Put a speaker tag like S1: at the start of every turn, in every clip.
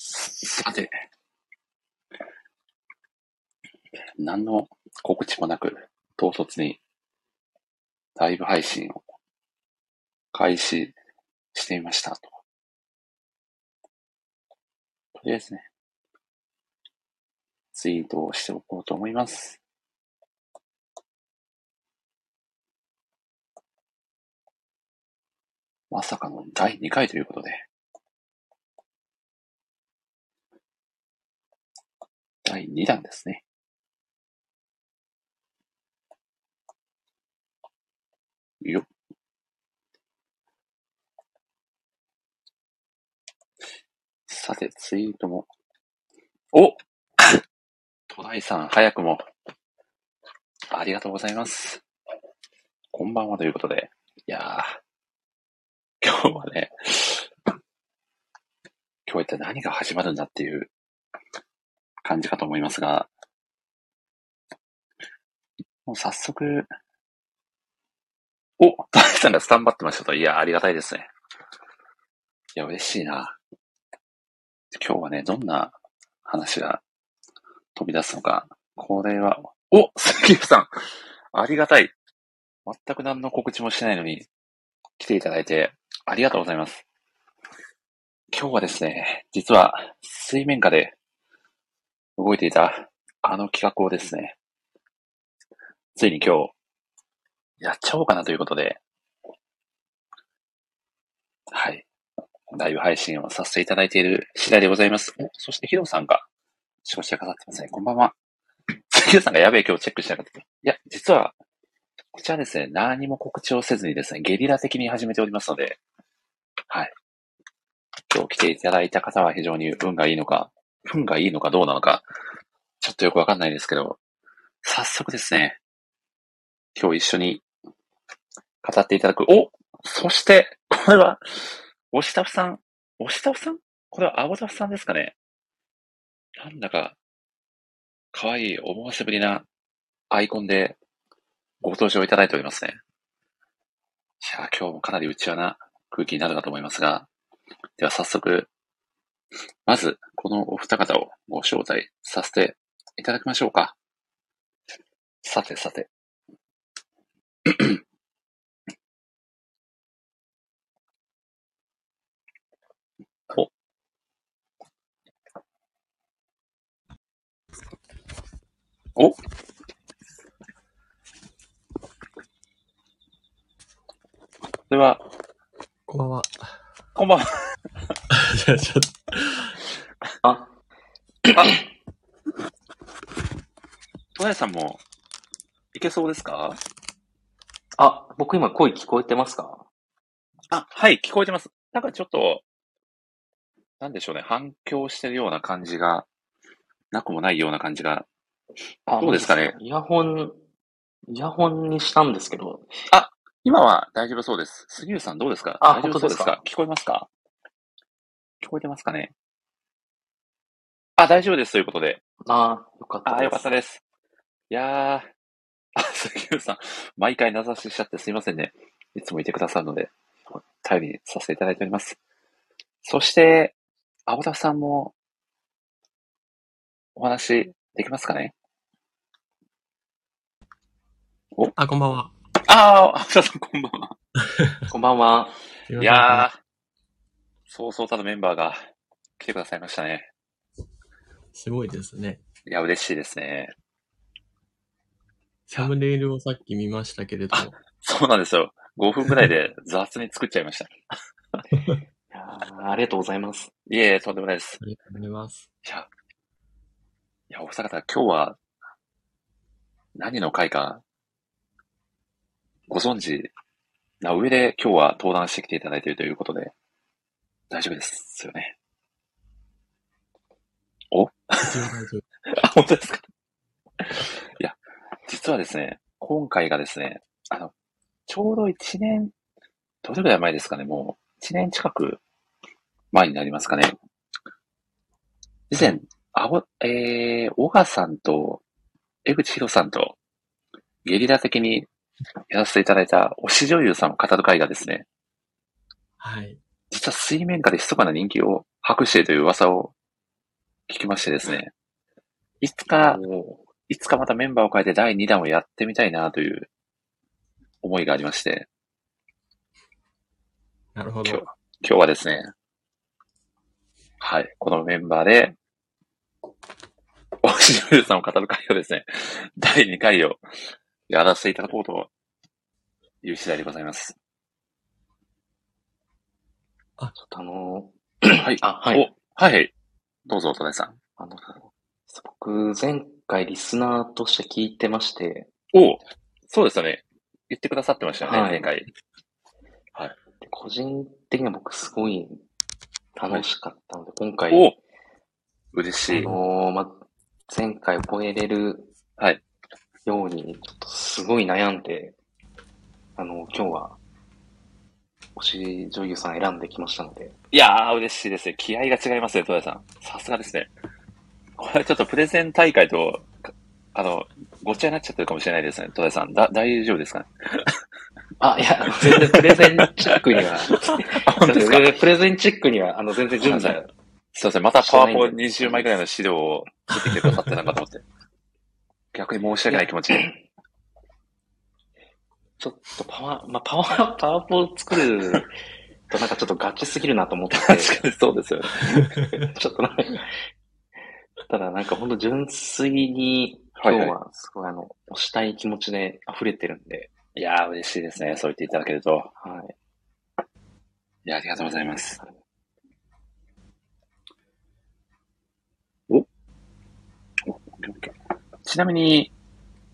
S1: さて、何の告知もなく、唐突にライブ配信を開始してみましたと。とりあえずね、ツイートをしておこうと思います。まさかの第2回ということで、第2弾ですね。よっ。さて、ツイートも。 お戸田井さん、早くも。ありがとうございます。こんばんはということで。いやー。今日はね、 今日一体何が始まるんだっていう感じかと思いますが、もう早速、お、 大地さんがスタンバってましたと。いや、ありがたいですね。いや、嬉しいな。今日はね、どんな話が飛び出すのか。これは、おスキルさんありがたい全く何の告知もしてないのに、来ていただいて、ありがとうございます。今日はですね、実は、水面下で動いていた、あの企画をですね、ついに今日、やっちゃおうかなということで、はい。ライブ配信をさせていただいている次第でございます。お、そしてヒロさんが、少し飾ってますね。こんばんは。ヒロさんがやべえ今日チェックしなかった。いや、実は、こちらですね、何も告知をせずにですね、ゲリラ的に始めておりますので、はい。今日来ていただいた方は非常に運がいいのか、運がいいのかどうなのか、ちょっとよくわかんないですけど、早速ですね、今日一緒に語っていただく。おそして、これは、おしたふさん。おしたふさんこれはアボタフさんですかねなんだか、可愛い思わせぶりなアイコンでご登場いただいておりますね。いや、今日もかなり内輪な空気になるかと思いますが、では早速、まず、このお二方をご招待させていただきましょうか。さてさて。お。お。では、
S2: こんばんは。
S1: こんばんは。
S2: じゃあちょっ
S1: あ、あ、戸谷さんも、いけそうですか
S3: あ、僕今声聞こえてますか
S1: あ、はい、聞こえてます。なんかちょっと、なんでしょうね、反響してるような感じが、なくもないような感じが。
S3: あ
S1: どうですかね。
S3: イヤホン、イヤホンにしたんですけど、
S1: 今は大丈夫そうです。杉浦さんどうですか
S3: あ
S1: 大丈夫そうですか
S3: 本
S1: 聞こえますか聞こえてますかねあ、大丈夫です。ということで。
S3: ああ、よかったです。
S1: あ、よかったです。いやー、 あ、杉浦さん、毎回名指ししちゃってすいませんね。いつもいてくださるので、頼りにさせていただいております。そして、青田さんも、お話できますかね
S2: あ、こんばんは。
S1: ああ、青田さんこんばんは。
S3: こんばんは。
S1: いやー、そうそうたるメンバーが来てくださいましたね。
S2: すごいですね。
S1: いや、嬉しいですね。
S2: サムネイルをさっき見ましたけれども、
S1: そうなんですよ。5分くらいで雑に作っちゃいました。
S3: いやーありがとうございます。
S1: いえいえ、とんでもないです。
S2: ありがとうございます。
S1: いや、いや、お二方、今日は、何の会か、ご存知な上で今日は登壇してきていただいているということで、大丈夫ですよね。
S2: 一応大丈夫
S1: あ、本当ですかいや、実はですね、今回がですね、あの、ちょうど1年、どれぐらい前ですかね、もう、1年近く前になりますかね。以前、あご、えー、小川さんと、江口博さんと、ゲリラ的にやらせていただいた推し女優さんを語る会がですね、
S2: はい。
S1: 実は水面下で密かな人気を博しているという噂を聞きましてですね、いつか、
S3: お
S1: いつかまたメンバーを変えて第2弾をやってみたいなという思いがありまして、
S2: なるほ
S1: 今日。
S2: ど
S1: 今日はですね、はい、このメンバーで、おしぶるさんを語る会をですね、第2回をやらせていただこうという次第でございます。
S3: ちょっとあの、
S1: はい。
S3: あ、はい。
S1: お、はい。どうぞ、戸田さん。
S3: あの、僕、前回リスナーとして聞いてまして、
S1: おそうでしたね。言ってくださってましたよね、
S3: はい
S1: 前回。
S3: で個人的には僕すごい楽しかったので、今回、
S1: お嬉し
S3: あ
S1: い。
S3: のーま、前回超えれる
S1: はい
S3: ように、ちょっとすごい悩んで、あの今日は、推し女優さん選んできましたので、
S1: いやー、嬉しいですね。気合が違いますね、戸田さん。さすがですね。これはちょっとプレゼン大会と、かあの、ごっちゃになっちゃってるかもしれないですね、戸田さん。だ、大丈夫ですかね。
S3: あ、いや、全然プレゼンチックに は、
S1: あ本当ですか
S3: 全然プレゼンチックには、あの、全然準備は
S1: すいません、またパワポ20枚ぐらいの資料を出てきてくださってたのかと思 って。逆に申し訳ない気持ちで。
S3: ちょっとパワー、まあ、パワー、パワーポを作るとなんかちょっとガチすぎるなと思って、
S1: 確かにそうですよね。
S3: ちょっとなんか、ただなんかほんと純粋に、
S1: は
S3: 今
S1: いはい
S3: 日はすごいあの、押したい気持ちで溢れてるんで、
S1: いやー、嬉しいですね。そう言っていただけると。
S3: はい。あり
S1: いや、ありがとうございます。。ちなみに、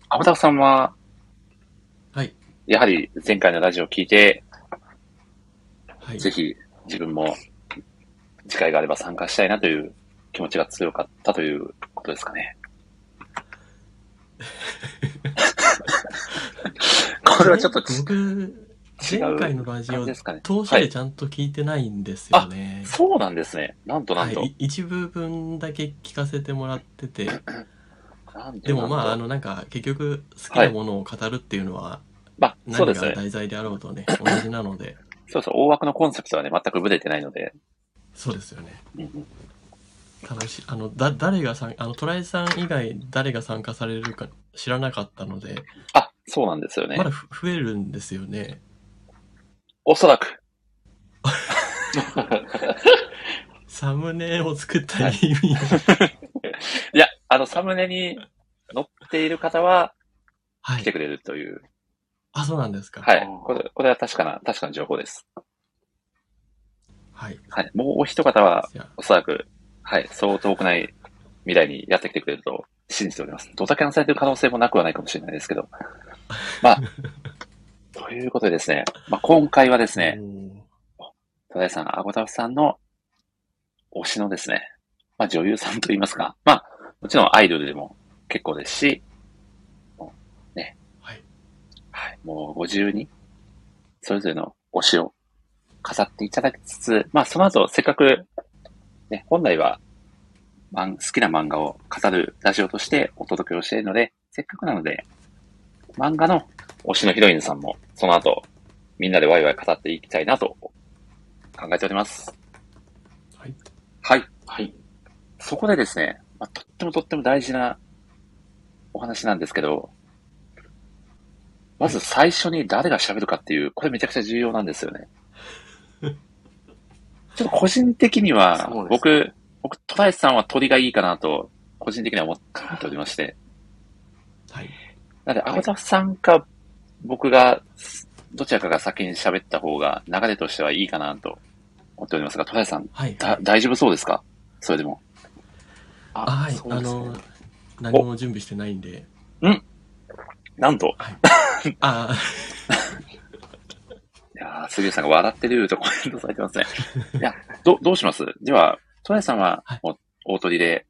S1: アブタクさんは、
S2: はい。
S1: やはり前回のラジオを聞いて、
S2: はい。
S1: ぜひ自分も機会があれば参加したいなという気持ちが強かったということですか ね。これはちょっと違う
S2: 僕、前回のラジ
S1: 感
S2: オ
S1: じで、すかね。
S2: 通し
S1: は
S2: て
S1: い
S2: ちゃんと聞いてないんですよね。
S1: そうなんですね。なんとなんと。
S2: はい、い一部分だけ聞かせてもらってて、
S1: なんと
S2: でもまあ、
S1: な
S2: あ
S1: んと
S2: の、なんか、結局、好きなものを語るっていうのは、
S1: まあ、そうで
S2: 何が
S1: すね。
S2: 題材であろうとね、同じなので、
S1: そうそう。大枠のコンセプトはね、全くブレてないので。
S2: そうですよね。
S1: うんうん
S2: 楽しい。あの、だ、誰が参、あの、トライさん以外、誰が参加されるか知らなかったので、
S1: あ、そうなんですよね
S2: ま。だふ増えるんですよね。
S1: おそらく。
S2: サムネを作った意味が、
S1: いや、あの、サムネに載っている方は
S2: は
S1: 来て
S2: い。
S1: くれるという。
S2: あ、そうなんですか。
S1: は
S2: はい。
S1: い。これ、これは確かな、確かな情報です。
S2: はい。
S1: はい。もうお一方は、
S2: じゃあ
S1: おそらく、はい、そう遠くない未来にやってきてくれると信じております。ドタキャンされてる可能性もなくはないかもしれないですけど。ま あ、ということでですね、まあ、今回はですね、
S2: おー
S1: 戸田さん、アゴタフさんの推しのですね、まあ女優さんと言いますか、まあ、もちろんアイドルでも結構ですし、
S2: はい。
S1: はい、もうご自由に、それぞれの推しを飾っていただきつつ、まあその後、せっかく、ね、本来は、漫好きな漫画を語るラジオとしてお届けをしているので、せっかくなので、漫画の推しのヒロインさんも、その後、みんなでワイワイ語っていきたいなと考えております。
S2: はい。
S1: はい。
S3: はい。
S1: そこでですね、まあ、とってもとっても大事なお話なんですけど、まず最初に誰が喋るかっていう、これめちゃくちゃ重要なんですよ ね。ちょっと個人的には
S3: そう、です
S1: 僕、僕、トライスさんは鳥がいいかなと、個人的には思っておりまして。
S2: はい。
S1: なので、アゴタフさんか、僕が、どちらかが先に喋った方が、流れとしてはいいかなと思っておりますが、トライスさん、
S2: はい。
S1: だ大丈夫そうですかそれでも。
S3: あ
S2: あはい。
S3: そう
S2: あ
S3: です
S2: の
S3: ね。、
S2: 何も準備してないんで、
S1: なんと、
S2: あ ー
S1: いやー、杉浦さんが笑ってるとコメントされて ますね。いや、ど、どうしますでは、トライさんは
S2: はい、
S1: もう、大鳥で、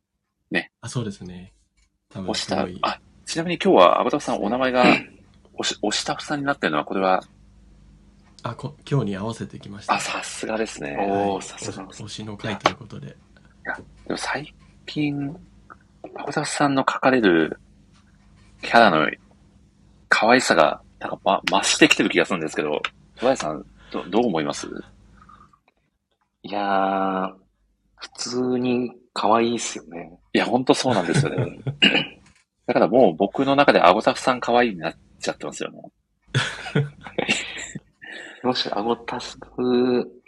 S2: あ、そうですね。多分
S1: 押した、
S2: すごい
S1: あ、ちなみに今日は、アブタフさんお名前が、おし、おしたふさんになってるのは、これは、
S2: あこ、今日に合わせてきました。
S1: あ、さすがですね。
S3: おー
S2: はい
S3: さすが
S2: 推しの会ということで。
S1: でも最近、アブタフさんの書かれる、キャラの、可愛さが、なんか、ま、増してきてる気がするんですけど、トライさん、ど、どう思います
S3: いやー、普通に可愛いっすよね。
S1: いや、ほんとそうなんですよ ね。だからもう僕の中でアゴタフさん可愛いになっちゃってますよね。
S3: もし、アゴタスク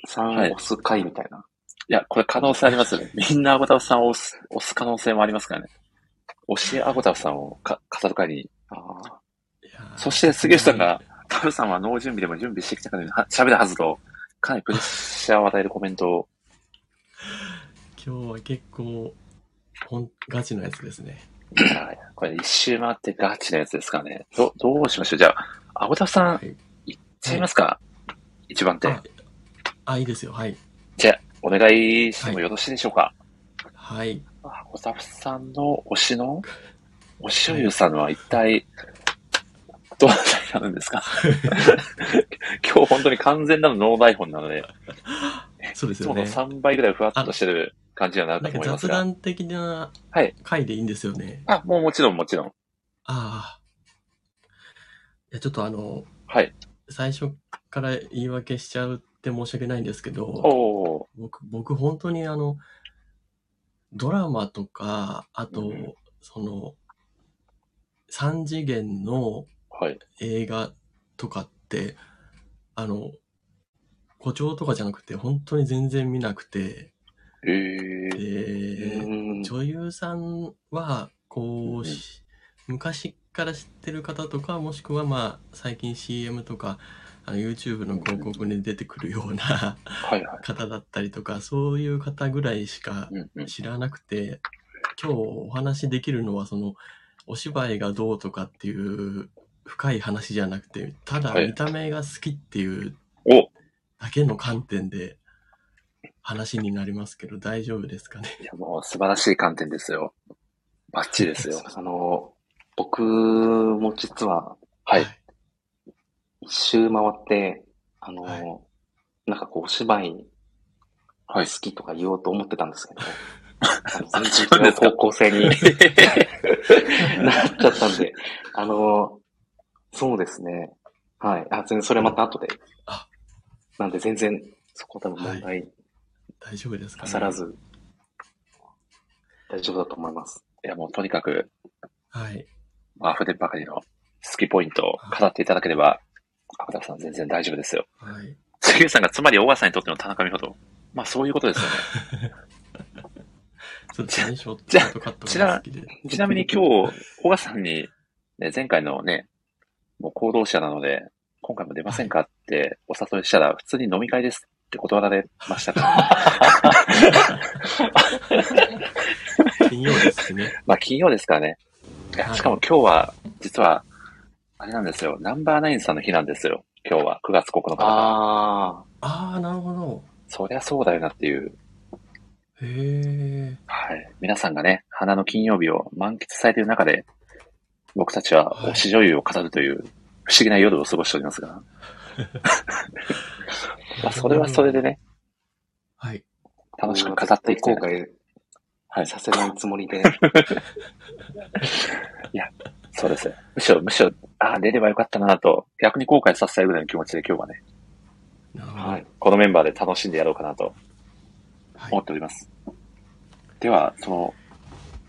S3: さん
S1: はい
S3: 押す回みたいな。
S1: いや、これ可能性ありますよね。みんなアゴタフさんを押す、押す可能性もありますからね。押しアゴタフさんをか語る会に。
S3: ああ。
S2: いやー
S1: そして杉内さんが、タフさんは脳準備でも準備してきたかのようには喋るはずと、かなりプレッシャーを与えるコメントを。
S2: 今日は結構、ほん、ガチなやつですね。
S1: いやこれ一周回ってガチなやつですからね。ど、どうしましょうじゃあ、アゴタフさん
S2: はい、
S1: いっちゃいますか、一番手
S2: あ。あ、いいですよ。はい。
S1: じゃあ、お願いしてもよろしいでしょうか、
S2: はい。
S1: あ、小沢さんの推しの、おしおゆさんは一体、どうなさるんですか 今日本当に完全なるノー台本なので、
S2: そうで
S1: い
S2: す
S1: つ
S2: よ
S1: もの
S2: ね。
S1: 3倍ぐらいふわっとしてる感じにはなると
S2: なんか
S1: 思います
S2: 雑
S1: が。
S2: 談的な
S1: はい
S2: 回でいいんですよね。
S1: あ、もうもちろんもちろん。
S2: ああ。いや、ちょっとあの、
S1: はい。
S2: 最初から言い訳しちゃうって申し訳ないんですけど、
S1: おー
S2: 僕、僕本当にあの、ドラマとか、あと、
S1: うん
S2: その、三次元の
S1: はい。
S2: 映画とかって、あの、誇張とかじゃなくて、本当に全然見なくて、
S1: えー、
S3: う
S2: で、
S3: ん。
S2: 女優さんは
S1: う
S2: こ
S1: ん
S2: うし昔から知ってる方とかもしくはまあ最近 CM とかあの YouTube の広告に出てくるような
S1: はいはい。
S2: 方だったりとかそういう方ぐらいしか
S1: うんうん。
S2: 知らなくて今日お話しできるのはそのお芝居がどうとかっていう深い話じゃなくてただ
S1: はい
S2: 見た目が好きっていう
S1: おい
S2: だけの観点で話になりますけど大丈夫ですかね
S1: やもう素晴らしい観点ですよ。バッチリ ですよ。
S3: あの、僕も実は
S1: はい。
S3: 一周回って、あの、
S2: はい
S3: なんかこうお芝居
S1: はい。
S3: 好きとか言おうと思ってた んですけど、あ
S1: あ
S3: の
S1: 違
S3: 全
S1: うんで
S3: 然
S1: すか
S3: 方向性に なっちゃったんで、あの、そうですね。はい。あ、全然それまた後で。
S2: あ
S3: なんで全然そこ多分問題
S2: 大丈夫ですかね
S3: 腐らず、大丈夫だと思います。
S1: いやもうとにかく、
S2: はい。
S1: まあ、溢れんばかりの好きポイントを語っていただければ、赤田さん全然大丈夫ですよ。
S2: はい。
S1: 杉内さんがつまり大川さんにとっての田中美穂と、まあそういうことですよね。
S2: そうですね、ショ
S1: じゃ
S2: ートカットが好きで。
S1: ちなみに今日、大川さんに、ね、前回のね、もう行動者なので、今回も出ませんかってお誘いしたら、普通に飲み会ですって断られましたから、
S2: 金曜ですしね。
S1: まあ金曜ですからね。いやしかも今日は、実は、あれなんですよ、ナンバーナインさんの日なんですよ。今日は9月9日だから。
S3: あ
S2: ああ、なるほど。
S1: そりゃそうだよなっていう。
S2: へえ。
S1: はい。皆さんがね、花の金曜日を満喫されている中で、僕たちは
S2: はい
S1: 推し女優を語るという不思議な夜を過ごしておりますが、まあそれはそれでね、
S2: はい。
S3: あ。
S1: 楽しく語っていこう
S3: 後
S1: か。
S3: 悔
S1: はい。
S3: させないつもりで。
S1: そうですよ。むしろ、むしろ、ああ、出ればよかったなと、逆に後悔させたいぐらいの気持ちで今日はね、
S2: なるほど。
S3: はい。
S1: このメンバーで楽しんでやろうかなと
S2: はい
S1: 思っております。では、その、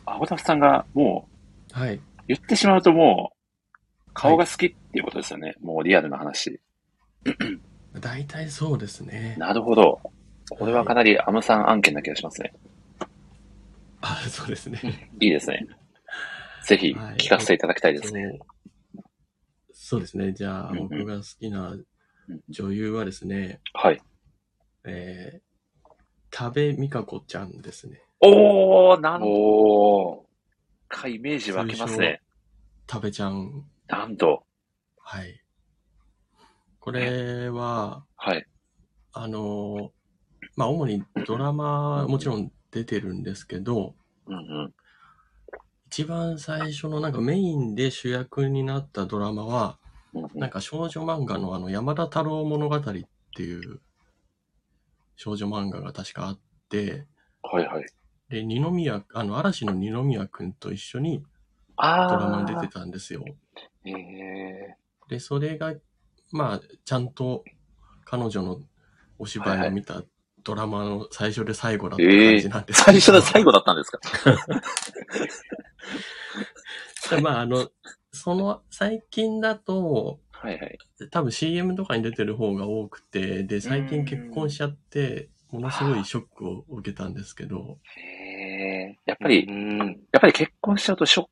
S1: アゴタフさんがもう、
S2: はい。
S1: 言ってしまうともう、顔が好きっていうことですよね。もうリアルな話。
S2: 大体そうですね。
S1: なるほど。これはかなりアムさん案件な気がしますね。
S2: あそうですね。
S1: いいですね。ぜひ
S2: はい
S1: 聞かせていただきたいです
S2: そ
S1: ね。
S2: うそうですね。じゃあ、
S1: うんうん
S2: 僕が好きな女優はですね、
S1: はい。
S2: えー、多部未華子ちゃんですね。
S1: おー、なん
S3: おー。
S1: かイメージ湧きますね。
S2: 多部ちゃん。
S1: なんと。
S2: はい。これは、
S1: はい。
S2: あのーまあ、主にドラマ、もちろん出てるんですけど、
S1: うんうん。
S2: 一番最初のなんかメインで主役になったドラマは、
S1: うんう
S2: なん
S1: ん、
S2: か少女漫画のあの山田太郎物語っていう少女漫画が確かあって、
S1: はいはい。
S2: で、二宮、あの、嵐の二宮くんと一緒に
S1: あ
S2: ドラマに出
S1: ー
S2: てたんですよ。
S3: ええ
S2: で、それが、まあ、ちゃんと彼女のお芝居を見たドラマの最初で最後だった感じなんですけ
S1: 最
S2: ど、
S1: 初で最後だったん ですか
S2: でまあ、あの、その、最近だと、
S1: はいはい。
S2: 多分 CM とかに出てる方が多くて、で、最近結婚しちゃって、ものすごいショックを受けたんですけど、
S3: へえ。
S1: やっ
S3: や
S1: ぱり、
S3: うん。
S1: やっぱり結婚しちゃうとショッ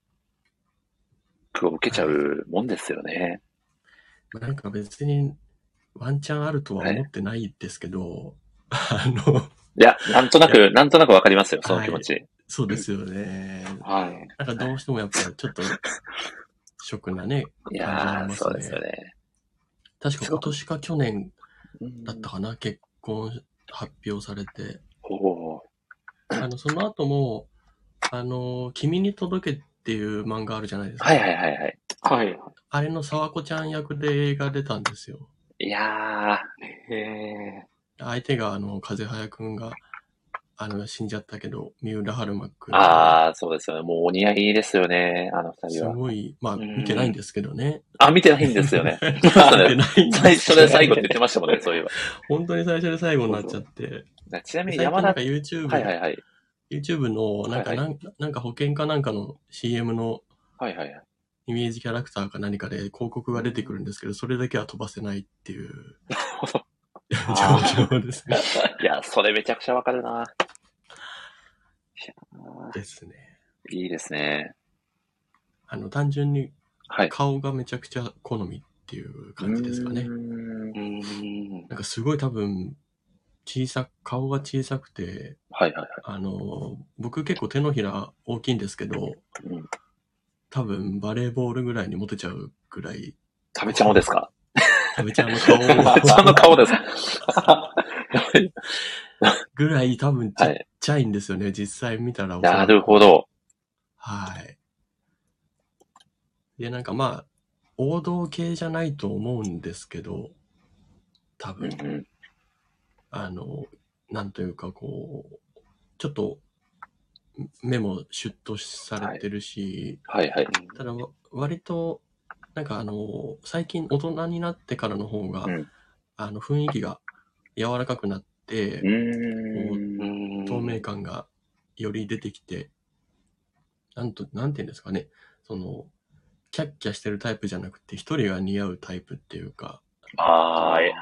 S1: クを受けちゃうもんですよね。
S2: なんか別にワンチャンあるとは思ってないですけど、あの、
S1: いや、なんとなく、なんとなくわかりますよ、その気持ち。
S2: そうですよね。
S3: はい。
S2: なんかどうしてもやっぱちょっと、ショックなね、
S1: い、
S2: 感じあ
S1: や
S2: り
S1: ー、
S2: ますね
S1: そうですよね。
S2: 確か今年か去年
S1: うん
S2: だったかな、結婚発表されて。
S1: おー
S2: あの、その後も、あの、君に届けっていう漫画あるじゃないですか。
S1: はいはいはいはい。
S3: はい。
S2: あれの沢子ちゃん役で映画出たんですよ。
S1: いや
S3: へえ。
S2: 相手が、あの、風早くんが、あの、死んじゃったけど、三浦春馬く
S1: ー、
S2: ん。
S1: あー、そうですよね。もうお似合いですよね、あの二
S2: す
S1: 人は。
S2: ごい、まあ、
S3: うん
S2: 見てないんですけどね。
S1: あ、見てないんですよ ね。
S2: 見てないんですけど
S1: 最初で最後って言ってましたもんね、そういえば。
S2: 本当に最初で最後になっちゃって。
S1: なちなみに
S2: 最近
S1: 山
S2: な
S1: 田
S2: んか、YouTube、
S1: はいはいはい。
S2: YouTube の、なんか、
S1: はい
S2: な
S1: は
S2: んなんか保険かなんかの CM の
S1: はいはいはい。
S2: イメージキャラクターか何かで広告が出てくるんですけど、それだけは飛ばせないっていう
S1: ほど。
S2: 状況ですね。
S1: いや、それめちゃくちゃわかるな。
S2: ですね。
S1: いいですね。
S2: あの、単純に
S1: はい。
S2: 顔がめちゃくちゃ好みっていう感じですかね
S1: う。ーん
S3: うん。
S2: なんかすごい多分、小さ、顔が小さくて、
S1: はいはいはい。
S2: あの、僕結構手のひら大きいんですけど、
S1: うん
S2: 多分バレーボールぐらいにモテちゃうぐ らい、
S1: 食べちゃおうですか
S2: 食べちゃんの顔
S1: あちゃんの顔ですか
S2: ぐらい多分ち
S1: は
S2: っ
S1: い。
S2: ちゃいんですよね。実際見たらおそらく
S1: なるほど。
S2: はい。で、なんかまあ、王道系じゃないと思うんですけど、多
S1: う
S2: 分、
S1: んうん
S2: あの、なんというかこう、ちょっと、目もシュッとされてるし、
S1: はいはい。
S2: ただわ割と、なんかあの、最近大人になってからの方が、
S1: うん
S2: あの、雰囲気が柔らかくなって、
S1: うー。
S3: うんん。
S2: 透明感がより出てきて、なんと、なんていうんですかね、その、キャッキャしてるタイプじゃなくて、一人が似合うタイプっていうか、
S1: あーい。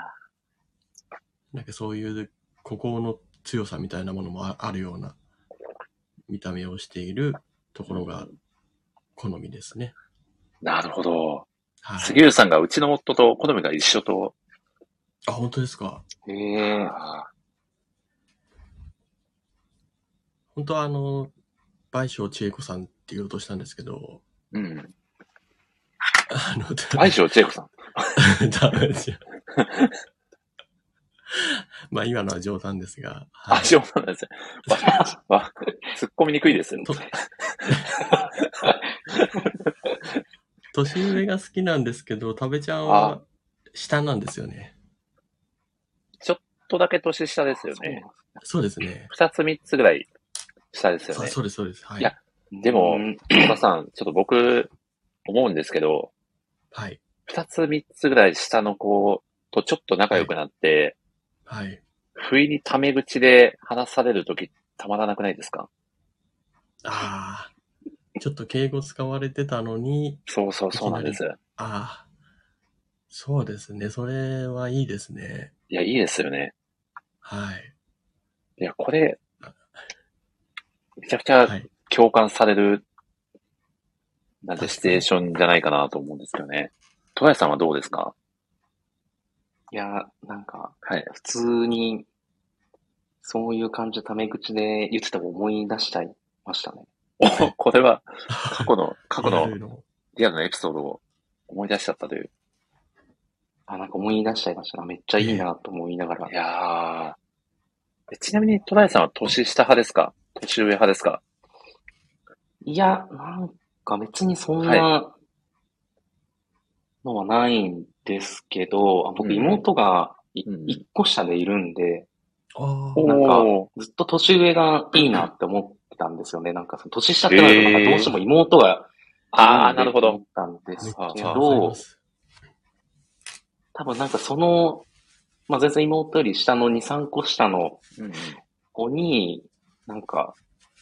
S2: なんかそういう、孤高の強さみたいなものもああるような、見た目をしているところが、好みですね。
S1: なるほど。
S2: はい。
S1: 杉浦さんがうちの夫と好みが一緒と。
S2: あ、本当ですか。
S3: へえ。
S1: あ
S2: 本当はあの、倍賞千恵子さんって言おうとしたんですけど、
S1: ーうん。
S2: あの、
S1: 愛称千恵子さん。
S2: ダメですよ。まあ今のは冗談ですが。は
S1: あ、
S2: い
S1: そうなん ですね。わ、わ、突っ込みにくいですよ。
S2: と年上が好きなんですけど、食べちゃんは下なんですよね。
S1: とだけ年下ですよ
S3: そうなん
S1: ね
S3: で。
S2: そうですね。
S1: 二つ三つぐらい下ですよ
S2: そ
S1: ね。
S2: そうです、そうです。はいい。
S1: や
S3: す
S1: でも
S3: うん
S1: 小田さん、ちょっと僕、思うんですけど、
S2: はい。
S1: 二つ三つぐらい下の子とちょっと仲良くなって、
S2: はい。
S1: 不意にタメ口で話されるときたまらなくないですか
S2: ああ。ちょっと敬語使われてたのに、
S1: そうそうそうなんです。
S2: ああ。そうですね。それはいいですね。
S1: いや、いいですよね。
S2: はい。
S1: いや、これ、めちゃくちゃ
S2: はい
S1: 共感される、なんて
S2: 確かに
S1: シチュエーションじゃないかなと思うんですけどね。戸谷さんはどうですか
S3: いや、なんか、
S1: はい。
S3: 普通に、そういう感じでタメ口で言ってたのを思い出しちゃいましたね。
S1: お、 これは過去の、過去
S2: リア
S1: の
S2: ルの
S1: リアルなエピソードを思い出しちゃったという。
S3: あ、なんか思い出しちゃいましたな。めっちゃいいなと思いながら
S1: い。やーえちなみに、戸谷さんは年下派ですか年上派ですか
S3: いや、なんか別にそんなのはないんですけど、あ
S1: うん
S3: 僕妹がい
S1: うん
S3: 一個下でいるんで、
S2: ああ。
S3: おなんか
S1: お
S3: ずっと年上がいいなって思ってたんですよね。なんかその年下ってなると、なんかどうしても妹が
S1: ーあー、なるほ
S3: 思
S1: ど
S3: っ。たんで
S2: めっ
S3: す
S2: ちゃ
S3: け
S2: わかり
S3: ど
S2: ま、す。
S3: 多分なんかそのまあ全然妹より下の2、3個下の
S1: うんうん。
S3: 子に、なんか、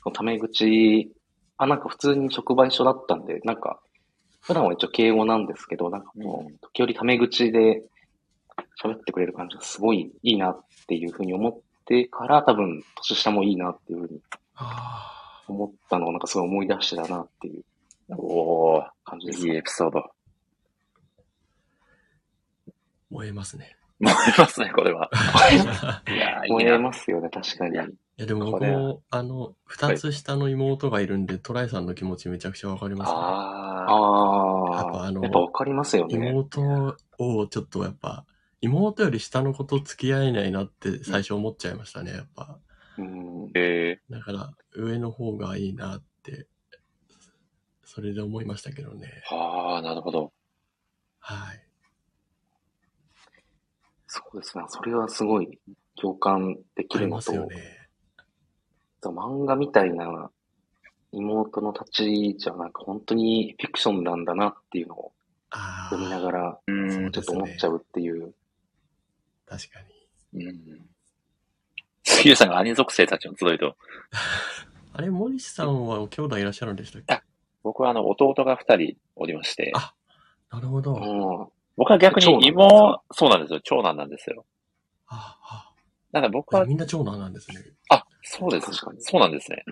S3: そのタメ口、あ、なんか普通に職場一緒だったんで、なんか、普段は一応敬語なんですけど、なんかも
S1: う
S3: う、時折タメ口で喋ってくれる感じがすごいいいなっていうふうに思ってから、多分、年下もいいなっていうふうに
S2: あ
S3: 思ったのを、なんかすごい思い出してたなっていう
S1: おー、
S3: 感じです
S1: いい
S3: ね。
S1: エピソード。
S2: ー燃えますね。
S1: 燃えますね、これは。
S2: い
S1: いやーいい
S3: 思い
S1: な。
S3: ますよね、確か
S1: い
S3: に。
S1: や
S2: や、でも僕も、あの、二つ下の妹がいるんで、トライさんの気持ちめちゃくちゃわかりますね、
S1: あ
S2: やっ
S3: あ
S2: ぱ
S3: あ、
S2: あの
S3: やっぱわかりますよね。
S2: 妹をちょっとやっぱ、妹より下の子と付き合えないなって最初思っちゃいましたね、やっぱ。
S3: うん
S1: ー。え
S2: だから、上の方がいいなって、それで思いましたけどね。
S1: ー、あー、なるほど。
S2: はい。
S3: そうですね。それはすごい共感でき
S2: あり
S3: るの
S2: ます
S3: と、
S2: よね。
S3: 漫画みたいな妹の立ち位置はなんか本当にフィクションなんだなっていうのを
S2: あ
S3: 読みな
S2: あ、
S3: がら
S1: う
S2: そ
S1: ん
S2: う
S3: ちょっと思っちゃうっていう。
S2: 確かに。
S1: うん。杉浦さんが兄属性たちの集いと、
S2: あれ、森さんは兄弟いらっしゃるんでしたっけ
S1: 僕はあの、弟が二人おりまして、
S2: あなるほど。あ
S3: うん
S1: 僕は逆に
S3: 長男
S1: 妹、そうなんですよ、長男なんですよ。
S2: あ
S1: だから僕
S2: あ
S1: は、
S2: みんな長男なんですね。
S1: あ、そうです
S3: 確か。に
S1: そうなんですね。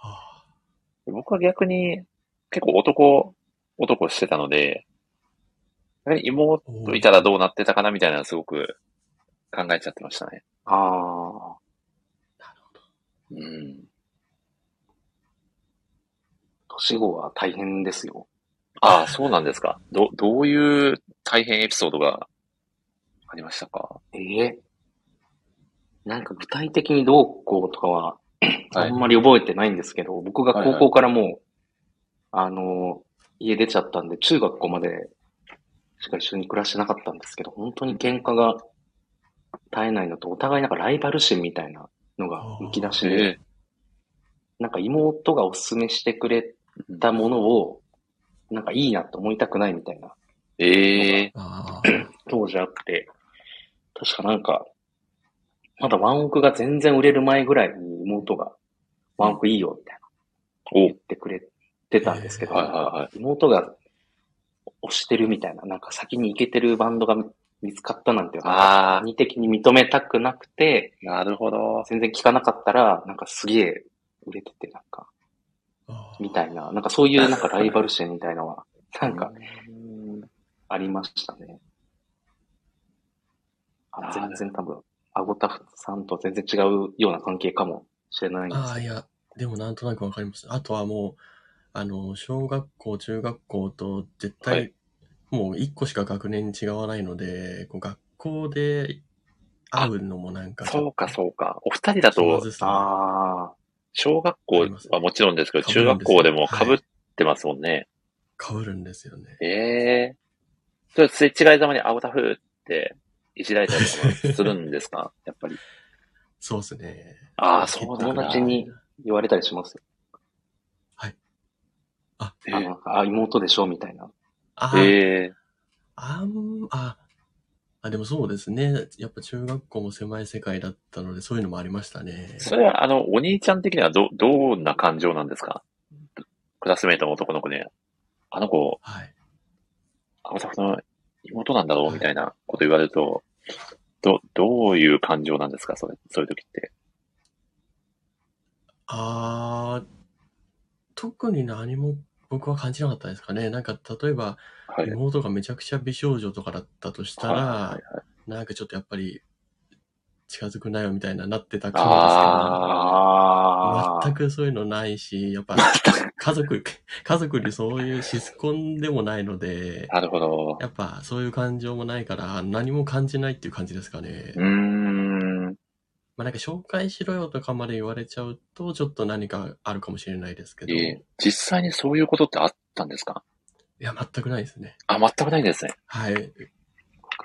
S2: あ
S1: 僕は逆に、結構男、男してたので、やはり妹
S2: あ、おー
S1: いたらどうなってたかなみたいなのはすごく考えちゃってましたね。
S3: あ
S2: なるほど。
S1: うん。
S3: あ、年後は大変ですよ。
S1: ああ、そうなんですか。ど、どういう大変エピソードがありましたか
S3: ええなんか具体的にどうこうとかは
S1: は
S3: あ
S1: い
S3: ん。まり覚えてないんですけど、僕が高校からもう、あの、家出ちゃったんで、中学校までしか一緒に暮らしてなかったんですけど、本当に喧嘩が絶えないのと、お互いなんかライバル心みたいなのが浮き出しで、
S1: え
S3: なんか妹がおすすめしてくれ
S1: ー
S3: たものを、なんかいいなって思いたくないみたいな、
S1: ええ
S2: あ
S3: 当時あって、確かなんか、まだワンオクが全然売れる前ぐらいに妹が、ワンオクいいよみたいな
S1: お
S3: 言ってくれてたんですけど、
S1: はいはいはい。
S3: 妹が推してるみたいな、なんか先に行けてるバンドが見つかったなんていうのは、
S1: あ
S3: 兄的に認めたくなくて、
S1: あ、なるほど。
S3: 全然聞かなかったら、なんかすげえ売れてて、なんか、
S2: あ、ああ
S3: みたいな、なんかそういうなんかライバル心みたいな のは、なんか
S1: うん、
S3: ありましたね。あ
S1: あー
S3: 全然多分、アゴタフさんと全然違うような関係かもしれないんです
S2: ああ、いや、でもなんとなくわかります。あとはもう、あの、小学校、中学校と絶
S1: は
S2: 対
S1: い、
S2: もう一個しか学年違わないので、こう学校で会うのもなんか、
S1: そうか、そうか。お二人だ
S2: ちょ
S1: と、
S2: っと気まずさ
S3: あ
S1: 小学校はもちろんですけど、
S2: 被る
S1: 中
S2: んです
S1: 学
S2: よ
S1: 校でも被ってますもんね。
S2: かぶるんですよね。
S1: ええそれ、すれ違いざまに青タフって、いじられたりとかするんです かやっぱり。
S2: そうですね。
S1: ああ、そうなん
S3: 友
S1: だ。
S3: 達に言われたりしますよ。
S1: え
S3: あの、なんかあ、妹でしょみたいな。
S2: あ
S1: ええ
S2: あ、あん、あ、あ、でもそうですね。やっぱ中学校も狭い世界だったので、そういうのもありましたね。
S1: それは、あの、お兄ちゃん的にはど、どんな感情なんですかクラスメイトの男の子ね、あの子、
S2: はい。
S1: 青タフの妹なんだろうみたいなこと言われると、ど、どういう感情なんですかそれ、そういう時って。
S2: ああ、特に何も僕は感じなかったですかね。なんか、例えば、
S1: はい。
S2: 妹がめちゃくちゃ美少女とかだったとしたら、
S1: はい
S2: なんかちょっとやっぱり近づくなよみたいななってたか
S1: あ
S2: も
S3: ああ。
S2: ですけど、全くそういうのない し、やっぱ
S1: あ、
S2: 家族、家族にそういうシスコンでもないので、
S1: なるほど。
S2: やっぱそういう感情もないから何も感じないっていう感じですかね。
S1: うーん。
S2: まあなんか紹介しろよとかまで言われちゃうと、ちょっと何かあるかもしれないですけど、
S1: ええ実際にそういうことってあったんですか
S2: いや、全くないですね。
S1: あ、全くないんですね。
S2: はい。
S3: 僕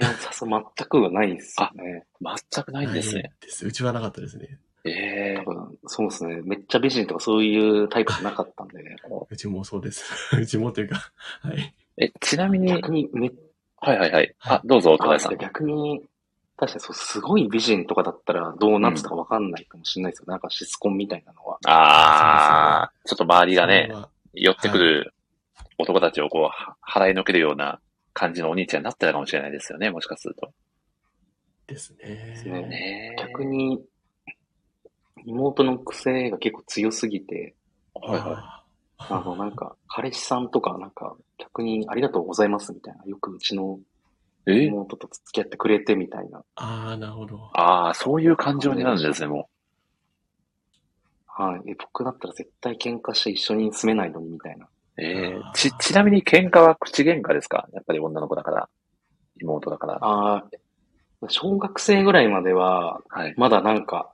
S3: もさすが全くはないですよね。
S1: 全くないんですね。
S2: です。うちはなかったですね。
S1: ええ
S3: 多分、そうですね。めっちゃ美人とかそういうタイプじゃなかったんでね。
S2: うちもそうです。 うちもというか、はい。
S1: え、ちなみに、
S3: 逆にめっ
S1: はいはいはい。あ、どうぞ、
S3: あ
S1: 戸田さん。
S3: 逆に、確かにそう、すごい美人とかだったらどうなってたかわかんないかもしれないですよ。なんかシスコンみたいなのは。
S1: あー、ちょっと周りが
S2: それ
S1: ね、
S2: は
S1: 寄ってくる男たちをこう、払いのけるような感じのお兄ちゃんになってたかもしれないですよね、もしかすると。
S2: です
S3: すね
S2: ね。
S1: ねえ
S3: 逆に、妹の癖が結構強すぎて、
S1: はいはい
S2: あ
S3: あの、なんか、彼氏さんとか、なんか、逆にありがとうございますみたいな。よくうちの
S1: え
S3: 妹と付き合ってくれてみたいな。
S2: あー、なるほど。
S1: ああ、そういう感情になるんですね、も
S3: はい。え、僕だったら絶対喧嘩して一緒に住めないのにみたいな。
S1: う。ええ
S2: あー
S1: ち、ちなみに喧嘩は口喧嘩ですかやっぱり女の子だから、妹だから。
S3: ああ、小学生ぐらいまでは、
S1: はい。
S3: まだなんか、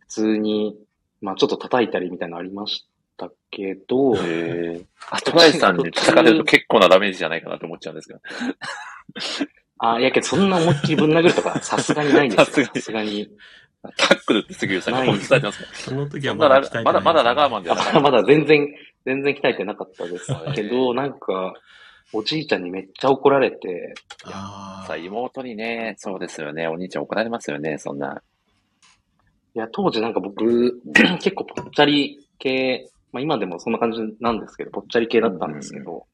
S3: 普通に、まあちょっと叩いたりみたいなのありましたけど、
S1: ええあ、トライさんに叩かれると結構なダメージじゃないかなと思っちゃうんですけど。
S3: あいやけどそんな思いっきりぶん殴る とか、さすがにないですよ。
S1: さ
S3: さ
S1: す
S3: すがに。
S1: タックルって杉浦さんがこう伝えてますね。
S2: その時は
S1: ま
S2: まだ鍛えて
S1: だ、
S2: ない
S1: まだ、まだラガーマンで
S3: ま
S1: はない。
S3: だまだ全然、全然鍛えてなかったです
S1: はい
S3: けど、なんか、おじいちゃんにめっちゃ怒られて、
S2: あ
S1: さあ、
S2: ー
S1: 妹にね、そうですよね。お兄ちゃん怒られますよね、そんな。
S3: いや、当時なんか僕、 結構ぽっちゃり系、まあ今でもそんな感じなんですけど、ぽっちゃり系だったんですけど、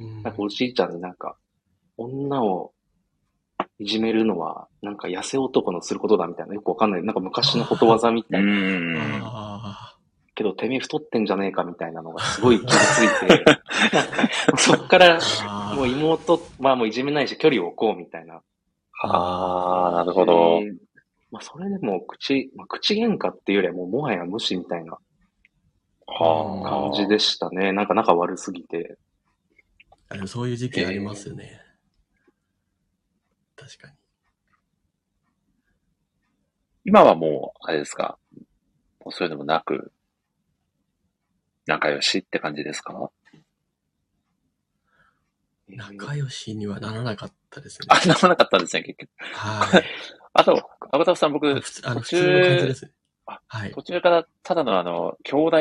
S2: うん
S3: なんかおじいちゃんになんか、女をいじめるのは、なんか痩せ男のすることだみたいな、よくわかんない。なんか昔のことわざみたいな、
S1: ん。
S2: あ
S3: けどてめえ太ってんじゃねえかみたいなのがすごい傷ついて、そっから、
S2: ー
S3: もう妹、まあもういじめないし距離を置こうみたいな。
S1: ああ、なるほど。
S3: でまあそれでも口、まあ、口喧嘩っていうよりはもうもはや無視みたいな
S1: は
S3: 感
S1: あ。
S3: じでしたね。なんか仲悪すぎて。
S2: あでもそういう時期ありますよね。確かに。
S1: 今はもう、あれですか。もうそういうのもなく、仲良しって感じですか
S2: 仲良しにはならなかったですね。
S1: あ、ならなかったんですね、結局。
S2: はい。
S1: あと、アバタフさん、僕、
S2: 普通あの普
S1: 途中
S2: 通の感じですね
S1: あ。
S2: はい。
S1: 途中からただのあの、兄弟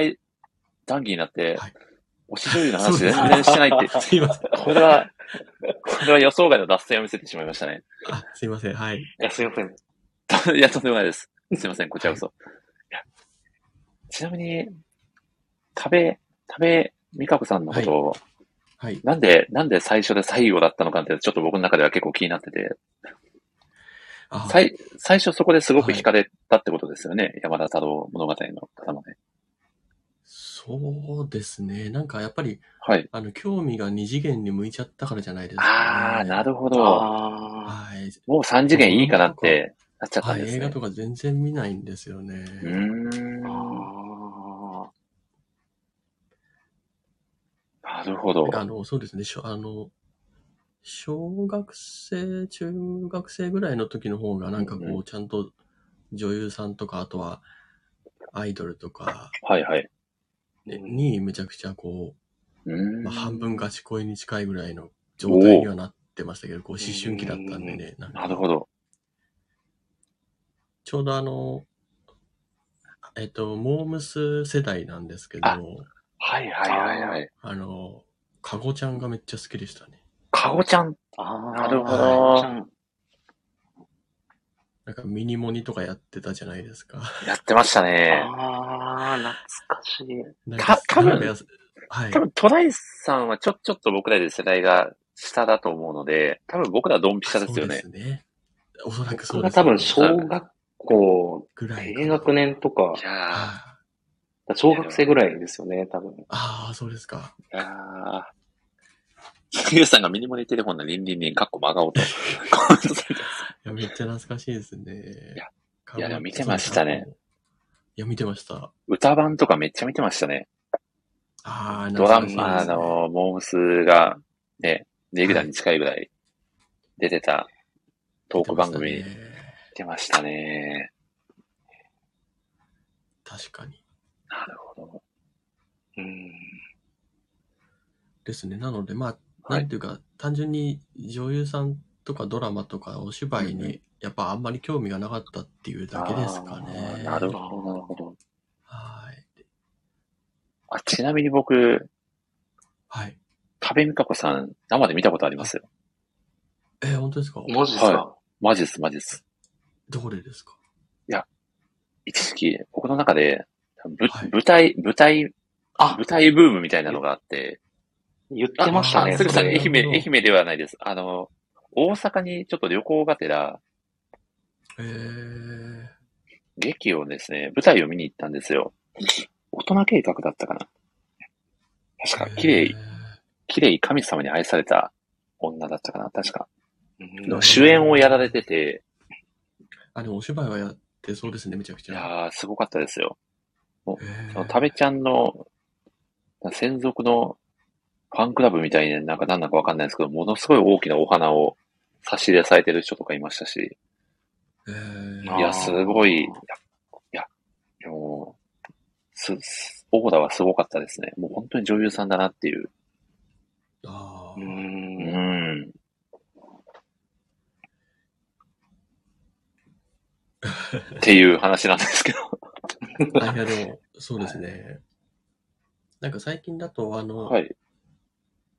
S1: 談義になって、
S2: はい
S1: 推し女優の話
S2: そう
S1: 全
S2: ですね
S1: 然してないって、
S2: すいません。
S1: これは、これは予想外の脱線を見せてしまいましたね。
S2: あ、すいません。はい。
S3: いや、すいません。
S1: いや、とんでもないです。すいません、こちらこそ。いやちなみに、食べ、食べ、美香子さんのことを、
S2: はい。
S1: なんで、なんで最初で最後だったのかって、ちょっと僕の中では結構気になってて、
S2: あ
S1: 最、最初そこですごく惹かれたってことですよね。山田太郎物語の方もね。
S2: そうですね。なんかやっぱり、
S1: はい。
S2: あの、興味が二次元に向いちゃったからじゃないですか、ね。
S1: あー、なるほど。
S3: あ
S2: はい。
S1: もう3次元いいかなってなっちゃった
S2: は
S1: ん
S2: い、
S1: です
S2: 映画
S1: ね。
S2: とか全然見ないんですよね。
S1: うーん
S3: ー。。あ
S1: なるほど
S2: なん。かあの、そうですね、しょあの、小学生、中学生ぐらいの時の方が、なんかこう、
S1: うんう
S2: ちゃんと女優さんとか、あとはアイドルとか
S1: はいはい。
S2: ねに、めちゃくちゃこ
S1: う
S2: う、
S1: ーん。
S2: まあ、半分ガチ恋に近いぐらいの状態にはなってましたけど、こう、思春期だったんでね、なん
S1: なる
S2: か、
S1: ほど。
S2: ちょうどあの、えっと、モームス世代なんですけど、
S1: あはいはいはいはい。
S2: あの、カゴちゃんがめっちゃ好きでしたね。
S1: かごちゃん。
S3: ーあー。
S1: なるほ
S2: ど
S3: ちゃん
S2: なんかミニモニとかやってたじゃないですか。
S1: やってましたね。
S3: ああ、懐かしい。
S2: なんか
S1: た多分
S2: なんかやすはい
S1: 多。分トライさんはちょ、ちょっと僕らで世代が下だと思うので、多分僕らドンピシャですよね。
S2: そうですね。おそらくそ
S3: 僕
S2: うで
S3: が
S2: すよ
S3: 多
S2: ね、
S3: 分小学校
S2: ぐらいかな。
S3: 低学年とか
S1: い、や
S2: あ
S3: 小学生ぐらいですよね、多分。
S2: あー、そうですか。
S1: ー、いやー。ゆうさんがミニモニテレフォンのリンリンリン、かっこ真顔と。
S2: いや、めっちゃ懐かしいですね。
S1: いや
S2: かぶ
S1: いやでも見てましたね。
S2: いや、見てました。
S1: 歌版とかめっちゃ見てましたね。
S2: ああ、
S1: ドラ
S2: 懐かしいですね
S1: マ、あの、モームスが、ね、レギュラーに近いぐらい出てたトーク番組
S2: 見
S1: に
S2: てましたね
S1: 出ましたね。
S2: 確かに。
S1: なるほど。
S3: うん。
S2: ですね。なので、まあ、
S1: はい
S2: なんていうか、単純に女優さんとかドラマとかお芝居
S1: うんう
S2: に、やっぱあんまり興味がなかったっていうだけですか
S1: あー
S2: ね。
S1: なるほど、なるほど。
S2: はい。
S1: あ、ちなみに僕、
S2: はい。
S1: 多部未華子さん、生で見たことありますよ。
S2: えー本当ですか
S3: マジですか、
S1: は魔術、魔術。
S2: どれですか
S1: 一時期、僕の中で、ぶ
S2: はい
S1: 舞台、舞台、
S3: あ
S1: 舞台ブームみたいなのがあって、
S3: 言ってましたね、
S1: す
S3: そ
S1: ぐさん、愛
S3: れ。
S1: 媛、愛媛ではないです。あの、大阪にちょっと旅行がてら、
S2: えー、
S1: 劇をですね、舞台を見に行ったんですよ。大人計画だったかな。確か、綺麗、綺麗神様に愛された女だったかな、確か。
S3: うん
S1: の主演をやられてて、
S2: あ、でもお芝居はやってそうですね、めちゃく
S1: い
S2: ちゃ。
S1: やー、すごかったですよ。
S2: え
S1: その
S2: ー
S1: 食べちゃんの、専属のファンクラブみたいな、なんか何なのかわかんないですけど、ものすごい大きなお花を差し入れされてる人とかいましたし、
S2: えー
S3: あ
S1: い
S3: ー
S1: や、すごい、いや、いや、でもす、すオーラはすごかったですね。もう本当に女優さんだなっていう。
S2: あ
S3: う。
S2: ー
S1: うんん。 っていう話なんですけど。
S2: あいや、でも、そうですね。なんか最近だと、あの、
S1: はい。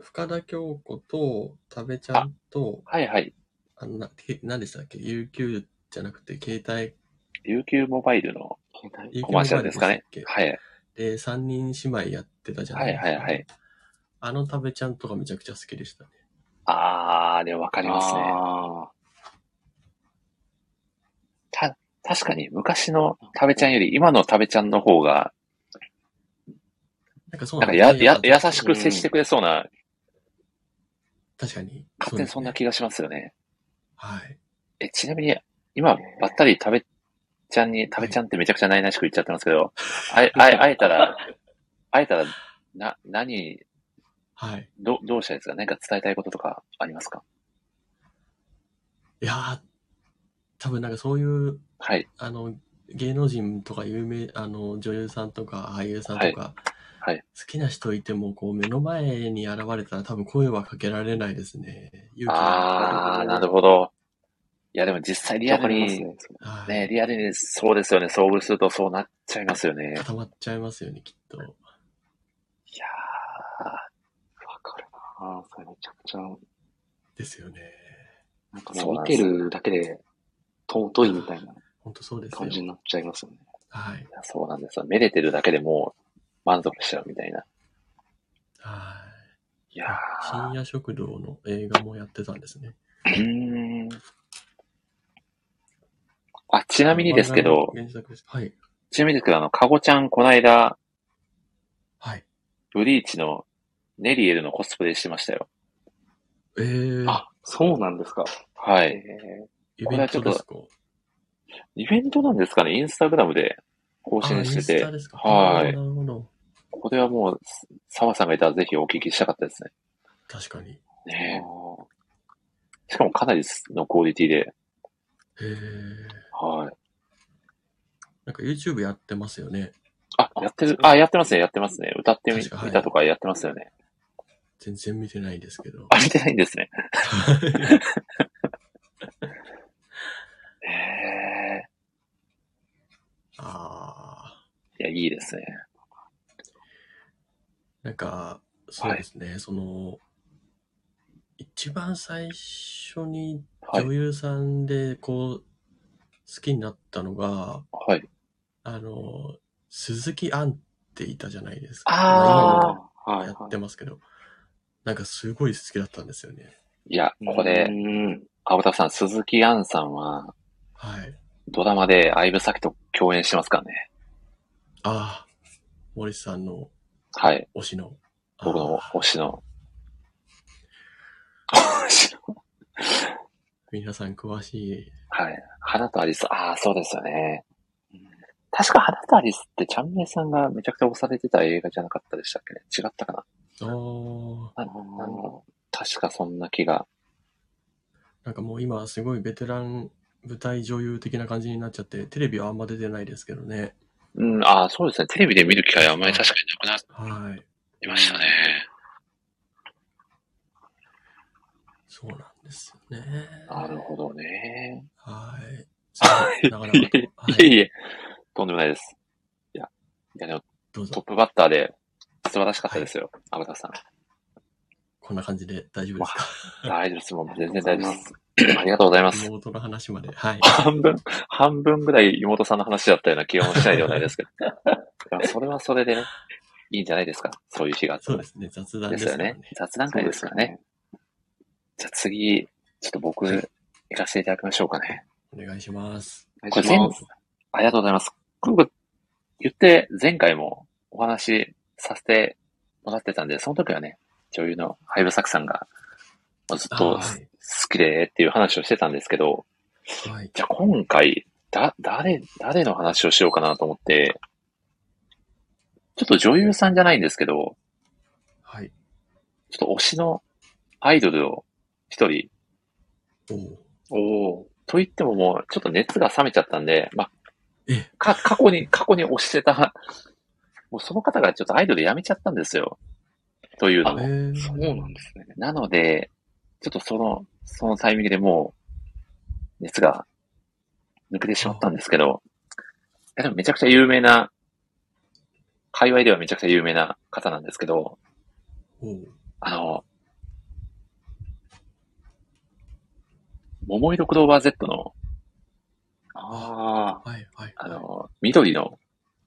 S2: 深田恭子と、多部ちゃんと、
S1: はいはい。
S2: あのな、け何でしたっけ ?UQ じゃなくて、携帯、
S1: UQ モバイルの
S2: 有給
S1: コマーシャルですかね
S2: モバイルで。したっ
S1: はい。
S2: けで、3人姉妹やってたじゃな
S1: はいい
S2: ですか。
S1: はいはい。
S2: あの多部ちゃんとかめちゃくちゃ好きでしたね。
S1: あー、でもわかりますね。
S3: あ
S1: た、確かに昔の食べちゃんより今の食べちゃんの方が、
S2: なんかそう
S1: なんか
S2: です
S1: や、
S2: ね
S1: や、優しく接してくれそうな、
S2: 確かに。
S1: 勝手にそんな
S2: うで
S1: 気
S2: すね
S1: がしますよね。
S2: はい。
S1: え、ちなみに、今、ばったり食べちゃんに、食べちゃんってめちゃくちゃないなしく言っちゃってますけど、あ え、あえ、会えたら、会えたら、な、何、
S2: はい。
S1: ど、どうしたいですか何か伝えたいこととかありますか
S2: いやー、多分なんかそういう、
S1: はい、
S2: あの、芸能人とか有名、あの、女優さんとか俳優さんとか、
S1: はいはい
S2: 好きな人いても、こう、目の前に現れたら多分声はかけられないですね。勇気
S1: あ
S3: あ
S1: ー、
S3: ー
S1: なるほど。いや、でも実際リ
S3: あ。
S1: ア
S3: わか
S1: ル
S3: ります
S1: に、
S3: ね。
S2: はい、
S1: ね、リアルにそうですよね。遭遇するとそうなっちゃいますよね。
S2: 固まっちゃいますよね、きっ
S1: い
S2: と。
S1: や
S3: わかるなそれめちゃくちゃ、
S2: ですよね。
S3: なんか
S1: そう
S3: も
S1: な
S3: うん
S1: で
S3: 見
S1: す
S3: てるだけで尊いみたいな
S2: 本当そうです
S3: 感
S2: よ。
S3: じになっちゃいますよね。
S2: はい。
S1: ーそうなんですよ。めでてるだけでもう満足しちゃうみたいな。
S2: はい
S1: や
S2: い。深夜食堂の映画もやってたんですね。
S1: ーうーん。あ、ちなみにですけど、
S2: 漫画の原作ですはい。
S1: ちなみにですけど、あの、かごちゃん、こないだ、
S2: はい。
S1: ブリーチのネリエルのコスプレしてましたよ。
S2: えー、
S3: あ、そうなんですか。
S1: は
S3: え
S1: い。
S2: イベントですか
S1: イベントなんですかねインスタグラムで更新して
S2: あ
S1: て
S2: インスタ。ですか
S1: はい
S2: なるほど。
S1: これはもう、澤さんがいたらぜひお聞きしたかったですね。
S2: 確かに。
S1: ねえしかもかなりのクオリティで。
S2: えー、
S1: はい。
S2: なんか YouTube やってますよね。
S1: あ、やってる。あ、やってますね。やってますね。歌ってみ
S2: 確かはい
S1: 見たとかやってますよね。
S2: 全然見てないですけど。
S1: あ、見てないんです ね。 へ
S2: あ
S1: え。いや、いいですね。
S2: ーなんか、そうですね、その、一番最初に
S1: はい
S2: 女。優さんで、こう、好きになったのが、
S1: はい。
S2: あの、鈴木杏っていたじゃないですか。
S1: あ
S2: ま
S3: ー
S2: あ
S3: は
S2: 今
S3: い
S2: もや
S3: は
S2: ってますけど、なんかすごい好きだったんですよね。
S1: いや、
S3: い。
S1: こ
S3: う
S1: れ、
S3: ん。
S1: 青田さん、鈴木杏さんは、
S2: はい。
S1: ドラマで相武咲と共演してますからね。
S2: ああ、森さんの
S1: はい。
S2: 推しの。
S1: 僕の
S2: あー
S1: 推し の。推しの。
S2: 皆さん詳しい。
S1: はい。花とアリス。ああ、そうですよね。確か花とアリスって、ちゃんめいさんがめちゃくちゃ推されてた映画じゃなかったでしたっけね。違ったかな
S2: ああ、
S1: ああの確かそんな気が。
S2: なんかもう今すごいベテラン舞台女優的な感じになっちゃって、テレビはあんま出てないですけどね。
S1: うん、ああ、そうですね。テレビで見る機会あんまり確かになくな
S2: はい。
S1: りましたね。
S2: そうなんですよね。
S1: なるほどね。
S2: はい。
S1: はい
S2: なかなか
S1: いえいえ、
S2: はい
S1: え
S2: い。
S1: いえ、とんでもないです。いや、いやでも
S2: どう
S1: トッ
S2: ぞ。
S1: プバッターで素晴らしかったですよ、アバターさん。
S2: こんな感じで大丈夫ですか
S1: 大丈夫です。もう全然大丈夫です。ありがとうございます。
S2: 妹の話ま で。はい。
S1: 半分、半分ぐらい妹さんの話だったような気がしないではない ですけど。いやそれはそれでね、いいんじゃないですか。そういう日があって
S2: そう
S1: も。
S2: ですね。雑談
S1: で
S2: です
S1: よ
S2: すよ
S1: ね
S2: ね。。
S1: 雑談会ですからね。。じゃあ次、ちょっと僕、行かせていただきましょうかね。
S2: お願いします。
S3: お
S1: これ
S3: 願いし
S1: 全
S3: ま
S1: 部
S3: す。、
S1: ありがとうございます。これ僕言って、前回もお話しさせてもらってたんで、その時はね、女優のハイブサクさんが、ずっと好
S2: はい
S1: きでっていう話をしてたんですけど、
S2: はい。
S1: じゃあ今回、だ、誰、誰の話をしようかなと思って、ちょっと女優さんじゃないんですけど、
S2: はい。
S1: ちょっと推しのアイドルを一人、
S2: おお。
S3: おー
S1: と言ってももうちょっと熱が冷めちゃったんで、まあ、
S2: え、
S1: か、過去に、過去に推してた、もうその方がちょっとアイドル辞めちゃったんですよ。というの
S2: え
S1: も。
S2: ー、
S3: そうなんですね。
S1: なので、ちょっとその、そのタイミングでもう、熱が抜けてしまったんですけど、いやでもめちゃくちゃ有名な、界隈ではめちゃくちゃ有名な方なんですけど、
S2: おう
S1: あの、桃色クローバー Z の、
S3: あ
S2: はいはい。
S1: あの、緑の、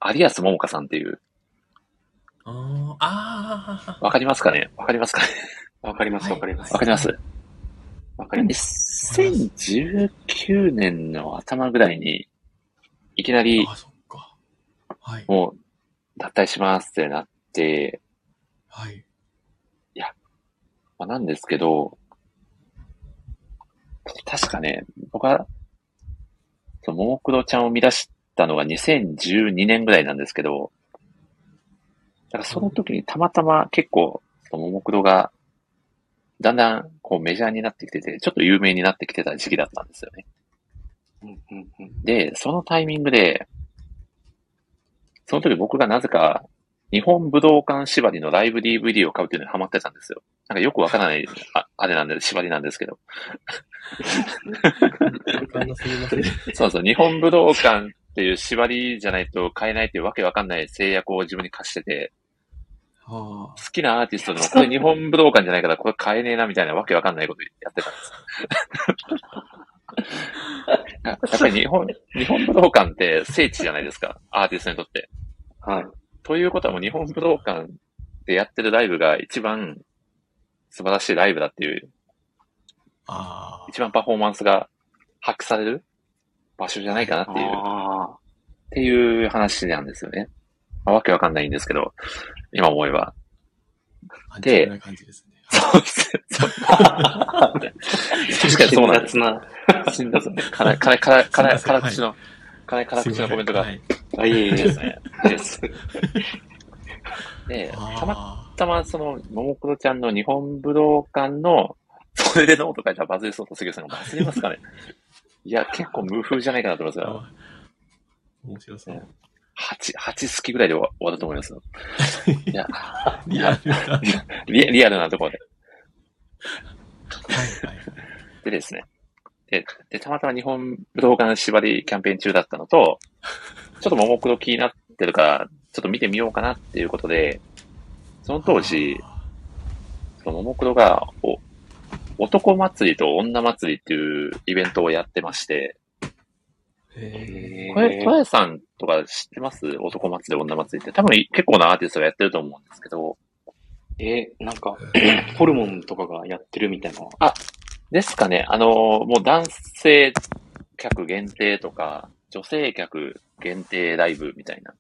S1: 有安桃香さんっていう、
S2: あーあ
S1: わかりますかねわかりますかね
S3: あ、わかります、
S2: はい
S3: わかります
S1: わ。かります
S3: わかります。
S1: 2019年の頭ぐらいに、いきなり
S2: ー、あ、そっか。はい
S1: もう、脱退しますってなって、
S2: はい。
S1: まあ、なんですけど、確かね、僕は、その、ももクロちゃんを見出したのが2012年ぐらいなんですけど、だからその時にたまたま結構、そのももクロが、だんだんこうメジャーになってきてて、ちょっと有名になってきてた時期だったんですよね。
S3: うんうんうん
S1: で、そのタイミングで、その時僕がなぜか、日本武道館縛りのライブ DVD を買うっていうのにハマってたんですよ。なんかよくわからない、ああれなんで、縛りなんですけど。
S2: わかんなすぎますね。
S1: そうそう、日本武道館っていう縛りじゃないと買えないっていうわけわかんない制約を自分に課してて、
S2: あ
S1: 好きなアーティストでもこれ日本武道館じゃないからこれ買えねえなみたいなわけわかんないことやってたんです。やっぱり日本、日本武道館って聖地じゃないですか。アーティストにとって。
S3: はい。
S1: ということはもう日本武道館でやってるライブが一番素晴らしいライブだっていう、
S2: あ。あ
S1: 一番パフォーマンスが発揮される場所じゃないかなっていう、っ
S3: あ
S1: ていう話なんですよね。まあわけわかんないんですけど、今思え ば。
S2: あ。
S1: で
S2: アンチみたいな感じですね。
S1: そうですね。
S3: あ。
S1: 確かにそうなんです。
S3: 辛辣
S1: 辛辣な辛い、辛い、辛い、辛い、
S2: すい
S1: 辛
S2: ません
S1: い口の、辛い、辛い口のコメントが。
S2: はいい。
S3: な。あ、いえい
S1: いで
S3: え
S1: す。ね。いいです。で、たま
S2: あ
S1: たまその、ももクロちゃんの日本武道館の、それでノート書いたらバズりそうと杉浦さんがバズります かねいや、結構無風じゃないかなと思います
S2: ー
S1: よ。
S2: あー。面白そう。
S1: 8、8好きぐらいで終わ終わると思いますよ。いや、
S2: リ アルだ。はい
S1: リリアルなところで。
S2: はい。
S1: でですね。で、でたまたま日本武道館縛りキャンペーン中だったのと、ちょっとももクロ気になってるから、ちょっと見てみようかなっていうことで、その当時、そのももクロが、お、男祭りと女祭りっていうイベントをやってまして、
S2: へ
S1: これ、トヤさんとか知ってます男祭り、女祭りって。多分結構なアーティストがやってると思うんですけど。
S3: えー、なんか、
S2: え。
S3: ホルモンとかがやってるみたいな。
S1: ですかね、あのーもう男性客限定とか、女性客限定ライブみたいな。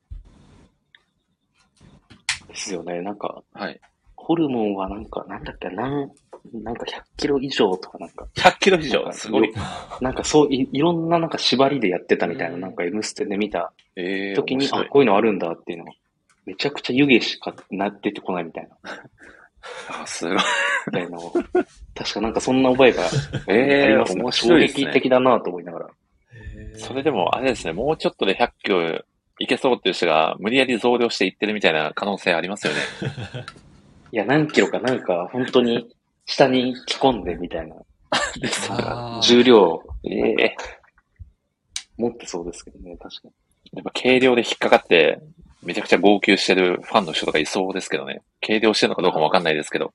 S3: ですよね。なんか、
S1: はい。
S3: ホルモンはなんか、なんだっけ、なん、なんか100キロ以上とかなんか、
S1: 100キロ以
S3: な
S1: 上
S3: んか
S1: すごい。
S3: なんかそうい、いろんななんか縛りでやってたみたいな、
S1: うん
S3: なんか M ステで見た
S1: え
S3: 時に、あ、
S1: あ、
S3: こういうのあるんだっていうのがめちゃくちゃ湯気しかな出てこないみ たいな、
S1: あす ごい。
S3: みたいなのを確かなんかそんな覚えがあ
S1: え
S3: り
S1: え
S3: ますね。
S1: 面
S3: 衝
S1: 白いです
S3: 撃
S1: ね。
S3: 的だなと思いながら。
S1: それでも、あれですね、もうちょっとで100キロいけそうっていう人が、無理やり増量していってるみたいな可能性ありますよね。
S3: いや、何キロかなんか、本当に、下に着込んでみたいな。
S1: ですね
S2: あー
S3: 重量、
S1: ええ
S3: 持ってそうですけどね、確かに。
S1: やっぱ軽量で引っかかって、めちゃくちゃ号泣してるファンの人とかいそうですけどね。軽量してるのかどうかもわかんないですけど。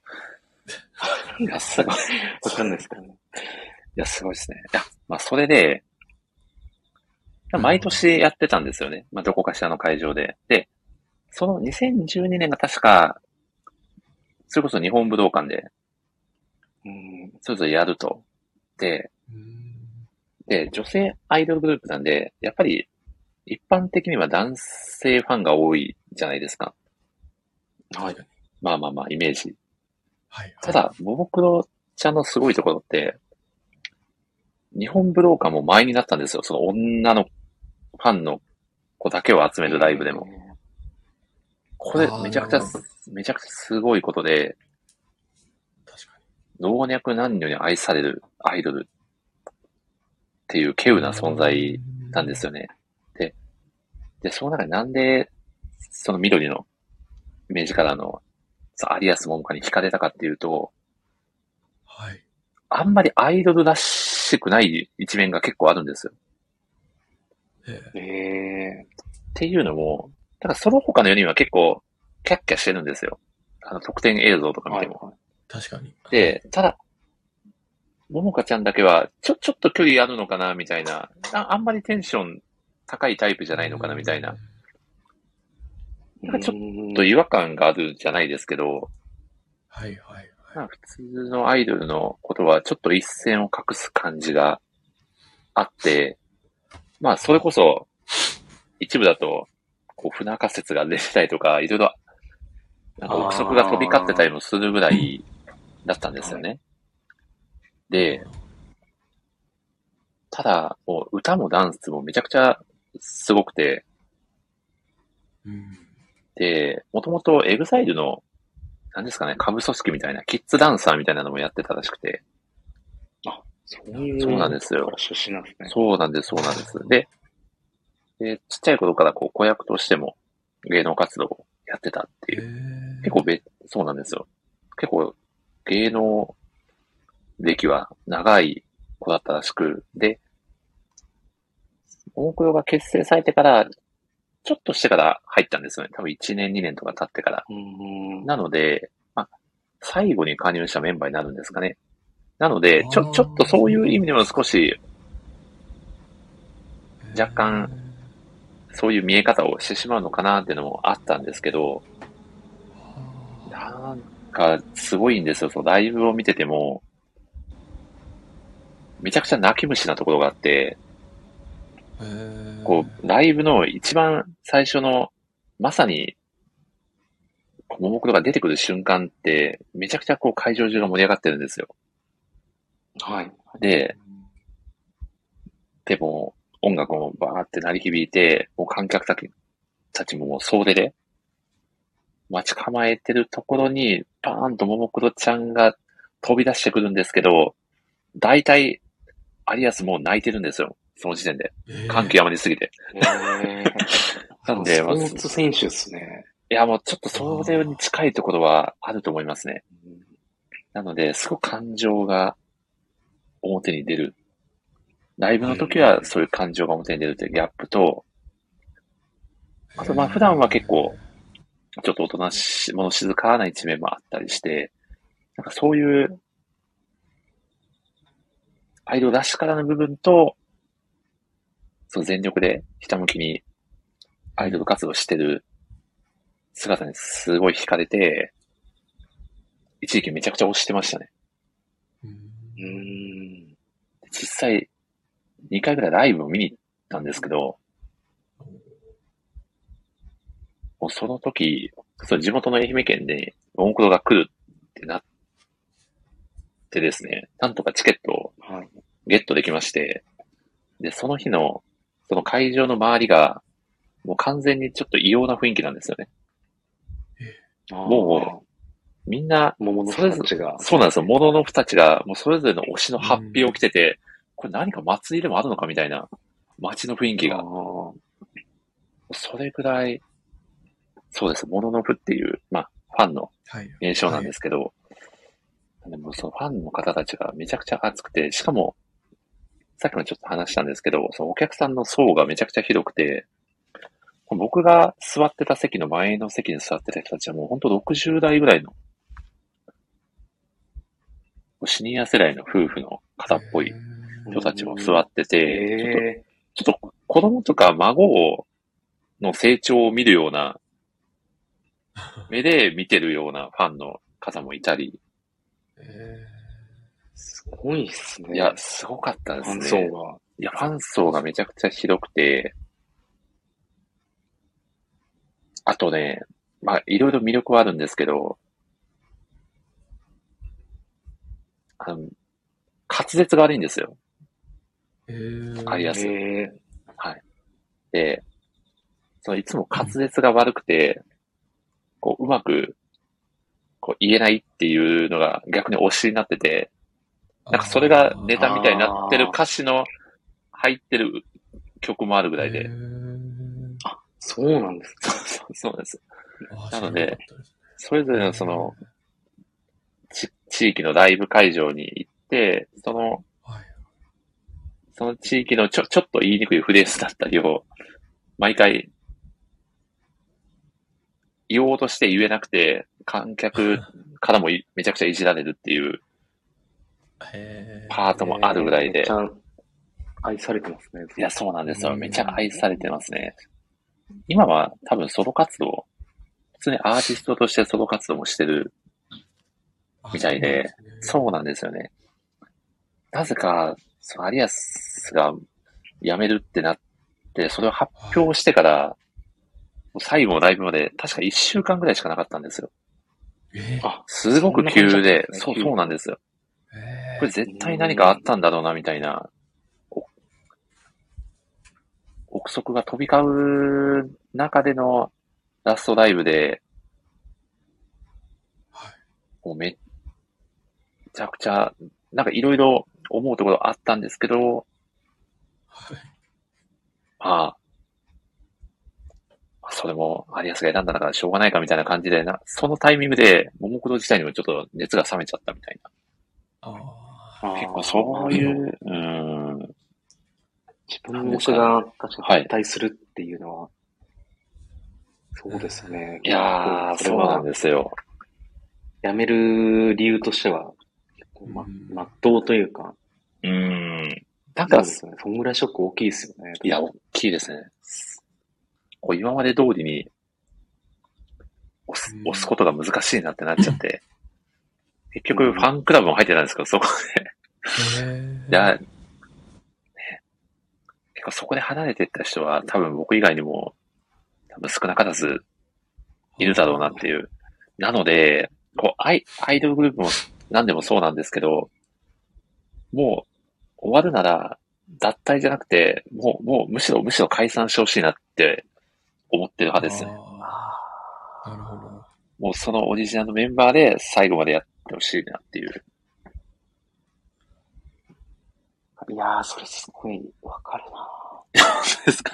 S1: いや、すごい。
S3: わかんないですからね。
S1: や、すごいですね。いや、まあ、それで、毎年やってたんですよね。まあ、どこかしらの会場で。で、その2012年が確か、それこそ日本武道館で、うん、それぞれやると。で、
S2: うん
S1: で、女性アイドルグループなんで、やっぱり、一般的には男性ファンが多いじゃないですか。
S3: はい。
S2: 確かに
S1: まあまあまあ、イメージ。
S2: はい。はい
S1: た、だ、ボボクロちゃんのすごいところって、日本武道館も前になったんですよ。その女のファンの子だけを集めるライブでも。。これ
S2: あー
S1: めちゃくちゃ
S2: なるほ、
S1: めちゃくちゃすごいことで、
S2: 確かに。
S1: 老若男女に愛されるアイドルっていう稀有な存在なんです
S2: よ。
S1: よね。で、で、その中になんで、その緑のイメージカラーの、その有安桃香に惹かれたかっていうと、
S2: はい。
S1: あんまりアイドルらしくない一面が結構あるんですよ。
S2: え
S3: ええ
S1: っていうのも、だからその他の4人は結構、キャッキャしてるんですよ。あの、特典映像とか
S3: ー、
S1: 見
S3: は
S1: て
S3: い
S1: も。
S3: は
S2: 確かに。、
S1: で、ただ、ももかちゃんだけは、ちょ、ちょっと距離あるのかな、みたいなあ。あんまりテンション高いタイプじゃないのかな、みたいな。ち
S3: い。
S1: なんかちょょっ
S3: っ
S1: と違和感があるじゃないですけど、
S2: はいはい
S1: まあ
S2: は
S1: 普通のアイドルのことはちょっと一線を隠す感じがあって、まあそれこそ一部だと、こう、不仲説が出てたりとか、いろいろ、なんか憶測が飛び交ってたりもするぐらいだったんですよね。
S2: い。
S1: で、ただ、もう歌もダンスもめちゃくちゃすごくて、
S2: うん、
S1: で、もともとエグザイルの、何ですかね、下部組織みたいな、キッズダンサーみたいなのもやってたらしくて、
S3: そういう。
S1: そうなんですよ。
S3: 出身なんですね。
S1: そうなんです、そうなんです。で、でちっちゃい頃からこう子役としても芸能活動をやってたって
S2: え
S1: いう、
S2: ー、
S1: 結構べ、そうなんですよ。結構芸能歴は長い子だったらしく、で、大黒が結成されてから、ちょっとしてから入ったんですよね。多分1年、2年とか経ってから。
S3: うん。
S1: なので、まあ、最後に加入したメンバーになるんですかね。なので、ち
S2: あ
S1: ょ、
S2: ー
S1: ちょっとそういう意味でも少し、若干そういう見え方をしてしまうのかなっていうのもあったんですけど、
S2: えー。
S1: なんかすごいんですよ。そのライブを見てても、めちゃくちゃ泣き虫なところがあって、
S2: えー
S1: こう、ライブの一番最初の、まさに、こうももクロが出てくる瞬間って、めちゃくちゃこう会場中が盛り上がってるんですよ。
S3: はい。
S1: で、でも、音楽もバーって鳴り響いて、もう観客たちたちももう総出で、待ち構えてるところに、バーンとももクロちゃんが飛び出してくるんですけど、大体、アリアスもう泣いてるんですよ。その時点で。
S2: えー
S1: 歓喜。余りすぎて。
S3: えー、
S1: なんで、
S3: スポ
S1: まあ
S3: ーツ選手ですね。
S1: いや、もうちょっと総出に近いところはあると思いますね。なので、すごく感情が表に出る。ライブの時はそういう感情が表に出るというギャップと、あとまあ普段は結構ちょっとおとなしい、物静かな一面もあったりして、なんかそういう、アイドルらしからぬ部分と、そう全力でひたむきにアイドル活動してる姿にすごい惹かれて、一時期めちゃくちゃ推してましたね。
S2: うん
S3: うん。
S1: 実際、2回ぐらいライブを見に行ったんですけど、もうその時、そう地元の愛媛県で、モンクロが来るってなってですね、なんとかチケットを
S3: はい。
S1: ゲットできまして、で、その日の、その会場の周りが、もう完全にちょっと異様な雰囲気なんですよね。もみんな、
S3: う、桃の人たちが。
S1: そうなんですよ。モノノフたちが、もうそれぞれの推しのハッピーを着てて、これ何か祭りでもあるのかみたいな、街の雰囲気が
S3: あ。ー
S1: それぐらい、そうです、モノノフっていう、まあ、ファンの
S2: はい。
S1: 現象なんですけど、でもそのファンの方たちがめちゃくちゃ熱くて、しかも、さっきもちょっと話したんですけど、そのお客さんの層がめちゃくちゃ広くて、僕が座ってた席の前の席に座ってた人たちはもう本当60代ぐらいの、シニア世代の夫婦の方っぽい
S2: へー
S1: 人たちも座って
S3: え
S1: て、ちょっと
S3: え
S1: ちょっと子供とか孫を、の成長を見るよう な、目で見てるようなファンの方もいたり、
S2: え
S3: すごいっすね。
S1: いや、すごかったです
S3: 感
S1: ね。
S3: 想が。
S1: いや、ファン層がめちゃくちゃ広くて、あとね、まあ、いろいろ魅力はあるんですけど、あの、滑舌が悪いんですよ。
S2: ーえー、
S1: ありやすい
S3: え
S1: で、そのいつも滑舌が悪くて、こう、うまく、こう、言えないっていうのが逆に推しになってて、なんかそれがネタみたいになってる歌詞の入ってる曲もあるぐ
S2: ぐ
S1: らいで。
S3: そうなんですか。
S1: そうそうなんです。
S2: な
S1: なのでそれぞれのその、、ち、地域のライブ会場に行って、その、
S2: はい、
S1: その地域のちょ、ちょっと言いにくいフレーズだったりを、毎回、言おうとして言えなくて、観 客からもいめちゃくちゃいじられるっていう
S2: へー
S1: パートもあるぐらい
S3: め
S1: で
S3: っち。ゃ愛されてますね。
S1: いや、そうなんですよ。
S2: うん
S1: めちゃ愛されてますね。今は多分ソロ活動、普通にアーティストとしてソロ活動もしてるみたいで、
S2: う
S1: そうなんですよね。なぜか、そのアリアスが辞めるってなって、それを発表してから、もう最後のライブまで、確か1週間ぐらいしかなかったんですよ。
S2: なんですね。
S3: あ
S1: すごく急で、そ
S3: そんな感じだったんですね
S1: う、そうなんですよ。
S2: えーえー
S1: これ絶対何かあったんだろうな、みたいな。お憶測が飛び交う中でのラストライブで、
S2: はい
S1: もうめちゃくちゃ、なんかいろいろ思うところあったんですけど、
S2: はい
S1: まあ、まあそれも、アリアスが選んだんだからしょうがないかみたいな感じでな、そのタイミングで、ももクロ自体にもちょっと熱が冷めちゃったみたいな。
S2: あ
S3: あー
S1: 結構そういう、うん、
S3: 自分の推しが確かに撤退するっていうのは、そうですね。
S1: いやー、そ
S3: 結構それ
S1: うなん
S3: は、
S1: ですよ。
S3: 辞める理由としては、結構ま、
S2: うん
S3: 納豆というか、
S1: うーん。なん
S3: そう
S1: か
S3: で、すね。そんぐらいショック大きいですよね。
S1: いや、大きいですね。こう今まで通りに押す
S2: うん
S1: 押すことが難しいなってなっちゃ って、結局ファンクラブも入ってたんですけど、そこで。
S2: ーえー
S1: いや、ね、結構そこで離れてった人は多分僕以外にも多分少なからずいるだろうなっていう。なので、こうアイアイドルグループも何でもそうなんですけど、もう終わるなら脱退じゃなくて、もう、もうむしろむしろ解散してほしいなって思ってる派ですね。
S2: あーなるほど。
S1: もうそのオリジナルのメンバーで最後までやってほしいなっていう。
S3: いやー、それすごいわかるな
S1: ですか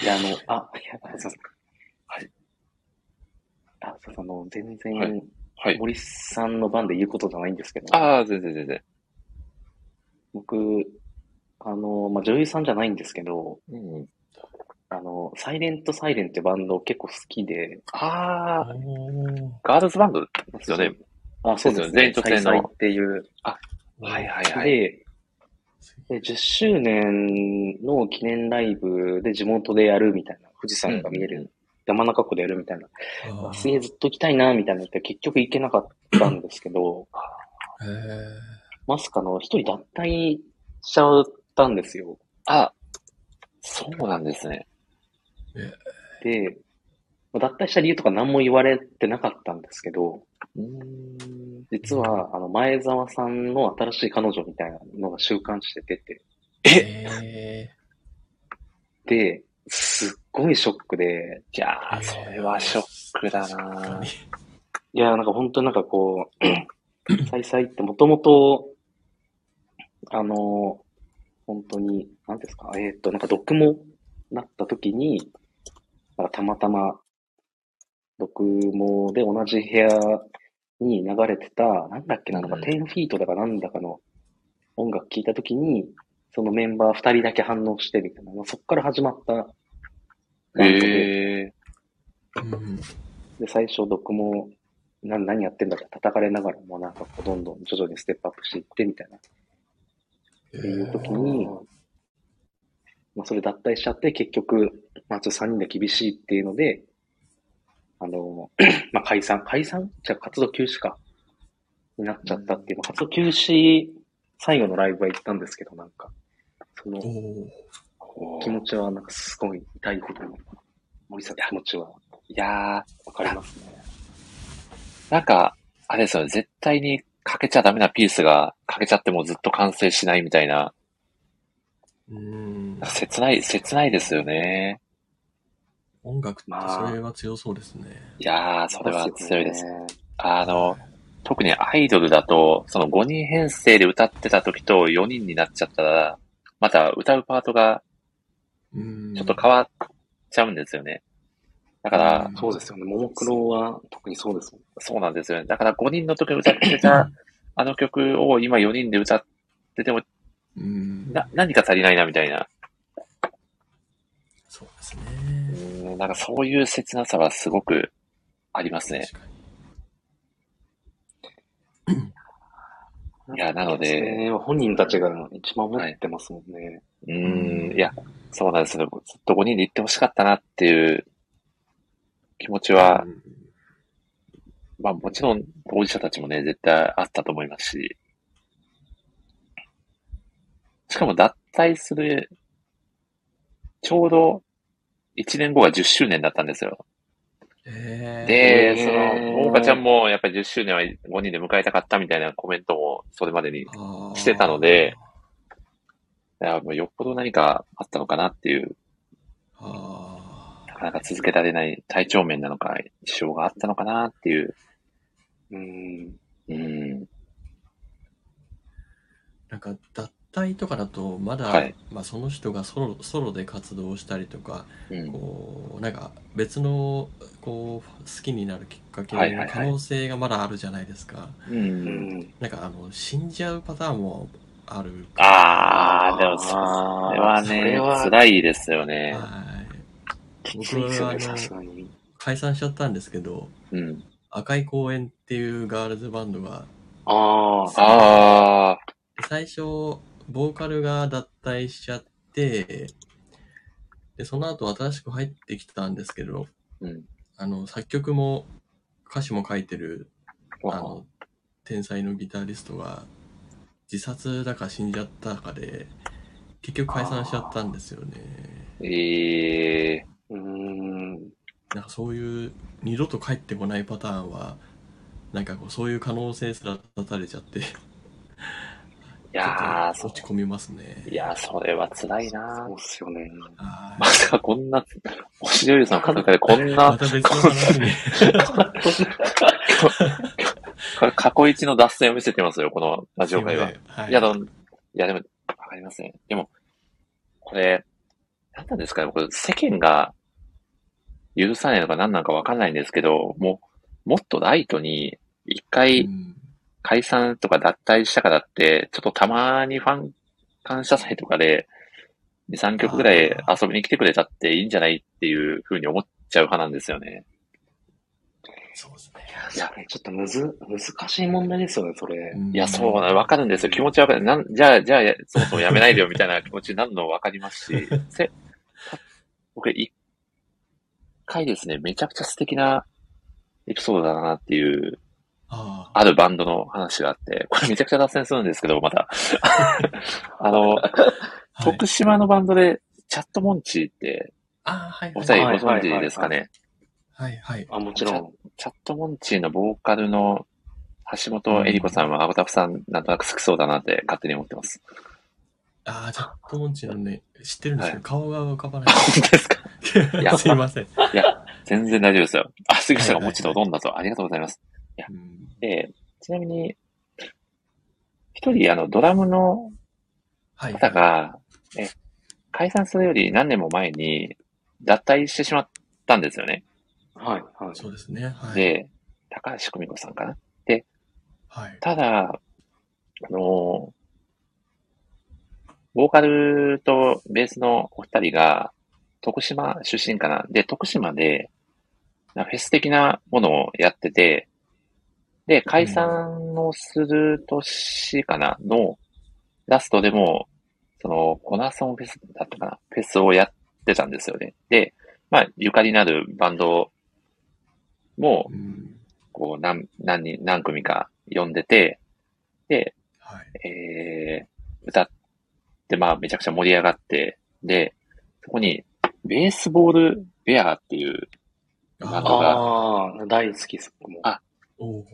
S3: いや、あの、あ、いや、すいません。
S1: はい。
S3: あ、そうそうあの、全
S1: は
S3: 然、
S1: はい。
S3: 森さんの番で言うことじゃないんですけど、
S1: ああ、全然全然。
S3: 僕、あの、まあ、女優さんじゃないんですけど、
S1: うん、
S3: あの、サイレントサイレンってバンド結構好きで、
S1: ああ、
S2: おー
S1: ガールズバンドですよね。
S3: あ、そうです
S1: 全
S3: ね。
S1: 女性の
S3: サイサイっていう。
S1: はいはいはい。
S3: で、で10周年の記念ライブで地元でやるみたいな、富士山が見える、
S1: うん
S3: 山中湖でやるみたいな、
S2: あー
S3: すげえずっと行きたいなみたいなの言って結局行けなかったんですけど、
S2: えー
S3: まさかの一人脱退しちゃったんですよ。
S1: あ、そうなんですね。
S3: で、脱退した理由とか何も言われてなかったんですけど、
S1: うーん。
S3: 実は、あの、前澤さんの新しい彼女みたいなのが週刊誌で出て、
S2: え
S3: で、すっごいショックで、
S1: いや
S2: ー
S1: ー、それはショックだ
S2: 確か
S1: な
S2: に
S3: いや、なんか本当になんかこう、 再々ってもともと、あの、本当に、なんていうんですか、えーっ、と、なんか毒もなった時に、なんかたまたま、毒もで同じ部屋に流れてた、なんだっけな、なんか
S1: うん
S3: 10フィートだかなんだかの音楽聴いた時に、そのメンバー2人だけ反応してみたいな、まあ、そっから始まったバンドで、
S1: へえ
S2: うん
S3: で、最初、毒もな何やってんだか叩かれながらも、なんかこうどんどん徐々にステップアップしていってみたいな。
S2: え
S3: っていう時
S2: ー
S3: に、まあ、それ脱退しちゃって、結局、まあ、ちょっと3人で厳しいっていうので、あの、 まあ、解散、解散じゃあ活動休止か。になっちゃったっていう、まあ活動休止、最後のライブは行ったんですけど、なんか、その
S2: おー
S3: 気持ちは、なんかすごい痛いほどの、森さんの気持ちは、
S1: いやー、
S3: わかりますね。
S1: なんか、あれですよね、絶対にかけちゃダメなピースが、かけちゃってもずっと完成しないみたいな、
S2: うーん
S1: なんか切ない、切ないですよね。
S2: 音楽ってそれは強そうですね。
S1: いやー、それは強いです。
S3: そうよね。
S1: あの、特にアイドルだと、その5人編成で歌ってた時と4人になっちゃったら、また歌うパートが
S2: うーん
S1: ちょっと変わっちゃうんですよね。だから、
S2: ん
S3: そうですよね。ももクロは特にそうですもん。
S1: そうなんですよね。だから5人の時に歌ってたあの曲を今4人で歌ってても、
S2: うーん。
S1: な、何か足りないなみたいな。
S2: そうです
S1: う
S2: ね。
S1: ん、なんかそういう切なさはすごくありますね。
S2: 確かに。
S1: いやなので
S3: そうすね本人たちが一番持ってますもんね。
S1: うん、いや、そうなんですよ。ずっと5人で行ってほしかったなっていう気持ちは
S2: う、ん
S1: まあもちろん当事者たちもね、絶対あったと思いますし。しかも脱退する、ちょうど1年後が10周年だったんですよ。
S2: えー、
S1: で、
S3: えー
S1: その、大岡ちゃんもやっぱり10周年は5人で迎えたかったみたいなコメントもそれまでに、い
S2: あー
S1: してたので、や、もうよっぽど何かあったのかなっていう、
S2: あ
S1: なかなか続けられない体調面なのか、事情があったのかなっていう、
S3: うん。
S1: うん、
S2: ーなんか脱退とかだとまだ、
S1: はい
S2: まあ、その人がソロソロで活動したりとか
S1: うん、
S2: こうなんか別のこう好きになるきっかけ
S1: はいはいはい
S2: の可能性がまだあるじゃないですか、
S1: う。
S3: うんん。
S2: なんかあの死んじゃうパターンもある
S1: あー、でもそ、そ
S3: あー
S1: れは
S3: そ
S1: ね
S3: れは、
S1: 辛いですよね。
S2: はい
S3: きついですよね、
S2: 僕
S3: さ
S2: はあの
S3: すがに。
S2: 解散しちゃったんですけど
S1: うん。
S2: 赤い公園っていうガールズバンドが
S3: ああ、
S1: あ
S2: 最初ボーカルが脱退しちゃってでその後新しく入ってきたんですけど
S1: ー、うん。
S2: あの作曲も歌詞も書いてるあ
S1: わ
S2: の天才のギタリストが自殺だか死んじゃったかで結局解散しちゃったんですよね
S1: ええ
S3: うーん。
S2: なんかそういう二度と帰ってこないパターンはなんかこうそういう可能性すら立たれちゃってち
S1: い
S2: ょ
S1: やー、
S2: っと
S1: そ
S2: 落ち込みますね
S1: いやー、それは辛いな
S3: そうっすよね。
S2: はい
S1: まさかこんな、おしりょうりさんの感覚でこんな
S2: ま、た別の話に
S1: これ過去一の脱線を見せてますよ、このラジオ会は。い
S2: すいませんはい
S1: や、でも、いや、でも、わかりません。でも、これ、何なんですかね、これ世間が許さないのか何なのかわかんないんですけど、もう、もっとライトに、一
S2: う
S1: 回
S2: ん
S1: 解散とか脱退したからって、ちょっとたまにファン感謝祭とかで、2、3曲ぐらい遊びに来てくれたっていいんじゃないっていうふうに思っちゃう派なんですよね。
S2: そうです
S3: いや、ちょっとむず、難しい問題ですよね、それ。
S2: ね
S1: いや、そうなの、わ
S2: わ
S1: かるんですよ。気持ちわかる。なん、じゃあ、じゃあ、そもそもやめないでよ、みたいな 気持ちになるのわかりますし、せ、僕、一回ですね、めちゃくちゃ素敵なエピソードだなっていう、
S2: あ
S1: あるバンドの話があって、これめちゃくちゃ脱線するんですけど、また。 あの、
S2: あはい
S1: 徳島のバンドで、チャットモンチーって、
S2: あはい
S1: お
S2: はい
S1: 二人
S2: は
S1: ご
S2: い
S1: 存知ですかね。
S2: はいはい
S3: あ、もちろん。
S1: チャットモンチーのボーカルの橋本恵里子さんは、アゴタフさん、なんとなく好きそうだなって勝手に思って ます。
S2: ああ、じゃあ、トモンチのね、知ってるんですけど、
S1: はい
S2: 顔が浮かばな
S1: あ、本当ですかいや
S2: い。すいません。
S1: 全然大丈夫ですよ。あ、杉口さんが
S2: はいは
S1: も
S2: い
S1: ちろんどんだと。ありがとうございます。
S2: うん
S1: で、ちなみに、一人、あの、ドラムの
S2: はい。
S1: 方が、え、解散するより何年も前に、脱退してしまったんですよね。
S3: はい、はい。
S2: そうですね。はい。
S1: で、高橋久美子さんかな。
S2: はい。
S1: ただ、あの、ボーカルとベースのお二人が、徳島出身かな。で、徳島で、なんかフェス的なものをやってて、で、解散をする年かなの、ラストでも、その、コナーソンフェスだったかなフェスをやってたんですよね。で、まあ、ゆかりのあるバンドも、
S2: うん。
S1: こう、何、何人、何組か呼んでて、で、
S2: はい。
S1: えー、歌って、まあ、めちゃくちゃ盛り上がって、で、そこに、ベースボールベアーっていう、
S2: あ
S1: あと
S2: あ。
S1: が
S3: ああ、大好きです。僕も
S1: あ
S2: おー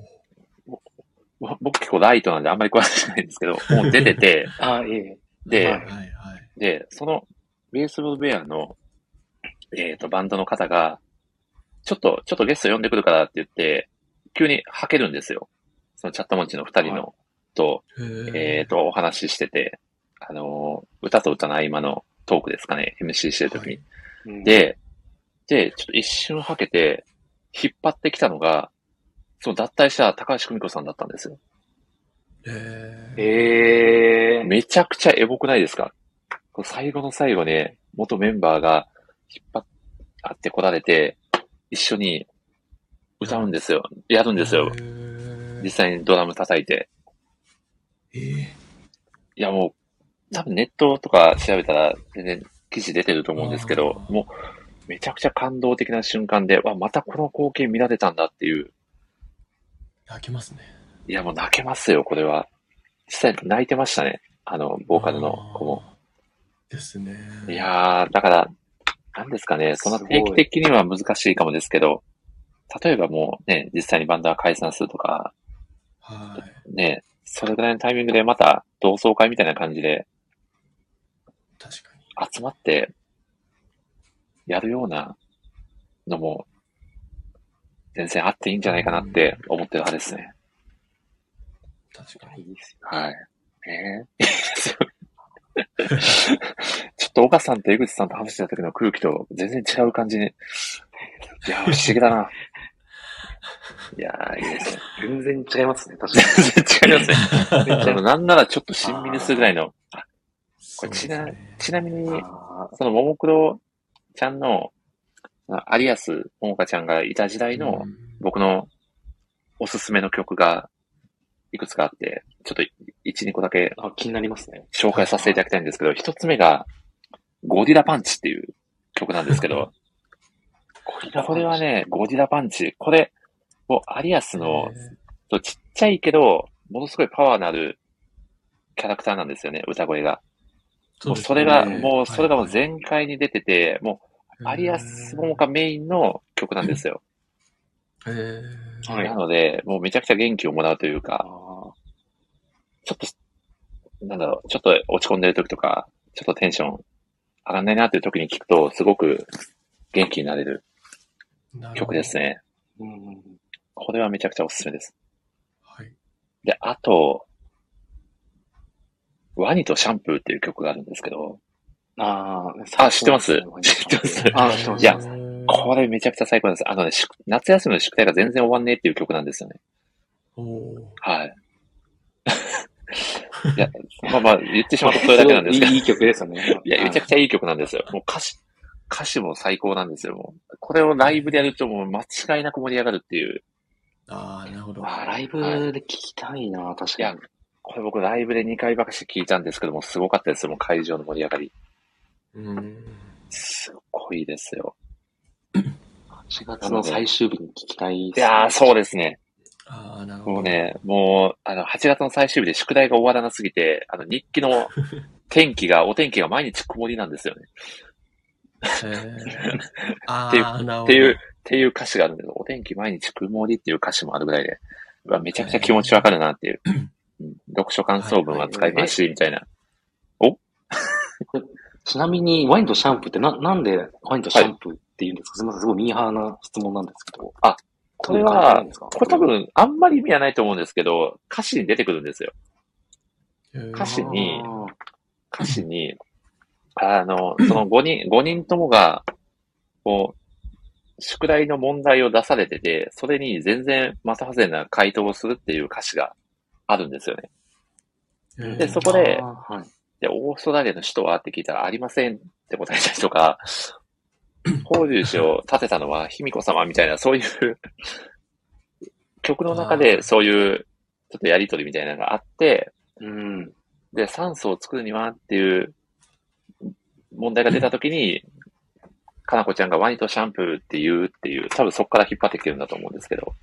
S1: ぼ僕結構ライトなんであんまり詳しくないんですけど、もう出て て、
S3: ああ、いえいえ。
S1: で
S2: はいはいはい。
S1: で、その、ベースボールベアの、えっ、と、バンドの方が、ちょっと、ちょっとゲスト呼んでくるからって言って、急に吐けるんですよ。そのチャットモンチの二人の、
S3: は
S1: と、
S2: へ
S1: えっ、と、お話ししてて、あのー歌と歌の合間のトークですかね、MC してる時に。
S2: はい
S3: うん、
S1: で、で、ちょっと一瞬吐けて、引っ張ってきたのが、その脱退した高橋久美子さんだったんですよ。
S2: えー。
S3: ええ
S1: めちゃくちゃエボくないですかこう最後の最後で、元メンバーが引っ張ってこられて、一緒に歌うんですよ。やるんですよ
S2: へ。ー
S1: 実際にドラム叩いて。
S2: えー。
S1: いやもう、多分ネットとか調べたら全然記事出てると思うんですけど、
S2: あー
S1: もうめちゃくちゃ感動的な瞬間で、わ、またこの光景見られたんだっていう。
S2: 泣けますね。
S1: いやもう泣けますよ、これは。実際泣いてましたね。あの、ボーカルの子も。
S2: あー。ですね。
S1: いやー、だから、なんですかね、そんな定期的には難しいかもですけど、例えばもうね、実際にバンドが解散するとか、
S2: はい。
S1: ね、それぐらいのタイミングでまた同窓会みたいな感じで
S2: 確かに。
S1: 集まってやるようなのも、全然あっていいんじゃないかなって思ってる派ですね。
S2: 確か
S3: い
S2: に。
S3: いですよ。
S1: はい。 ねえいいですよ。ちょっと岡さんと江口さんと話してた時の空気と全然違う感じに。いやー、不思議だな。いやー、いいですね。
S3: 全然違いますね、確かに。
S1: 全然違いますね。そ のなんならちょっと親身にするぐらいの。あこれちな
S2: そうですね
S1: ちなみ に、
S3: あ
S1: そのももクロちゃんの、アリアスももかちゃんがいた時代の
S2: うん
S1: 僕のおすすめの曲がいくつかあって、ちょっと1、2個だけ
S3: ーあ、気になりますね。
S1: 紹介させていただきたいんですけど、一つ目が、ゴディラパンチっていう曲なんですけど、これはね、ゴディラパンチ。これ、もうアリアスの、そうちっちゃいけど、ものすごいパワーのあるキャラクターなんですよね、歌声が。もうそれが、もうそれがもう全開に出てて、もうアリアスももかメインの曲なんですよ。
S2: へー
S3: はい
S1: なので、もうめちゃくちゃ元気をもらうという
S3: あ
S1: か、
S3: あ、
S1: ちょっと、なんだろう、ちょっと落ち込んでる時とか、ちょっとテンション上がんないなっていう時に聞くと、すごく元気になれる
S2: なるほど
S1: 曲ですね。
S3: うんうんうん。
S1: これはめちゃくちゃおすすめです。
S2: はい。
S1: で、あと、ワニとシャンプーっていう曲があるんですけど、
S3: ああ、
S1: あ知ってます知ってます
S3: あ知ってます。
S1: いや
S3: 知ってます
S1: これめちゃくちゃ最高なんです。あのね、宿夏休みの宿題が全然終わんねえっていう曲なんですよね。
S2: おー
S1: はい。いや、まあまあ、言ってしまうとそれだけなんですけど。
S3: いいいい曲ですよね。
S1: いや、めちゃく
S3: ち
S1: ちゃいい曲なんですよ。もう歌詞、歌詞も最高なんですよ。もうこれをライブでやるともう間違いなく盛り上がるっていう。
S2: あーなるほど。
S3: ゃ。あライブで聞きたいな、確
S1: い
S3: か
S1: や
S3: に。、
S1: これ僕ライブで2回ばかし聞いたんですけども、すごかったですよ。もう会場の盛り上がり。
S2: うん。
S1: すっごいですよ。
S3: 4月の最終日に聞きたい
S1: いやー、そううですね。
S2: ああ、なるほど。
S1: もうね、もう、あの、8月の最終日で宿題が終わらなすぎて、あの、日記の天気が、お天気が毎日曇りなんですよね。
S2: へ ー。あ
S1: ていう
S2: あ、なるほど。
S1: っていう、っていう歌詞があるんですお天気毎日曇りっていう歌詞もあるぐらいで、うわめちゃくちゃ気持ちわかるなっていう。うん読書感想文は使い回しみたいな。
S3: ちなみに、ワインとシャンプーってな、なんでワインとシャンプーって言うんですか、すみません、すごいミーハーな質問なんですけど。
S1: あ、これは、これ多
S3: へ
S1: 分、あんまり意味はないと思うんですけど、歌詞に出てくるんですよ。
S2: へー
S1: 歌詞
S3: ー、
S1: に歌詞に、あの、その5人、5人ともが、こう、宿題の問題を出されてて、それに全然またはずれな回答をするっていう歌詞があるんですよね。
S2: へー
S1: でそこで
S3: あーはい
S1: で、オーストラリアの首都はって聞いたらありませんって答えたりとか、法隆寺を建てたのは卑弥呼様みたいな、そういう曲の中でそういう、ちょっとやりとりみたいなのがあって、
S3: うん。
S1: で、酸素を作るにはっていう問題が出たときに、かなこちゃんがワニとシャンプーって言うっていう、多分そこから引っ張ってきてるんだと思うんですけど、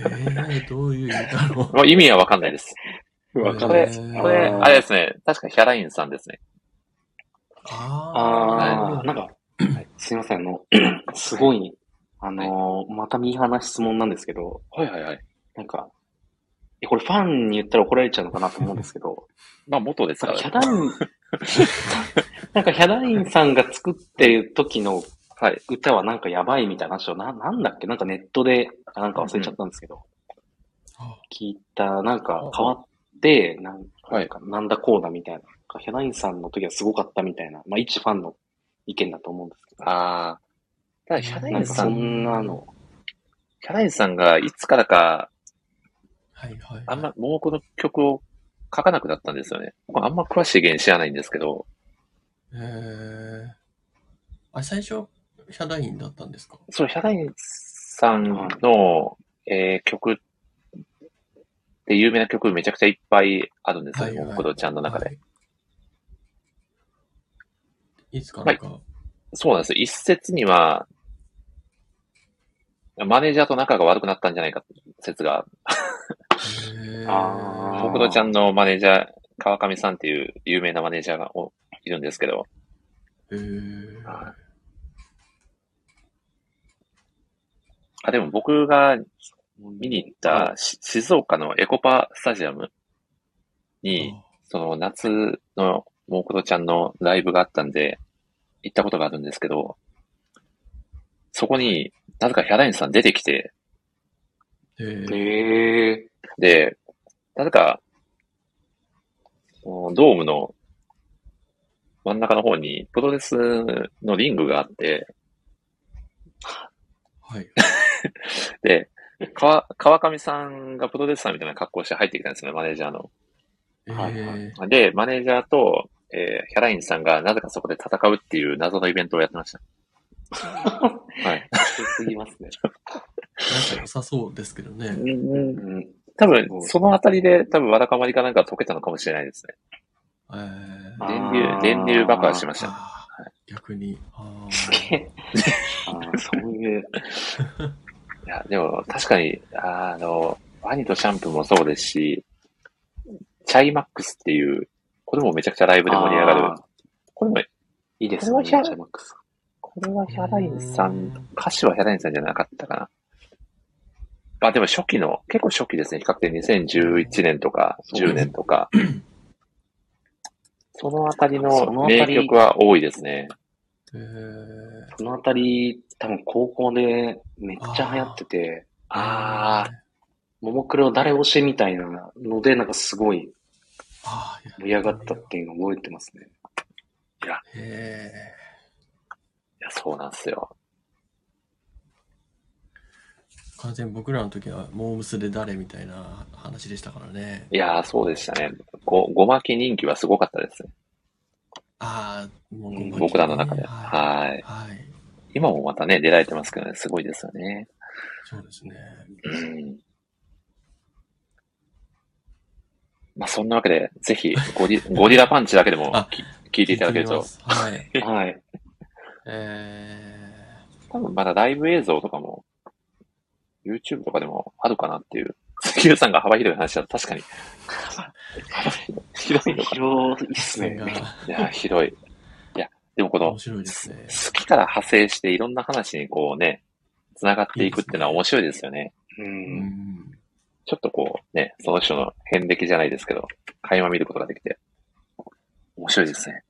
S2: えー、どういう意味 だろ
S1: まあ、意味はわかんないです。
S2: う。
S3: わかん
S1: んな
S3: な。
S1: いい
S2: えー
S1: これ、
S3: あー
S1: あれですね、確かヒャラインさんですね。
S2: あ
S3: あ
S2: ー
S3: あ、なんか、すいません、あの、すごい、あのー、またミーハーな質問なんですけど、
S1: はいはいはい。
S3: なんか、えこれファンに言ったら怒られちゃうのかなと思うんです けど、
S1: まあ、元ですか
S3: なん
S1: ら
S3: かヒ
S1: ね
S3: ャ。ダイ ン、なんかヒャダインさんが作ってる時の
S1: はい。
S3: 歌はなんかやばいみたいな話を、な、なんだっけなんかネットで、あなんか忘れちゃったんですけど、
S2: あ
S3: 聞いた、なんか変わって、なん
S1: は
S3: なん
S1: い。
S3: かなんだこうだみたいな、なんかヒャダインさんの時はすごかったみたいな、まあ一ファンの意見だと思うんですけど、
S1: ああ。ただ、ヒャ
S3: な
S1: ダイ
S3: ん
S1: ン
S3: か
S1: さ
S3: そ
S1: ん、
S3: んなの、
S1: ヒャダインさんがいつからか、
S2: はいはい。
S1: あんま、もうこの曲を書かなくなったんですよね。僕あんま詳しい原因知らないんですけど、
S2: えー、あ、最初、ヒャダインだったんですか
S1: そう、ヒャダインさんの、えー曲で有名な曲めちゃくちゃいっぱいあるんですよね、もうこのちゃんの中で。
S2: はい。いつからか。
S1: そうなんですよ。一説には、マネージャーと仲が悪くなったんじゃないかって説が、
S2: えー
S3: あー
S1: 北斗ちゃんのマネージャー、川上さんっていう有名なマネージャーがおいるんですけど、
S2: えー
S1: はあ、でも僕が見に行ったし静岡のエコパスタジアムに、その夏のモーコトちゃんのライブがあったんで、行ったことがあるんですけど、そこに、なぜかヒャダインさん出てきて、
S2: えー
S3: ええ
S1: で、なぜか、そのドームの真ん中の方にプロレスのリングがあって、
S2: はい。
S1: で、川川上さんがプロレスさんみたいな格好して入ってきたんですね、マネージャーの。
S2: え
S3: はい
S2: ー
S1: で、マネージャーと、えーヒャラインさんがなぜかそこで戦うっていう謎のイベントをやってました。はい。
S3: すぎます ね。
S2: なんか良さそうですけどね。
S3: うん。
S1: 多分、そのあたりで、多分、わだかまりかなんか溶けたのかもしれないですね。
S2: えー
S3: あ
S1: 電
S3: ー
S1: 流、電流爆破しました。
S2: あー逆に。あー
S3: あーそういう、
S1: いや、でも、確かに、あの、ワニとシャンプーもそうですし、チャイマックスっていう、これもめちゃくちゃライブで盛り上が
S3: あ
S1: る
S3: ー。
S1: これも、
S3: いいですよね、
S1: これは
S3: ジャマックス
S1: これはヒャダインさ
S2: うん
S1: ん、歌詞はヒャダインさんじゃなかったかな。まあでも初期の、結構初期ですね。比較的2011年とか、
S3: そう
S1: 10年とか。そのあたり
S3: そ
S1: の
S3: のあた
S1: 名
S3: り
S1: 曲は多いですね。
S2: えー
S3: このあたり、多分高校でめっちゃ流行ってて、
S1: あー、
S3: ももクロ誰推しみたいなので、なんかすごい
S2: あー
S3: 盛り上がったっていうのを覚えてますね。
S2: へ
S1: いや、そうなんですよ。
S2: ー完全に僕らの時は、モームスで誰みたいな話でしたからね。
S1: いやー、そうでしたね。ご、ごまき人気はすごかったですね。
S2: ああ、もうごまきね
S1: 僕らの中で。
S2: は
S1: はい
S2: い。。はい。
S1: 今もまたね、出られてますけどね、すごいですよね。
S2: そうですね。
S1: うん。まあ、そんなわけで、ぜひ、ゴ リ、ゴリラパンチだけでも
S2: あ
S1: 聞いて
S2: 聞
S1: いただけると。
S2: はい。
S3: はい。
S2: え
S1: 多分まだライブ映像とかも、YouTube とかでもあるかなっていう。キューさんが幅広い話だと確か に。広いのかな
S3: 広いっす
S2: ー、
S3: ね。
S2: が
S1: いや、広い。いや、でもこの
S2: 面、白いですね。
S1: 好きから派生していろんな話にこうね、繋がっていくっていうのは面白いですよね。
S3: う。
S2: うんん。
S1: ちょっとこうね、その人の遍歴じゃないですけど、垣間見ることができて、面白いですね。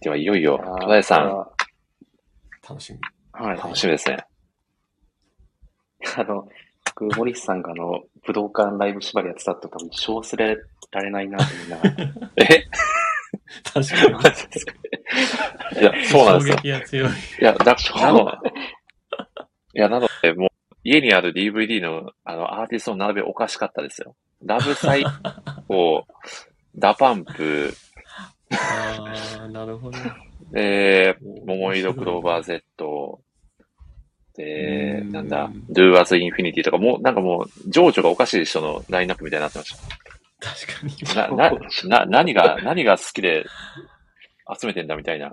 S1: では、いよいよ、戸田井さん、
S3: あ
S2: 楽しみ。
S3: ー。はい。
S1: 楽しみです ね。
S3: あの、僕、森さんがあの、武道館ライブ縛りやってたって多分一生忘れられないなと思いながら。
S1: え
S2: 確か
S1: いや、
S2: に。
S1: そうなんですよ
S2: 衝。撃が強い。
S1: いや、だ、
S3: そう
S1: なの、いや、なので、もう、家にある DVD の、あの、アーティストの並べおかしかったですよ。ラブサイコ、ダパンプ、
S2: ああ、なるほど。
S1: えー、桃色クローバー Z、えー、なん
S2: う
S1: だ
S2: ん、
S1: Do as Infinity とか、もう、なんかもう、情緒がおかしい人のラインナップみたいになってまし
S2: 確かに。
S1: た。な、な、な、何が、何が好きで集めてんだみたいな。
S3: あ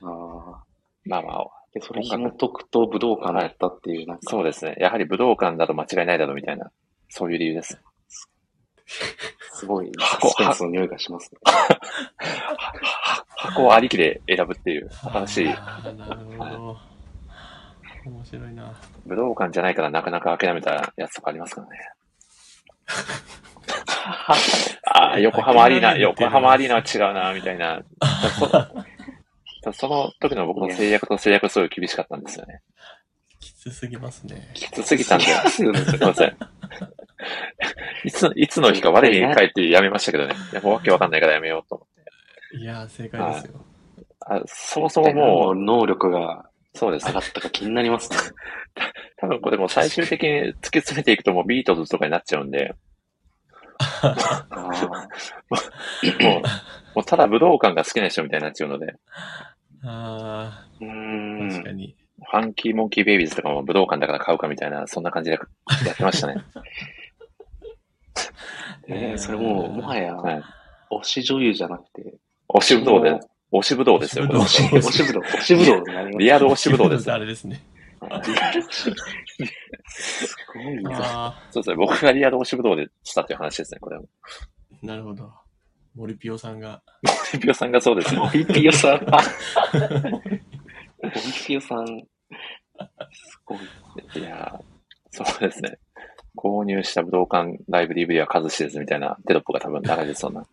S3: あ。
S1: まあまあ、
S3: で、それ紐解くと武道館だったっていう、なんか、
S1: そうですね。やはり武道館だと間違いないだろうみたいな、そういう理由です。
S3: すごい、
S1: 箱
S3: スペンスの匂いがしますね。
S1: 箱ありきで選ぶっていう、新しい、
S2: あーなるほど。面白いな。
S1: 武道館じゃないからなかなか諦めたやつとかあります からね。ああ、横浜アリーナ、
S2: 諦めてる
S1: 横浜アリーナは違うな、みたいな。そ その時の僕の制約と制約すごい厳しかったんですよね。
S2: きつすぎますね。
S1: きつすぎたんで、す
S3: すよね。
S1: いません。いつ、いつの日か我に返ってやめましたけどね。いやもうわけわかんないからやめようと思って。
S2: いやー、正解ですよ。
S1: あそもそももう、
S3: う、能力が
S1: そうです
S3: 上
S1: ね
S3: が。ったか気になりますね。
S1: 多分これもう最終的に突き詰めていくともうビートルズとかになっちゃうんで、
S3: ああ。
S1: もう、もうただ武道館が好きな人みたいになっちゃうので、
S2: あ
S3: うー
S2: あ、
S3: ん。
S2: 確かに。
S1: ファンキーモンキーベイビーズとかも武道館だから買うかみたいな、そんな感じでやってましたね。
S3: ねえそれもう、もはや、
S1: はい。
S3: 推し女優じゃなくて、
S1: 押し武道で、押し武道ですよ、これ
S2: 押し武
S3: 推し武道、推し武道になります。
S1: リアル押し武道です。
S2: あれですね。
S3: すごいな。
S2: あ
S1: そうですね、僕がリアル押し武道でしたっていう話ですね、これは。
S2: あ、なるほど。森ピオさんが。
S1: テピオさんがそうですね。
S3: オリ ピオさん。オリピオさん。すごい。
S1: いやーそうですね。購入した武道館ライブ DVD は数知れずみたいなテロップが多分流れてそうな。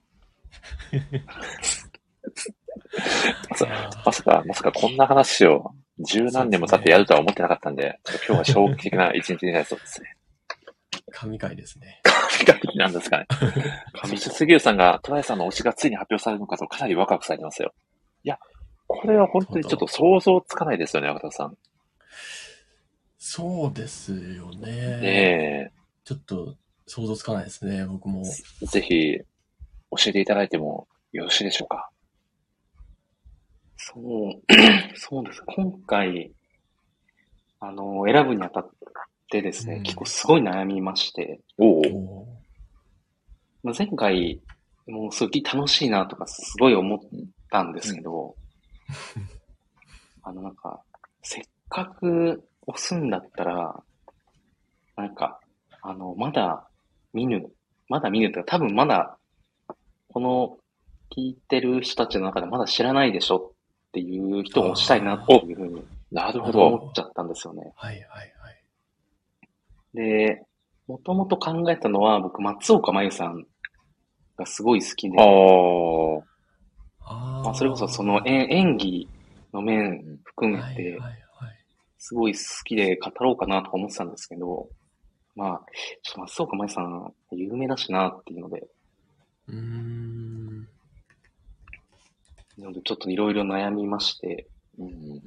S1: まさ
S2: あ
S1: まさか、まさかこんな話を十何年も経ってやるとは思ってなかったんで、ちょっと今日は衝撃的な一日になりそうですね。
S2: 神回ですね。
S1: 神が的なん ですかね。そして杉浦さんが、トライさんの推しがついに発表されるのかとかなりワクワクされてますよ。いや、これは本当にちょっと想像つかないですよね、赤田さん。
S2: そうですよね。
S1: ね
S2: ちょっと想像つかないですね、僕も。
S1: え、ぜひ、教えていただいてもよろしいでしょうか。
S3: そう、 そうです。今回、あの、選ぶにあたってですね、
S2: うん
S3: 結構すごい悩みまして、
S1: おお
S2: おー
S3: まあ、前回、もうすごい楽しいなとかすごい思ったんですけど、あのなんか、せっかく押すんだったら、なんか、あの、まだ見ぬ、まだ見ぬというか、多分まだ、この聞いてる人たちの中でまだ知らないでしょっていう人を押したいなっていうふうに
S1: なるほど。
S3: 思っちゃったんですよね。
S2: はいはいはい。
S3: で、もともと考えたのは、僕、松岡真優さんがすごい好きで、
S1: ああ。
S2: あー
S3: まあ、それこそその演演技の面含
S2: は
S3: め
S2: いはい
S3: て、
S2: はい。
S3: すごい好きで語ろうかなとか思ってたんですけど、まあ、ちょっと松岡茉優さん、有名だしなっていうので、
S2: うーん。
S3: なのでちょっといろいろ悩みまして、
S1: うん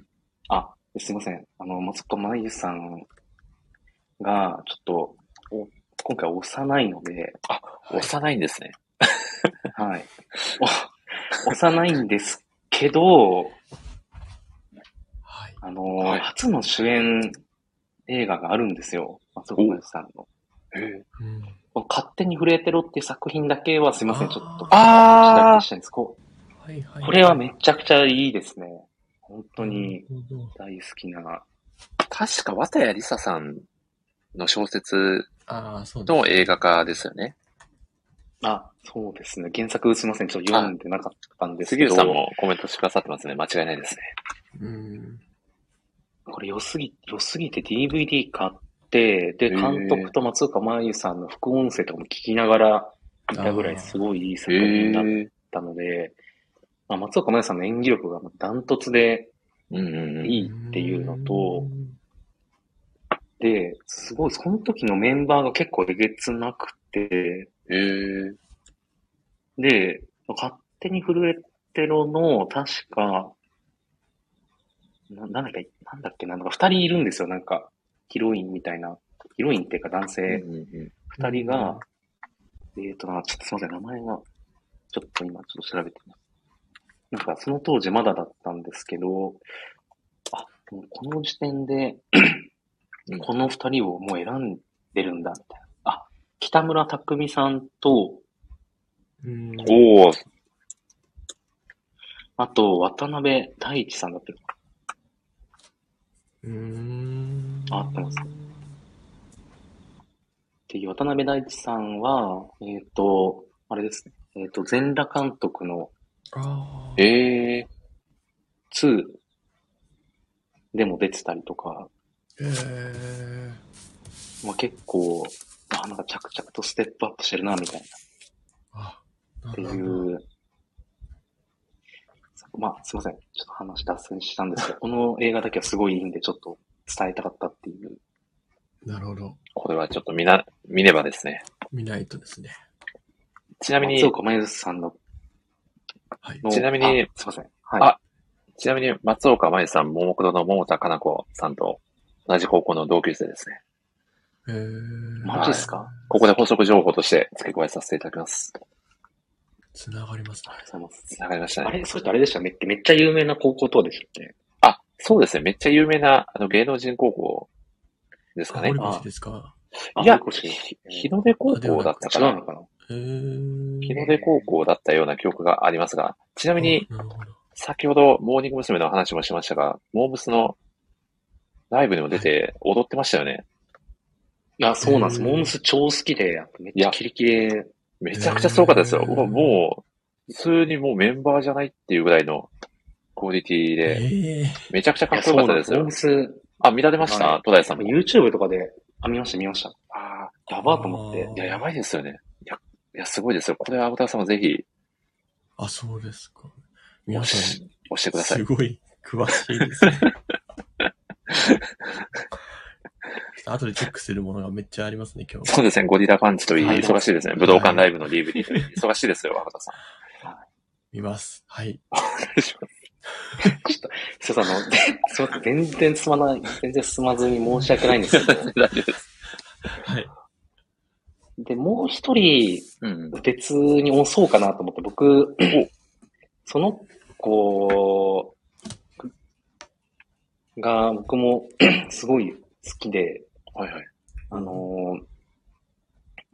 S3: あ、すいません、あの、松岡茉優さんが、ちょっと、お今回押さないの で、
S1: 押さないんですね。
S3: はい。お押さないんですけど、
S2: はい。
S3: あのー
S1: はい
S3: 初の主演映画があるんですよ。松岡茉優さんの。
S2: うん
S3: 勝手に触れてろっていう作品だけはすいません、
S2: あー
S3: ちょっと。
S1: あー
S3: お知らせしたいんですこ
S2: はいはいはい。
S3: これはめちゃくちゃいいですね。本当に
S2: なるほど。
S3: 大好きな。
S1: 確か、綿谷りささんの小説
S2: ああ、そうです
S1: の映画化ですよね。
S3: あ、そうですね。原作すいません、ちょっと読んでなかったんです
S1: 杉
S3: けど。
S1: 浦さんもコメントしてくださってますね。間違いないですね。
S2: うん。
S3: これ良すぎ、良すぎて DVD 買って、で、
S1: へー
S3: 監督と松岡真優さんの副音声とかも聞きながら見たぐらいすごいいい作品になっ
S1: え。
S3: たので、まあ、松岡真優さんの演技力がダントツで
S1: うんうんうん。
S3: いいっていうのと、で、すごい、その時のメンバーが結構えげつなくて、
S1: えー、
S3: で、勝手に震えてろの、確か、ななんだっけ、なんだっけな、なんか二人いるんですよ、なんか、ヒロインみたいな。ヒロインっていうか男性
S1: うんうんうん
S3: 二人が、えっ、とな、ちょっとすいません、名前が、ちょっと今ちょっと調べてみます。なんかその当時まだだったんですけど、あ、もうこの時点で、この二人をもう選んでるんだ、みたいな。あ、北村匠海さんと、
S2: うん。
S1: おお、
S3: あと、渡辺大一さんだってる。
S2: うーん。
S3: あ合ってますっていう、渡辺大地さんは、えっ、と、あれですね、えっ、と、全裸監督の
S2: あー
S1: ええ
S3: 2でも出てたりとか、
S2: えー。
S3: まあ、結構、あなんか着々とステップアップしてるな、みたいな、
S2: あ、な
S3: って
S2: る
S3: い
S2: ほど。
S3: う。まあ、すいません。ちょっと話脱線したんですけど、この映画だけはすごいいいんで、ちょっと伝えたかったっていう。
S2: なるほど。
S1: これはちょっと見な、見ればですね。
S2: 見ないとですね。
S1: ちなみに、
S3: 松岡真優さんの、
S2: はい。
S3: の
S1: ちなみに
S3: あすいません。はい。
S1: あちなみに松岡茉優さん、ももクロの桃田かな子さんと同じ高校の同級生ですね。
S2: えー、
S3: マジっすか、
S1: ここで補足情報として付け加えさせていただきます。
S2: つながりますね
S3: あ。りがとうございます。
S1: わかりました
S3: あ
S1: ね。
S3: れ、それってあれでしためっめっちゃ有名な高校とはでしたっけ
S1: あ、そうですね。めっちゃ有名なあの芸能人高校ですかね
S2: 堀。口ですか
S1: いや
S3: あ堀越
S1: ひ日の出高校だったか
S3: 違
S1: な
S3: うの。かな
S2: えー。
S1: 日の出高校だったような記憶がありますが、ちなみに、
S2: あなるほど。
S1: 先ほどモーニング娘。の話もしましたが、モームスのライブにも出て踊ってましたよね。
S3: いや、そうなんです。
S2: うん
S3: モームス超好きで、めっちゃキレキレ。
S1: めちゃくちゃすごかったですよ。
S2: へー
S1: うわもう、普通にもうメンバーじゃないっていうぐらいのクオリティで、
S2: ええ
S1: めちゃくちゃか
S3: い
S1: っ
S3: や
S1: こよ
S3: そう
S1: か
S3: な
S1: っ
S3: ん
S1: た
S3: で。
S1: ですす
S3: モー
S1: よ
S3: ム。ス、
S1: あ、見られまし
S3: は
S1: た
S3: い
S1: 戸田井さんも。い
S3: YouTube とかで、あ、見ました見ました。ああ、やばーと思って
S2: あー。
S1: や、やばいですよね。いや、いやすごいですよ。これは、田井さんもぜひ、
S2: あ、そうですか。皆さん、
S1: 押してくださ
S2: す
S1: い。
S2: ごい詳しいですね。後でチェックするものがめっちゃありますね、今日。
S1: そうですね、ゴリラパンチといい、
S2: はい
S1: 忙しいですね。武道館ライブの DVD といい、忙しいですよ、若田 さん。
S2: 見ます。はい。
S3: すいません、あの、 すいません、全然進まない、全然進まずに申し訳ないんですけど。
S1: 大丈夫です。
S2: はい。
S3: で、もう一人、
S1: うん。
S3: 別に押そうかなと思って、僕、その子が、僕も すごい好きで、
S1: はいはい。
S3: あのー、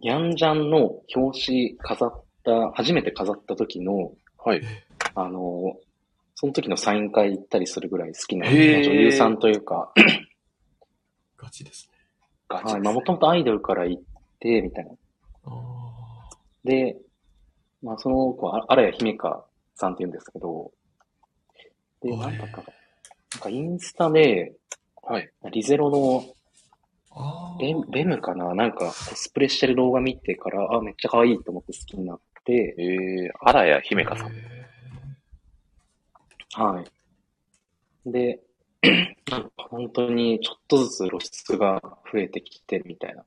S3: ヤンジャンの表紙飾った、初めて飾った時の、
S1: はい。
S3: あのー、その時のサイン会行ったりするぐらい好きな
S1: へ
S3: 女
S1: ー
S3: 優さんというか、
S2: ガチですね。
S1: ガチ
S3: はい、
S1: で
S3: まあ
S1: す
S3: もともとアイドルから行って、みたいな。
S2: ああ。
S3: で、まあその子は、あ荒谷姫香さんって言うんですけど、で、
S2: は
S3: ないんだったかな。なんかインスタで、
S1: はい。
S3: リゼロの
S2: ああ。
S3: ベムベムかななんかコスプレしてる動画見てから、あ、めっちゃ可愛いと思って好きになって、
S1: えー、あらや姫香さん。
S2: え
S3: はい。で、 なんか本当にちょっとずつ露出が増えてきてみたいな。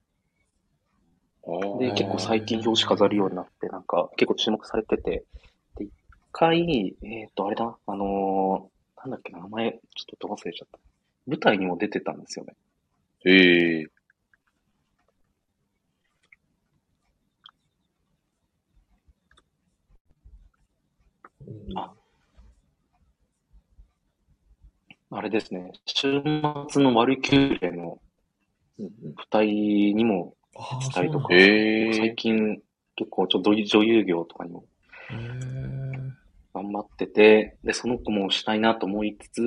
S3: で、
S1: あー
S3: 結構最近表紙飾るようになって、なんか結構注目されてて、で、一回、えっ、と、あれだ、あのーなんだっけな、名前、ちょっと忘れちゃった。舞台にも出てたんですよね。
S1: えー、
S2: ー
S3: ああれですね、週末の悪いキューレの舞台にも、
S2: あー
S3: したりとか
S2: そうなんだ
S1: えー
S3: 最、近結構ちょっと女優業とかにも
S2: へー
S3: 頑張ってて、で、その子もしたいなと思いつつ、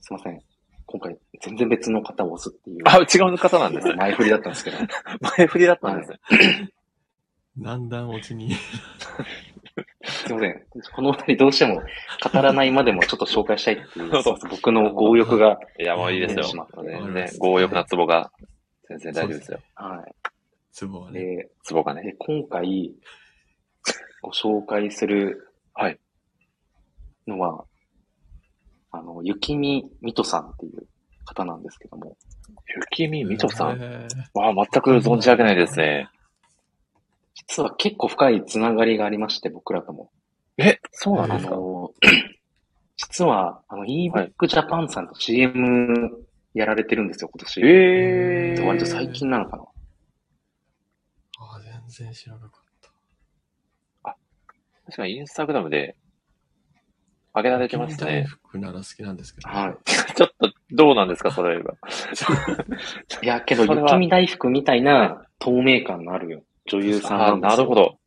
S3: すいません。今回、全然別の方を押すっていう。
S1: あ、違う方なんですね。
S3: 前振りだったんですけど。
S1: 前振りだったんですね。
S2: だんだん落ちに。
S3: すいません。このお二人どうしても語らないまでもちょっと紹介したいっていう、
S1: そうそう
S3: すいません僕の強欲が、
S1: いや、もういいですよ。
S3: しまったね
S1: 全然、強欲なツボが、全然大丈夫ですよ。
S3: は。
S2: ツボはいね。
S3: で、
S1: ツボが
S3: で
S1: ね。
S3: 今回、ご紹介する
S1: はい。
S3: のは、あの、雪見みとさんっていう方なんですけども、
S1: 雪見みとさん。
S2: へー
S1: わあ、全く存じ上げないですね。
S3: 実は結構深いつながりがありまして、僕らとも。
S1: え、そうな
S2: な
S1: んん
S3: あ
S1: ですか
S3: の、 実は、あの、ebook Japan さんと CM やられてるんですよ、今年。
S1: え
S2: ー
S1: ー。
S3: 割と最近なのかな。
S2: あー全然知らなかった。
S1: 確かにインスタグラムで上げられてま
S2: 雪
S1: す
S2: 見大
S1: ね。
S2: 福なら好きなんですけど。
S3: はい。
S1: ちょっと
S4: どうなんですか、それは。
S3: いや、けど、
S4: それは
S3: 雪見大福みたいな透明感のあるよ。 女優さん
S4: ああ、
S3: なんです
S4: なるほ
S3: ど。
S4: ど。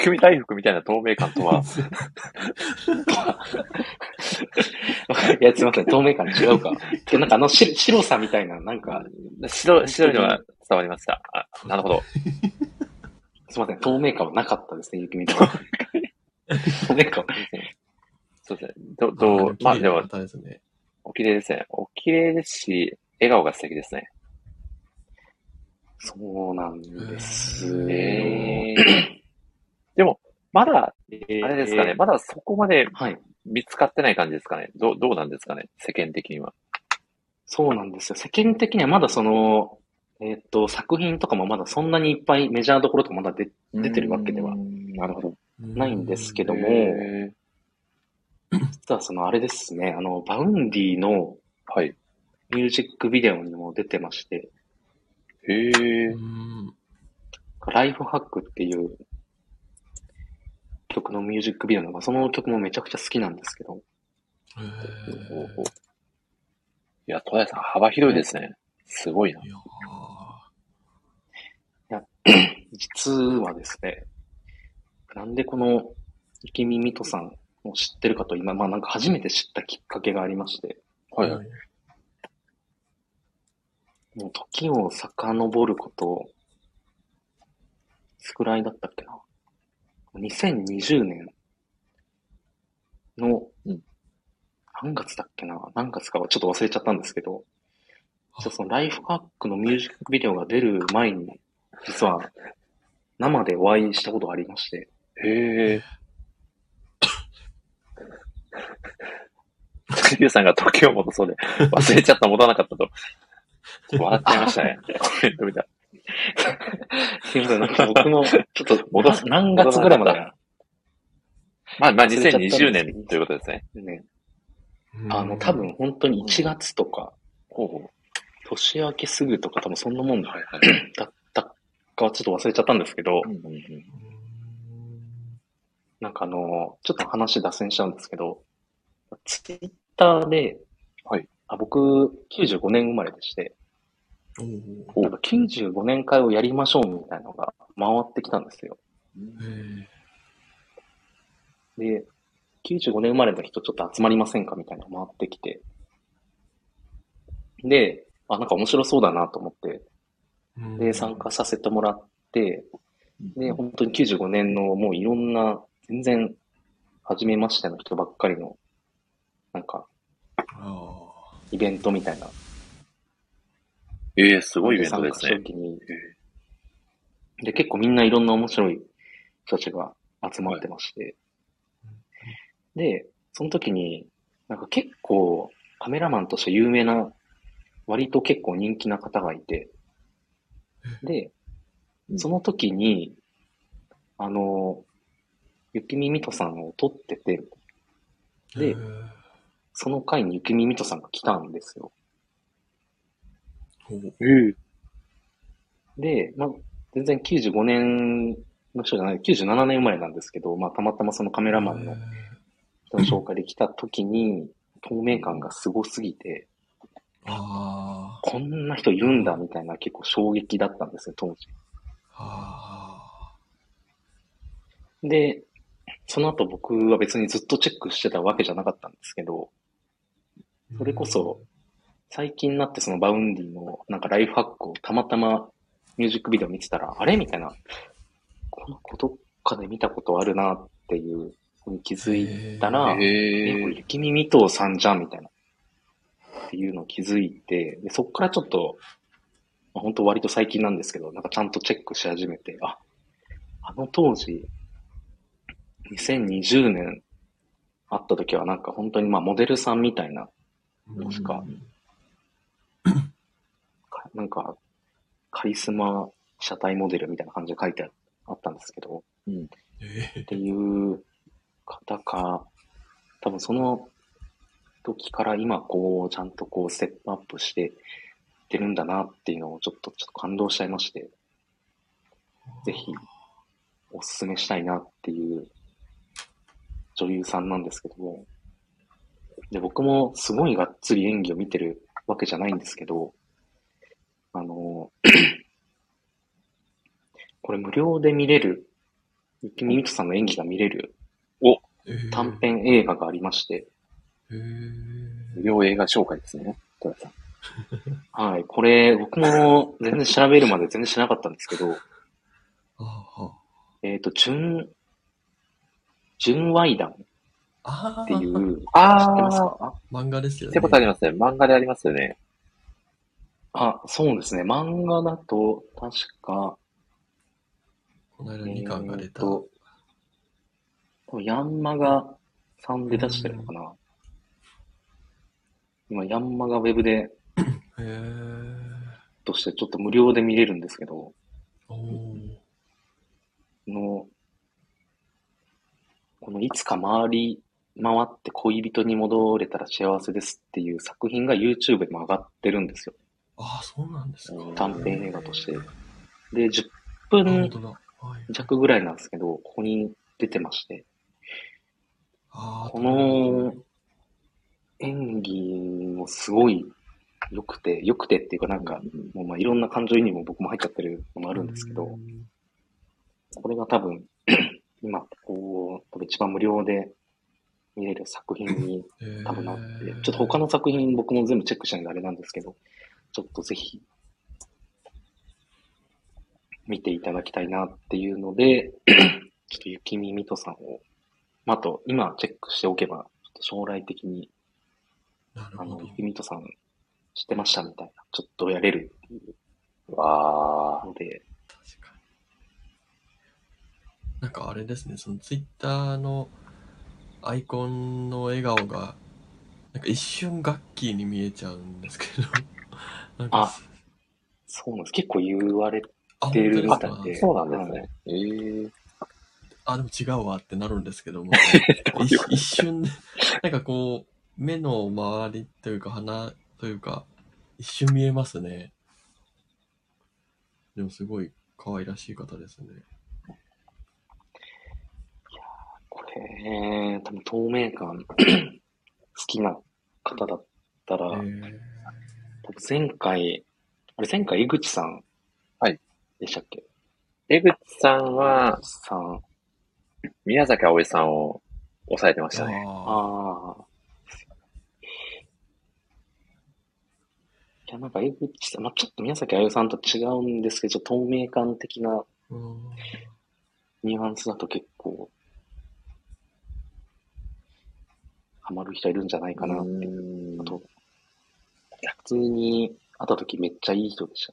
S4: 雪見大福みたいな透明感と は、
S3: いや、すいません。透明感違う か。けどなんかあの白白さみたいな、なんか、
S4: 白い、 白いのは伝わりました。あなるほど。
S3: すいません。透明感はなかったですね、雪見大 福。透明感は
S4: そうですね。ど、どう、まあでも、
S2: たですね。
S4: お綺麗ですね。お綺麗ですし、笑顔が素敵ですね。
S3: そうなんです
S2: へー
S3: よ。
S4: ええ でも、まだ、あ
S3: あ
S4: れですかね、まだそこまで
S3: はい。
S4: 見つかってない感じですかね。どう、どうなんですかね、世間的には。
S3: そうなんですよ。世間的にはまだその、えーっと、作品とかもまだそんなにいっぱいメジャーどころとかまだ出出てるわけでは
S4: なるほど。
S3: ないんですけども、
S4: へ
S3: 実はそのあれですね、あの、バウンディの
S4: はい。
S3: ミュージックビデオにも出てまして、
S4: へ
S2: う
S4: え。
S2: ん。
S3: ライフハックっていう曲のミュージックビデオの、まあ、その曲もめちゃくちゃ好きなんですけど、
S2: へ
S4: お
S2: ー
S4: おいや、戸谷さん、幅広いですね。すごいな。
S2: いや
S3: 実はですね、なんでこの、池見みとさんを知ってるかと、今、まあなんか初めて知ったきっかけがありまして、
S2: ー
S4: はい。
S3: もう時を遡ること、いつくらいだったっけな。2020年の
S4: うん、
S3: 何月だっけな何月かはちょっと忘れちゃったんですけど、実はそのライフハックのミュージックビデオが出る前に、実は生でお会いしたことがありまして、
S4: へ え。リュウさんが時を戻そうで、忘れちゃった、戻らなかったと。笑っちゃいました ね。コメント見た。
S3: すいません、なんか僕もちょっと
S4: 戻す
S3: 何月ぐらいまでな
S4: まあ、まあ、
S3: 忘れちゃったんですけど
S4: 2020年ということですね。
S3: ね、
S2: うん
S3: あの、多分本当に1月とか、年明けすぐとか多分そんなもん だったかはちょっと忘れちゃったんですけど、
S2: うん
S3: なんかあの、ちょっと話脱線しちゃうんですけど、ツイッターで、
S4: はい
S3: あ僕、95年生まれでして、
S2: おー
S4: お
S3: なんか95年会をやりましょうみたいなのが回ってきたんですよ。
S2: へ
S3: で、95年生まれの人ちょっと集まりませんかみたいなの回ってきて。で、あ、なんか面白そうだなと思って、
S2: ー
S3: で、参加させてもらって、で、本当に95年のもういろんな、全然、初めましての人ばっかりの、なんか、
S2: あ
S3: イベントみたいな。す
S4: ええ、すごいイベントですね。
S3: 時に。で、結構みんないろんな面白い人たちが集まってまして。で、その時に、なんか結構、カメラマンとして有名な、割と結構人気な方がいて、で、その時に、あの、雪見みとさんを撮ってて、
S2: ー
S3: で
S2: へー
S3: その回に雪見みとさんが来たんですよ。
S2: おー
S3: で、まあ、全然95年の人じゃない、97年生まれなんですけど、まあ、たまたまそのカメラマンの人の紹介で来た時に、透明感がすごすぎて、
S2: あ
S3: こんな人いるんだみたいな結構衝撃だったんですよ、当時。
S2: ーあ
S3: で、その後僕は別にずっとチェックしてたわけじゃなかったんですけど、
S2: ー。
S3: それこそ、最近になってそのバウンディのなんかライフハックをたまたまミュージックビデオ見てたら、あれみたいな、この子どっかで見たことあるなっていうのに気づいたら、え、これ
S4: へえ。
S3: 雪耳とさんじゃんみたいな、っていうのを気づいて、でそっからちょっと、まあ、本当割と最近なんですけど、なんかちゃんとチェックし始めて、あ、あの当時、2020年あった時はなんか本当にまあモデルさんみたいな
S2: うん、
S3: 確かかなんか、カリスマ車体モデルみたいな感じで書いてあったんですけど、
S2: え
S3: っていう方か、多分その時から今こう、ちゃんとこう、ステップアップしてってるんだなっていうのをちょっと、ちょっと感動しちゃいまして、ぜひ、おすすめしたいなっていう女優さんなんですけども、で、僕もすごいがっつり演技を見てるわけじゃないんですけど、あの、 これ無料で見れる、ゆきみゆきさんの演技が見れる
S2: えー
S3: 短。編映画がありまして、
S2: えー
S1: 無料映画紹介ですね。トラさん。
S3: はい、これ僕も全然調べるまで全然しなかったんですけど、
S2: あー
S3: えっ、と、純、純愛団
S2: あー。
S3: っていう、 知って
S1: あ
S3: ます
S1: ー、
S3: か
S2: 漫画ですよ
S1: 見
S2: ね
S1: た。ことありますね。漫画でありますよね。
S3: あ、そうですね。漫画だと、確か、
S2: この間2巻が
S3: え
S2: 出た
S3: ー。と多分ヤンマガさんで出してるのかな。今、ヤンマガウェブで
S2: へー
S3: としてちょっと無料で見れるんですけど、
S2: おー
S3: の、このいつか回り、回って恋人に戻れたら幸せですっていう作品が YouTube でも上がってるんですよ。
S2: ああ、そうなんですか。
S3: 短編映画として
S2: あ。
S3: で、10
S2: 本
S3: 分
S2: 当だ。はい。
S3: 弱ぐらいなんですけど、ここに出てまして、
S2: あー
S3: この、演技もすごい良くて、良くてっていうかなんか、もうまあいろんな感情移入も僕も入っちゃってるのもあ
S2: あ
S3: るんですけど、。これが多分、今、こう、多分一番無料で見れる作品に多分なって、ちょっと他
S2: の。
S3: の作品僕も全部チェックしないんであれなんですけど、ちょっとぜひ、見ていただきたいなっていうので、 ちょっと雪見みとさんを、まああと今チェックしておけば、ちょっと将来的に
S2: なる
S3: あ
S2: ほ
S3: の
S2: ど、。
S3: ユミトさん知ってましたみたいな、ちょっとやれる
S1: わー。
S3: ので、
S2: 確かに。なんかあれですね、そのツイッターのアイコンの笑顔が、なんか一瞬ガッキーに見えちゃうんですけど、 なんか、
S3: そうなんです。結構言われて、
S2: あ、
S3: 出る
S2: 本当
S3: みたい
S2: で
S3: ですそ
S2: か
S3: うなん
S1: ね。えー。
S2: あ、でも違うわってなるんですけ ども、
S1: どういう
S2: 一
S1: こと
S2: 一瞬で、なんかこう、目の周りというか鼻というか、一瞬見えますね。でもすごい可愛らしい方ですね。
S3: これ、多分透明感 好きな方だったら、
S2: え
S3: 多分
S2: ー
S3: 前回、あれ前回江口さん、
S1: はい。
S3: でしたっけ
S1: 江口さんは
S3: 江口、さん、
S1: 宮崎葵さんを抑えてましたね。
S2: あ
S3: あ
S2: あ、
S3: あ。いや、なんか江口さん、まあ、ちょっと宮崎あゆさんと違うんですけど、ちょっと透明感的な
S2: うん
S3: ニュアンスだと結構、ハマる人いるんじゃないかなっていうのと、普通に会った時めっちゃいい人でした。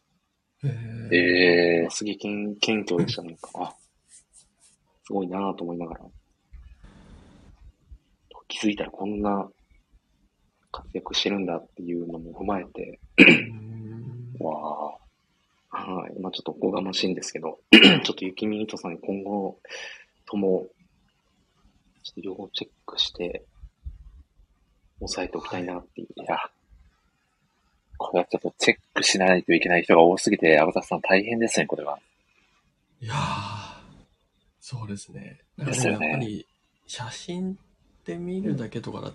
S2: えー
S1: えー。
S3: すげえ謙謙虚でした、なんか。あ、すごいなぁと思いながら。気づいたらこんな活躍してるんだっていうのも踏まえて、
S2: うん
S1: わ
S3: はい。まあちょっとおこがましいんですけど、 ちょっと雪見糸さんに今後とも、ちょっと両方チェックして、押さえておきたいなっていう。
S1: ー。いや。これはちょっとチェックしないといけない人が多すぎて、アバタさん大変ですね、これは。
S2: いやー、そうですね。なんか
S1: で
S2: ですも
S1: よ
S2: や
S1: ね
S2: っぱり写真で見るだけとかだ、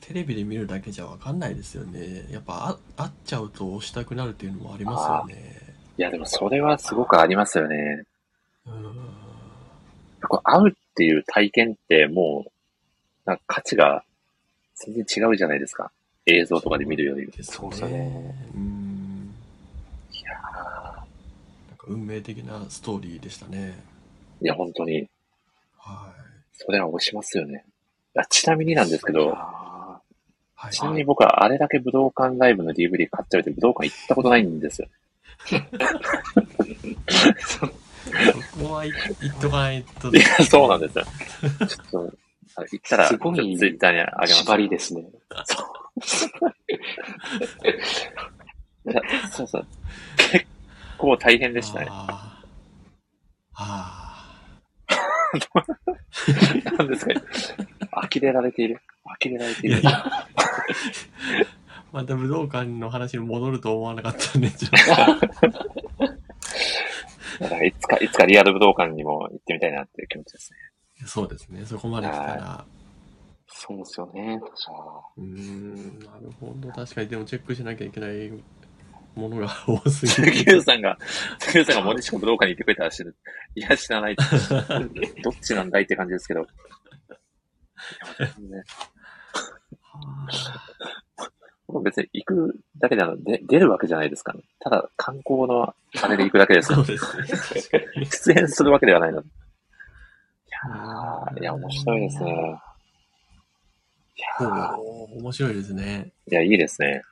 S2: テレビで見るだけじゃわかんないですよね。やっぱあ会っちゃうと押したくなるっていうのもありますよね。
S1: いや、でもそれはすごくありますよね。
S2: うーん。
S1: こう会うっていう体験ってもう、なんか価値が全然違うじゃないですか。映像とかで見るより。
S2: そう
S3: そうですね。
S2: うん。
S1: いや
S2: なんか運命的なストーリーでしたね。
S1: ーいや、本当に、
S2: はい。
S1: それは押しますよね。あちなみになんですけど、
S3: あ
S2: はい。
S1: ちなみに僕はあれだけ武道館ライブの DVD 買っちゃうて武道館行ったことないんですよ。
S2: そこはい言っとかないと
S1: い。や、そうなんですよ。ちょっと、あの行ったら、
S3: すごい
S1: ちょっとツイッターにあげ
S3: あ、
S1: ます。
S3: 縛りですね。
S1: いやそうそう。結構大変でしたね。
S2: あーあ
S1: なんですか呆れられている。呆れられている。
S2: ー。また武道館の話に戻ると思わなかったんで、 ちょっと。
S1: だからいつか、いつかリアル武道館にも行ってみたいなっていう気持ちですね。
S2: そうですね、そこまで来たら、
S3: そうですよね。確か
S2: うーん、なるほど。確かに、でもチェックしなきゃいけないものが 多 すぎ
S1: 杉
S2: る。
S1: 浦さんが、杉浦さんが森仕事どうかに行ってくれたら知る。いや、知ら ない。どっちなんだいって感じですけど。いやね僕別に行くだけであので出るわけじゃないですから、ただ観光のあれで行くだけですか
S2: そ
S1: ら
S2: うですね。確か に。
S1: 出演するわけではないので。
S2: あ
S1: いや、面白いですね。いやー
S2: 面白いですね。
S1: いや、いいですね。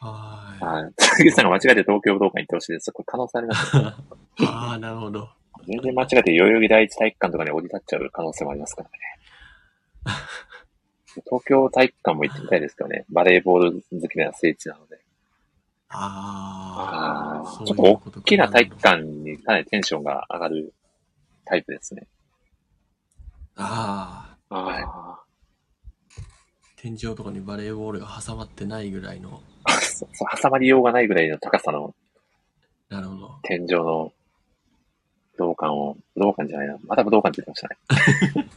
S2: は
S1: はい。杉浦さんが間違えて東京武道館行ってほしいです。これ可能性あります。
S2: い。ああ、なるほど。
S1: 全然間違えて代々木第一体育館とかに降り立っちゃう可能性もありますからね。東京体育館も行ってみたいですけどね。バレーボール好きな聖地なので。
S2: ああ、
S1: ち
S2: そ
S1: ょ
S2: う
S1: っ
S2: い
S1: と
S2: うこ
S1: 大
S2: とか
S1: きな体育館にかなりテンションが上がるタイプですね。
S2: ああ、
S3: に。
S1: はい
S3: あ
S2: 天井とかにバレーボールが挟まってないぐらいの。
S1: そう挟まりようがないぐらいの高さの
S2: なるほど。
S1: 天井の武道館を、武道館じゃないな。また武道館って言って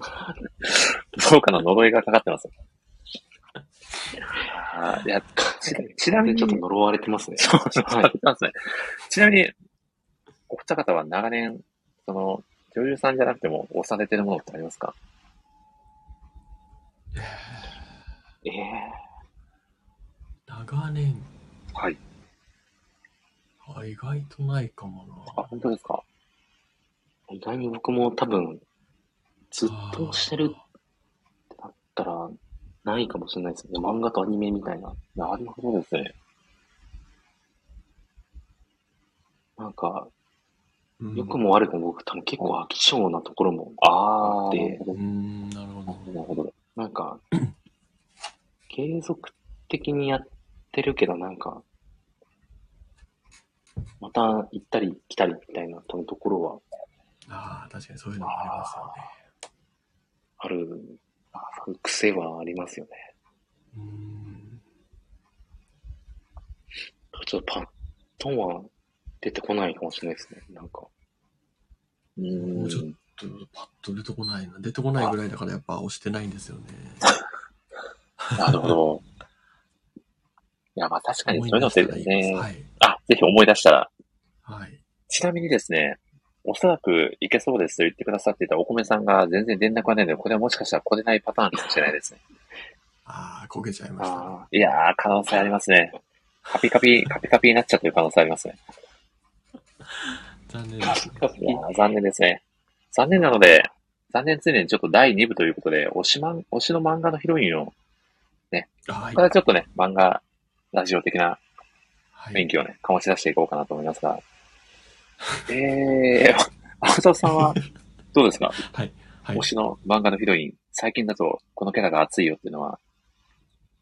S1: ましたね。武道館の呪いがかかってます。あーいや、ちちな
S3: あ。
S1: み
S3: で、
S1: に、
S3: ちょっと呪われてますね。
S1: そうそう、
S3: はい
S1: やってますね。ちなみに、お二方は長年、その、女優さんじゃなくても押されてるものってありますか
S3: ええ
S2: 長年、
S1: はい。
S2: あ意外とないかも
S1: あ、本当ですか
S3: 意外に僕も多分、ず
S2: な。
S3: っとしてるだったら、ないかもしれないですね。漫画とアニメみたいな。
S1: なるほどですね。
S3: なんか、
S2: うん。
S3: 良くも悪くも僕多分結構飽き性なところも、
S1: ああ、
S3: で
S1: なる
S2: う
S1: ほ
S2: ん、なるほど。
S1: ど。なるほど。
S3: なんか、継続的にやってるけど、なんか、また行ったり来たりみたいな多分ところは
S2: ああ、確かにそういうのもありますよね。
S3: ある、あそういう癖はありますよね。
S2: うん。
S3: ちょっとパッとは出てこないかもしれないですね。なんか、
S1: う
S2: もうちょっ
S1: ん。
S2: とパッと出てこないな。出てこないぐらいだからやっぱ押してないんですよね。
S1: なるほ ど。いや、まあ確かにそういうのって
S2: 思い出したら言い
S1: ね
S2: ま、すはい。
S1: あ、ぜひ思い出したら、
S2: はい。
S1: ちなみにですね、おそらくいけそうですと言ってくださっていたお米さんが全然連絡がないので、これはもしかしたら来れないパターンかもしれないですね。
S2: ああ、焦げちゃいましたね。
S3: あ
S1: いやー、可能性ありますね。カピカピ、カピカピになっちゃってる可能性ありますね。
S2: 残念ですね。
S3: あ、
S1: いやー残念ですね。残念なので、残念ついでにちょっと第2部ということで、推しマン推しの漫画のヒロインを、こ
S2: はい
S1: こか。らちょっとね、漫画、ラジオ的な
S2: は
S1: 雰囲
S2: い。
S1: 気をね、醸し出していこうかなと思います が。えー、浅田さん は、どうですか
S2: はい
S1: 推しの漫画のヒロイン、最近だとこのキャラが熱いよっていうのは、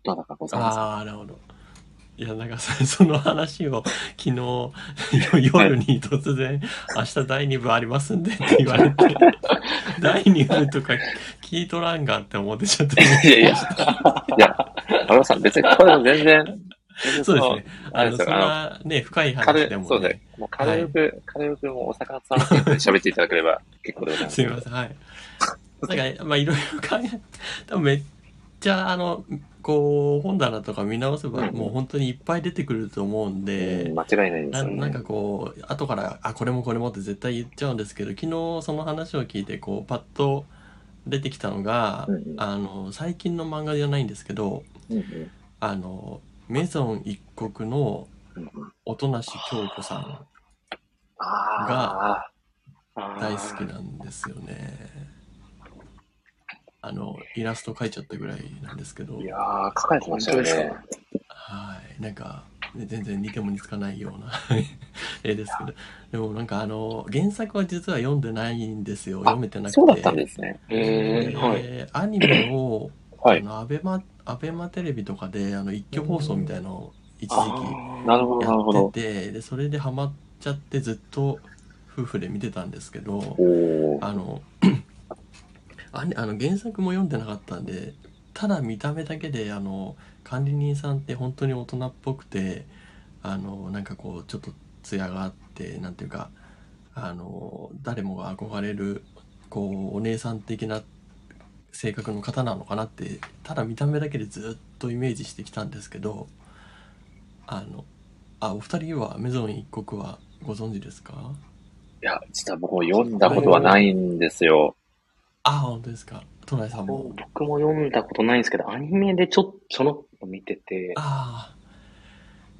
S1: どなたかございますか
S2: ああ、なるほど。いや、なんかさ、その話を昨日、 よ夜に突然、明日第2部ありますんでって言わ れて、第2部とか聞いとらんがって思ってちゃっ て。
S1: いやいや、いや、丸山さん、別にこれは全然、全然
S2: そうです
S1: の
S2: ね。
S1: あ
S2: あ
S1: れ
S2: の、
S1: です
S2: そん
S1: よ、あ
S2: なね、深い
S1: の、軽
S2: 話で
S1: い、
S2: も
S1: そうです
S2: ね
S1: ね。。もう軽く、軽くもうお魚さんって喋っていただけれ ば結構でございますす。
S2: みません、はい。なんか、まあ、いろいろ考え、多分めっちゃ、あの、こう、本棚とか見直せば、
S1: うん
S2: もう本当にいっぱい出てくると思うん
S1: う
S2: で
S1: ん、間違いないです
S2: な
S1: よね。
S2: なんかこう、後から、あ、これもこれもって絶対言っちゃうんですけど、昨日その話を聞いて、こう、パッと出てきたのが、
S1: うんうん
S2: あの、最近の漫画じゃないんですけど、
S1: うんうん
S2: あの、メゾン一国の
S1: うんうん
S2: 音無京子さん
S1: ああ、
S2: 大好きなんですよね。あの、イラスト描いちゃったぐらいなんですけど
S1: い、やー、書かれてましたよね。
S2: はい。なんか、ね全然似ても似つかないよ うな絵ですけど、でもなんかあの、原作は実は読んでないんですよ。
S1: あ
S2: 読めてなくて。
S1: そうだったんですね。
S3: ええはい。
S2: でアニメを、
S1: はい
S2: あの、アベマ、アベマテレビとかで、あの、一挙放送みたいなのを一時
S3: あ
S1: なるほど、
S2: 期
S1: なるほ
S2: やっ
S1: ど。
S2: てて、で、それでハマっちゃってずっと夫婦で見てたんですけど、
S1: おおー。
S2: あの あれあの原作も読んでなかったんでただ見た目だけであの管理人さんって本当に大人っぽくてあのなんかこうちょっと艶があってなんていうかあの誰もが憧れるこうお姉さん的な性格の方なのかなってただ見た目だけでずっとイメージしてきたんですけどあのあお二人はメゾン一国はご存知ですか
S1: いや、実は僕も読んだことはないんですよ。
S2: あ本当ですか都内さんも
S3: 僕も読んだことないんですけど、アニメでちょ、ちょろっと見てて、
S2: ああ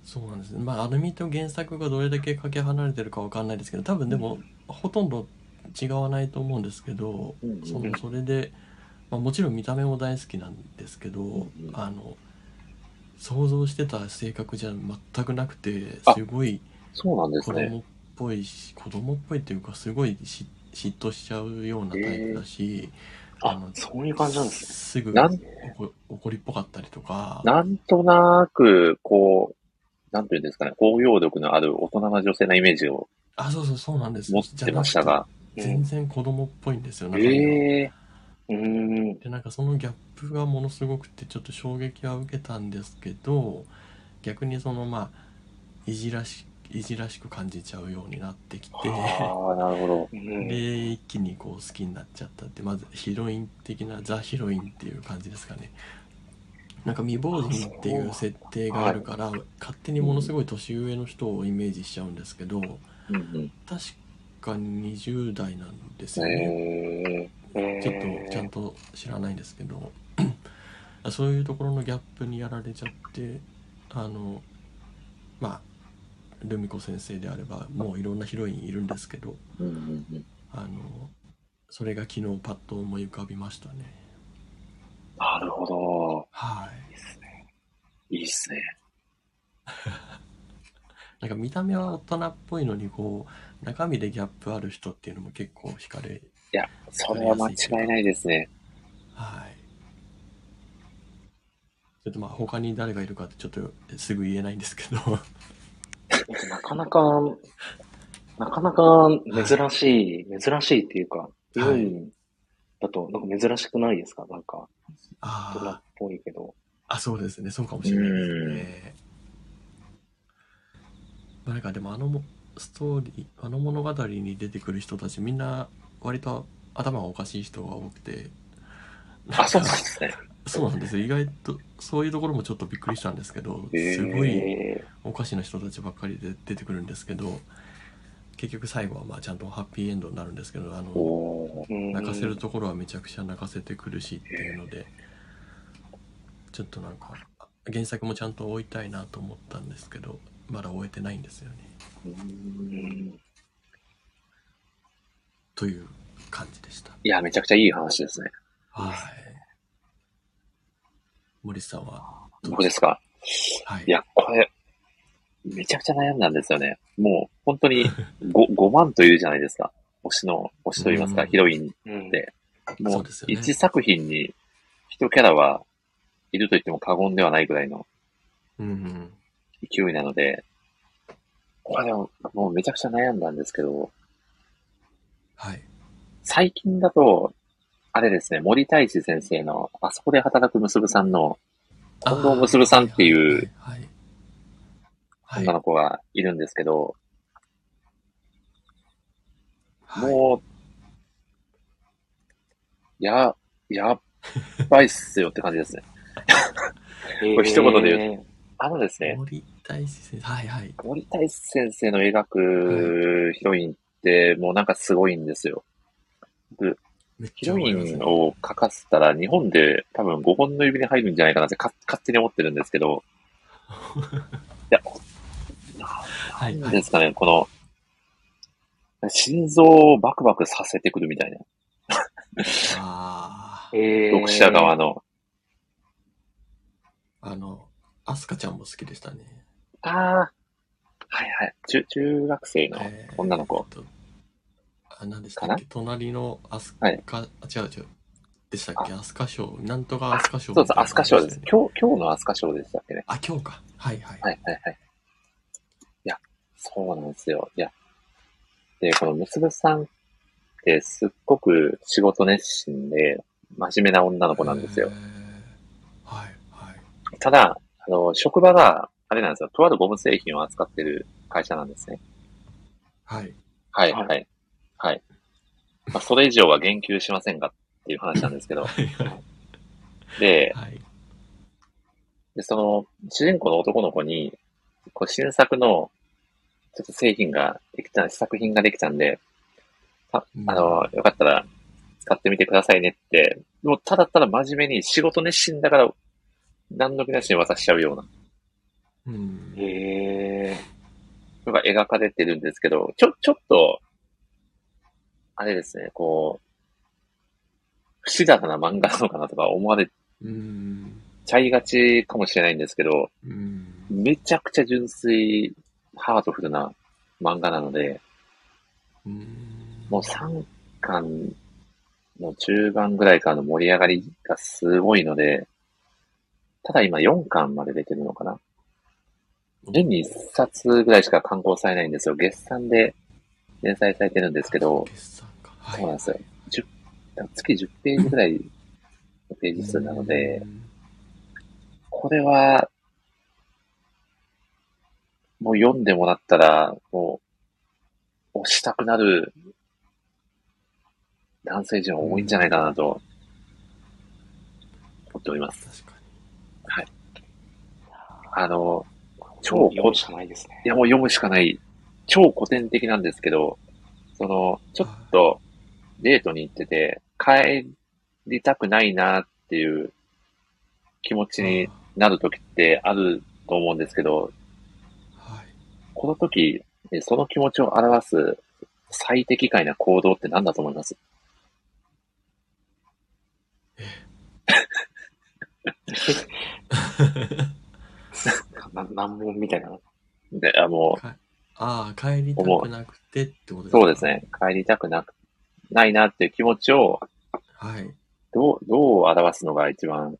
S2: そうなんですねまあアルミと原作がどれだけかけ離れてるかわかんないですけど多分でもほとんど違わないと思うんですけど
S1: うんうんうん
S2: そのそれで、まあ、もちろん見た目も大好きなんですけど
S1: うんうん
S2: あの想像してた性格じゃ全くなくて
S1: あ
S2: すごい
S1: そうなんです
S2: 子
S1: ね。
S2: 供っぽいし子供っぽいっていうかすごいし嫉妬しちゃうようなタイプだし、
S3: あ、そういう感じなんですね。
S2: すぐ
S1: なん
S2: 怒怒りっぽかったりとか
S1: なんとなく、こう、なんていうんですかね、包容力のある大人な女性なイメージを
S2: あそうそうそうなんです
S1: 持ってました
S2: じゃな
S1: が。
S2: くて全然子供っぽいんですよ中身が
S1: ええ
S3: うん。
S2: でなんかそのギャップがものすごくてちょっと衝撃は受けたんですけど逆にそのまあいじらしいじらしく感じちゃうようになってきて
S1: ああ、なるほど。
S3: うん
S2: で一気にこう好きになっちゃったってまずヒロイン的なザ・ヒロインっていう感じですかねなんか未亡人っていう設定があるから勝手にものすごい年上の人をイメージしちゃうんですけど
S1: うんうん、
S2: 確か20代なんですよね、
S1: え
S2: ちょっとちゃんと知らないんですけど そういうところのギャップにやられちゃってあのまあルミ子先生であればもういろんなヒロインいるんですけど
S1: ーうんうんうん、
S2: あのそれが昨日パッと思い浮かびましたね
S1: なるほど。
S2: はい
S1: いいっすね。
S2: なんか見た目は大人っぽいのにこう中身でギャップある人っていうのも結構惹かれ
S1: いや、それは間違いないですね。
S2: はいちょっとまあ他に誰がいるかってちょっとすぐ言えないんですけど
S3: なかなか、なかなか珍しい、珍しいっていうか、日
S2: はい
S3: 本だとなんか珍しくないですかなんか、
S2: あ
S3: 大人
S2: あ
S3: っぽいけど。
S2: あ、そうですね。そうかもしれないですね。まあなんかでもあのもストーリー、あの物語に出てくる人たちみんな割と頭がおかしい人が多くて、
S1: あ、そうなんですね。
S2: そうなんですよ。意外とそういうところもちょっとびっくりしたんですけど、
S1: へー
S2: すごい
S3: え
S2: おかしな人たちばっかりで出てくるんですけど、結局最後はまあちゃんとハッピーエンドになるんですけど、あ
S1: お
S2: の、
S1: おー。
S3: ーうん
S2: 泣かせるところはめちゃくちゃ泣かせてくるしっていうので、ちょっとなんか原作もちゃんと追いたいなと思ったんですけどまだ終えてないんですよね
S1: う
S3: うんん
S2: という感じでした
S1: いや、めちゃくちゃいい話ですね。
S2: はい森さんはどう
S1: 僕ですか
S2: はい
S1: いや、これ、めちゃくちゃ悩んだんですよね。もう、本当に5、5万 というじゃないですか。推しの、推しと言いますか、
S2: うん
S1: ヒロイン。
S3: うん
S1: で
S2: そ
S1: も
S2: う
S1: う、
S2: ですよね
S1: 1作品に1キャラはいると言っても過言ではないぐらいの
S2: うんうん
S1: 勢いなので、これはもうめちゃくちゃ悩んだんですけど、
S2: はい
S1: 最近だと、あれですね、森太一先生の、あそこで働くむすぶさんの、近藤むすぶさんっていう
S2: はいはい
S1: 女の子がいるんですけど、
S2: はいはい
S1: もう、や、やっばいっすよって感じですね。 これ一言で言
S3: う。
S1: あのですね、
S2: 森大志先生はいはい
S1: 森太一先生の描くヒロインって、もうなんかすごいんですよ。
S2: めっ
S1: ヒ
S2: ちゃ
S1: ロ
S2: 思
S1: イ
S2: います
S1: ン
S2: ね
S1: を書かせたら、日本で多分5本の指に入るんじゃないかなってか勝手に思ってるんですけど、
S2: はい
S1: な
S2: は
S1: ん
S2: い
S1: ですかね、この、心臓をバクバクさせてくるみたいな、
S2: あー
S3: えー
S1: 読者側。の。
S2: あのアスカちゃんも好きでしたね
S1: ああ、はいはい。中、中学生の女の子。
S2: えーっとあ、何でしたっ
S1: か
S2: け隣のアスカ、
S1: はい
S2: あ、違う違う。でしたっけアスカ賞。なんとかアスカ賞。
S1: そうそう、アスカ賞です。
S2: 日。
S1: 今日、今日のアスカ賞でしたっけね。
S2: あ、今日か。はいはい。
S1: はいはいはい。いや、そうなんですよ。いや。で、このむすぶさんってすっごく仕事熱心で、真面目な女の子なんですよ
S2: へ。ー。はいはい。
S1: ただ、あの、職場が、あれなんですよ。とあるゴム製品を扱ってる会社なんですね。
S2: はい。
S1: はいはい。はい。まあ、それ以上は言及しませんがっっていう話なんですけど、
S2: はいはい
S1: で、
S2: はい
S1: でその主人公の男の子に、こう新作のちょっと製品ができた、試作品ができたんで、たあの、よかったら使ってみてくださいねって、もうただただ真面目に仕事熱心だから、何の気なしに渡しちゃうような
S2: うん
S3: へえ。
S1: のが描かれてるんですけど、ちょ、ちょっと、あれですね、こう、不自然な漫画なのかなとか思われ
S2: うん
S1: ちゃいがちかもしれないんですけど、
S2: うん
S1: めちゃくちゃ純粋、ハートフルな漫画なので、
S2: うん
S1: もう3巻の中盤ぐらいからの盛り上がりがすごいので、ただ今4巻まで出てるのかな年に1冊ぐらいしか刊行されないんですよ。月産で連載されてるんですけど、
S2: 決算かはい
S1: そうなんですよ。10月10ページぐらいのページ数なので
S2: う、ん
S1: これは、もう読んでもらったら、もう、押したくなる男性陣は多いんじゃないかなと、思っております。
S2: 確か
S1: あの、超
S3: 超
S1: 古
S3: 4しかないですね。
S1: いや、もう読むしかない。超古典的なんですけど、その、ちょっと、デートに行ってて、帰りたくないなっていう気持ち
S2: に
S1: になる時ってあると思うんですけど、
S2: はい
S1: この時、えその気持ちを表す最適解な行動って何だと思います
S3: な難問みたいな。
S1: であの、
S2: ああ帰りたくなくてってことですか
S1: そうですね。帰りたくなく、ないなっていう気持ちを
S2: はい
S1: どう、どう表すのが一番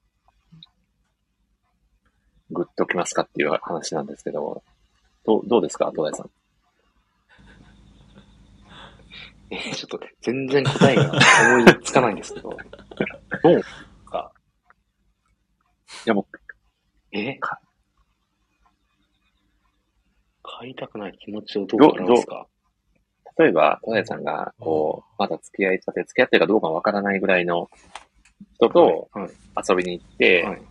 S1: グッときますかっていう話なんですけど、どう、どうですか東大さん。
S3: えーちょっと全然答えが思いつかないんですけど。 どうか。
S1: やも
S3: えか買いたくない気持ちをどう
S1: ど
S3: 表すか。
S1: 例えば、東大さんが、こう、まだ付き合いたて、付き合ってるかどうかわからないぐらいの人と
S3: はい、
S1: 遊びに行って、
S3: はい。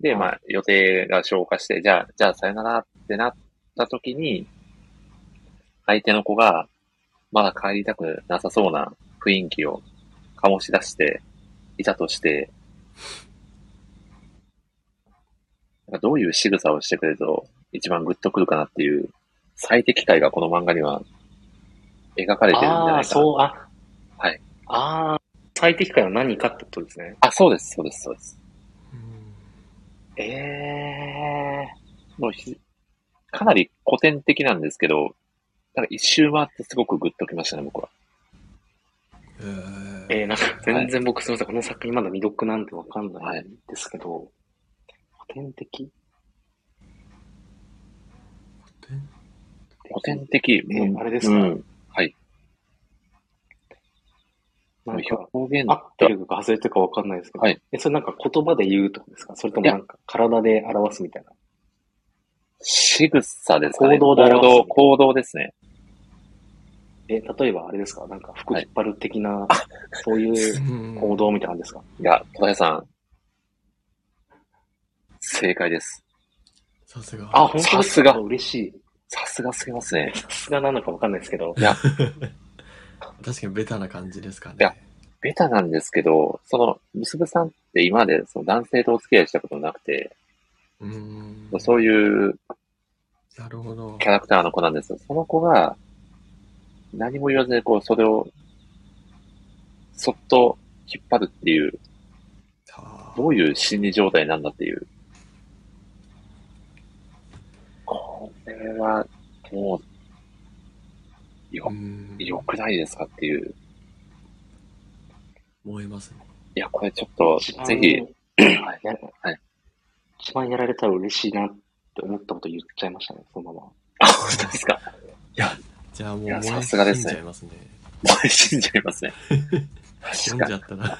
S1: で、まあ、予定が消化して、じゃあ、じゃあ、さよならってなった時に、相手の子が、まだ帰りたくなさそうな雰囲気を醸し出していたとして、なんかどういう仕草をしてくれると、一番グッとくるかなっていう、最適解がこの漫画には描かれてるんじゃな
S3: ああ、
S1: いかな。
S3: そう、あ、
S1: はい。
S3: ああ、最適解は何かってことですね。
S1: あ、そうです、そうです、そうです。
S2: うん
S3: ええ
S1: もうひかなり古典的なんですけど、なんか一周回ってすごくグッときましたね、僕は。
S2: え
S3: ー、
S2: ー
S3: えー、なんか全然僕すみません、この作品まだ未読なんてわかんないんですけど、古典的
S2: 古典
S1: 古典的。
S3: ね
S1: うん
S3: あれですか
S1: うん。
S3: なんか、
S1: 表現
S3: 合ってるか外れてるかわかんないですけど、
S1: はい
S3: え、それなんか言葉で言うとかですかそれともなんか体で表すみたいな。
S1: 仕草ですかね。
S3: 行動で表す
S1: 行動、行動ですね。
S3: え、例えばあれですかなんか服
S1: はい
S3: 引っ張る的な、そういう
S2: うん
S3: 行動みたいなんですか
S1: いや、戸田さん。正解です。
S2: さすが
S3: あ、本当
S1: さ
S3: です
S1: が
S3: か嬉しい。
S1: さすがすぎますね。
S3: さすがなのかわかんないですけど。
S2: 確かにベタな感じですかね
S1: いやベタなんですけど、その、結ぶさんって今までその男性とお付き合いしたことなくて、
S2: うん
S1: そういう
S2: なるほど
S1: キャラクターの子なんですよ。その子が、何も言わずにこう、それを、そっと引っ張るっていう、
S2: あー
S1: どういう心理状態なんだっていう。これは、もう、よ
S2: う、ん
S1: よくないですかっていう。
S2: 思いますね
S1: いや、これちょっと
S3: 一、番
S1: ぜひ、 はい
S3: や、
S1: はい
S3: 一番やられたら嬉しいなって思ったこと言っちゃいましたね、そのま ま。
S1: あ、本当ですか。
S2: じゃあもう
S1: いや
S2: 燃え
S1: さすがです
S2: 死
S1: ね
S2: んじゃいますね
S1: もう死んじゃいますね。
S2: 飲
S1: 確
S2: ん
S1: か
S2: じ
S1: に。
S2: ゃっ たら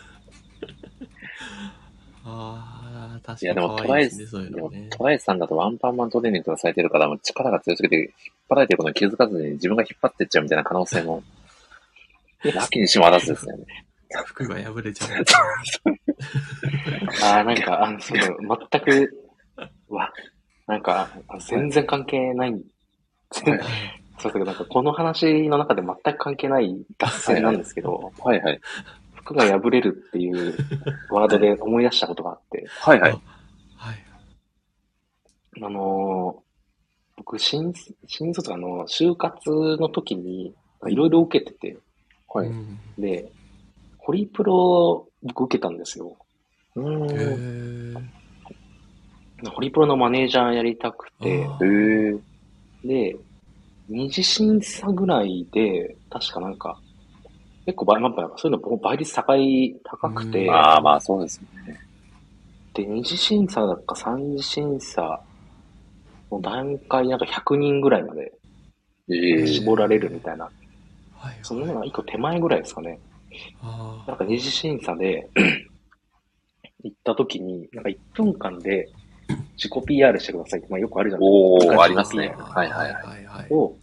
S2: ああ確
S1: いや、
S2: か
S1: で
S2: に
S1: も、
S2: 可
S1: トラ
S2: 愛い
S1: イ
S2: です
S1: ス、
S2: ねそういう
S1: で
S2: の
S1: も
S2: ね、
S1: トライスさんだとワンパンマントレーニングとかされてるから、もう力が強すぎて、引っ張られてることに気づかずに自分が引っ張ってっちゃうみたいな可能性も、なきにしもあらずですね。
S2: 服が破れ ちゃう。
S3: ああ、なんか、あの、そうだよ全く、うわ、なんか、あ全然関係ない。全
S1: は
S3: そうですけど、なんかこの話の中で全く関係ない脱線なんですけど、
S1: はいはい。
S3: 服が破れるっていうワードで思い出したことがあって、
S1: はいはい。
S2: はい。
S3: あのー僕、新、新卒、あの、就活の時に、いろいろ受けてて、
S1: はい。
S2: うん
S3: で、ホリプロ、僕受けたんですよ。
S1: う
S2: へ
S1: ーん。
S2: ー
S3: ホリプロのマネージャーやりたく
S2: あ
S3: て、
S2: ー
S1: えー、
S3: で、二次審査ぐらいで、確かなんか、結構倍、まあそういうの倍率高い、高くて、
S2: うん
S1: まあまあ、そうですね。
S3: で、二次審査だか三次審査の段階、なんか100人ぐらいまで
S1: ええ
S3: 絞られるみたいな、
S2: はいはい
S3: そのような一個手前ぐらいですかね。
S2: あ
S3: なんか二次審 査で行った時に、なんか1分間で自己 PR してくださいって、まあよくあるじゃないですか。
S1: お
S2: ー
S1: ー、ありますね。
S2: あー
S1: はいはいはい。
S2: はいはい
S3: を、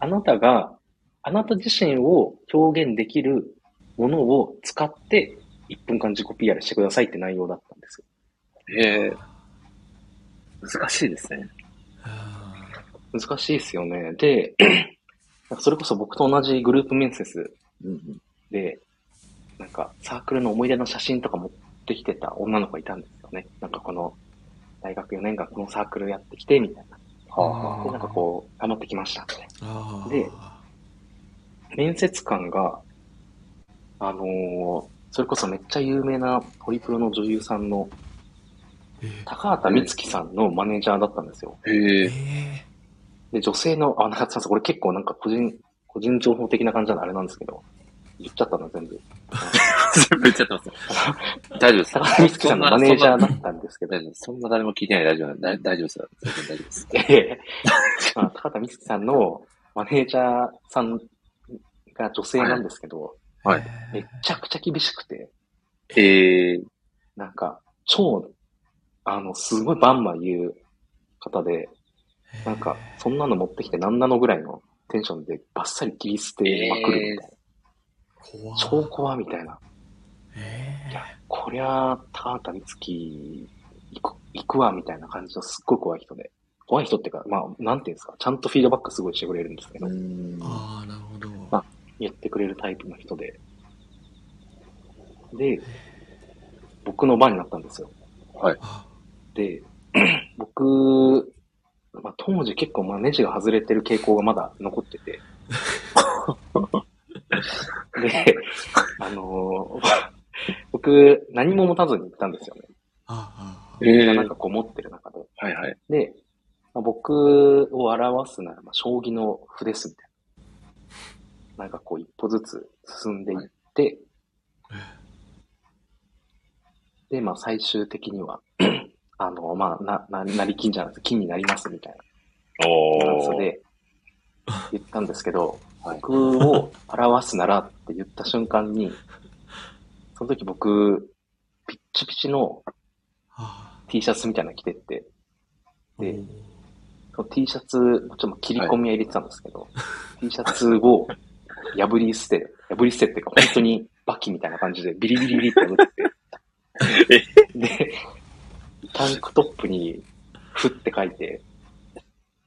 S3: あなたが、あなた自身を表現できるものを使って、1分間自己 PR してくださいって内容だったんですよ。
S1: ええ難しいですね。
S2: あ
S3: 難しいですよね。で、 なんかそれこそ僕と同じグループ面接
S1: うんうん。
S3: で、なんかサークルの思い出の写真とか持ってきてた女の子がいたんですよね。なんかこの、大学4年間このサークルやってきて、みたいな。
S1: はあ、
S3: で、なんかこう、頑張ってきました、みたいな。
S2: ーあー
S3: で面接官が、あのーそれこそめっちゃ有名なホリプロの女優さんの
S2: えー
S3: 高畑充希さんのマネージャーだったんですよ。
S1: ええ
S2: え
S3: で、女性の、あ、なんかすいません、これ結構なんか個人、個人情報的な感じなのあれなんですけど、言っちゃったの全部。
S1: 全部言っちゃってます。大丈夫です。
S3: 高畑 充希さんのマネージャーだったんですけ
S1: そんな大
S3: ど、
S1: 丈夫ですそんな誰も聞いてない。大丈夫。大大丈夫ですよ。全然大丈夫です。
S3: で まあ高畑充希さんのマネージャーさんが女性なんですけど、
S2: ー
S1: はい
S2: え
S3: めちゃくちゃ厳しくて、
S1: ええ
S3: なんか、超、あの、すごいバンバン言う方で、
S2: ー
S3: なんか、そんなの持ってきて何なのぐらいのテンションでバッサリ切り捨てまくるみたいな。
S2: 怖っ
S3: 超怖みたいな。
S2: えー
S3: いやこりゃ、高畑充希行く、行くわ、みたいな感じのすっごい怖い人で。怖い人っていうか、まあ、なんていうんですか、ちゃんとフィードバックすごいしてくれるんですけど、
S1: うん。
S2: ああなるほど
S3: あ言ってくれるタイプの人で。で、僕の番になったんですよ。
S2: あ
S3: で、 僕、まあ、当時結構まあネジが外れてる傾向がまだ残ってて。で、あのー僕、何も持たずに行ったんですよね。
S2: ああ
S1: ええ
S3: なんかこう持ってる中で。
S1: はいはい。
S3: で、まあ、僕を表すなら、まあ、将棋の歩ですみたいな。なんかこう一歩ずつ進んでいって、で、まあ最終的には、 あの、まあ、な、な、なり金じゃなくて金になりますみたいなニュアンス
S1: おー。
S3: で言ったんですけど、
S1: はい
S3: 僕を表すならって言った瞬間に、その時僕、ピッチピチの
S2: あ
S3: T シャツみたいなの着てって、
S2: ー
S3: で
S2: おー
S3: その T シャツ、ちょっと切り込みは入れてたんですけど、T シャツを破り捨て、破り捨てっていうか、本当にバキみたいな感じでビリビリビリって破 って、で、タンクトップに、ふって書いて、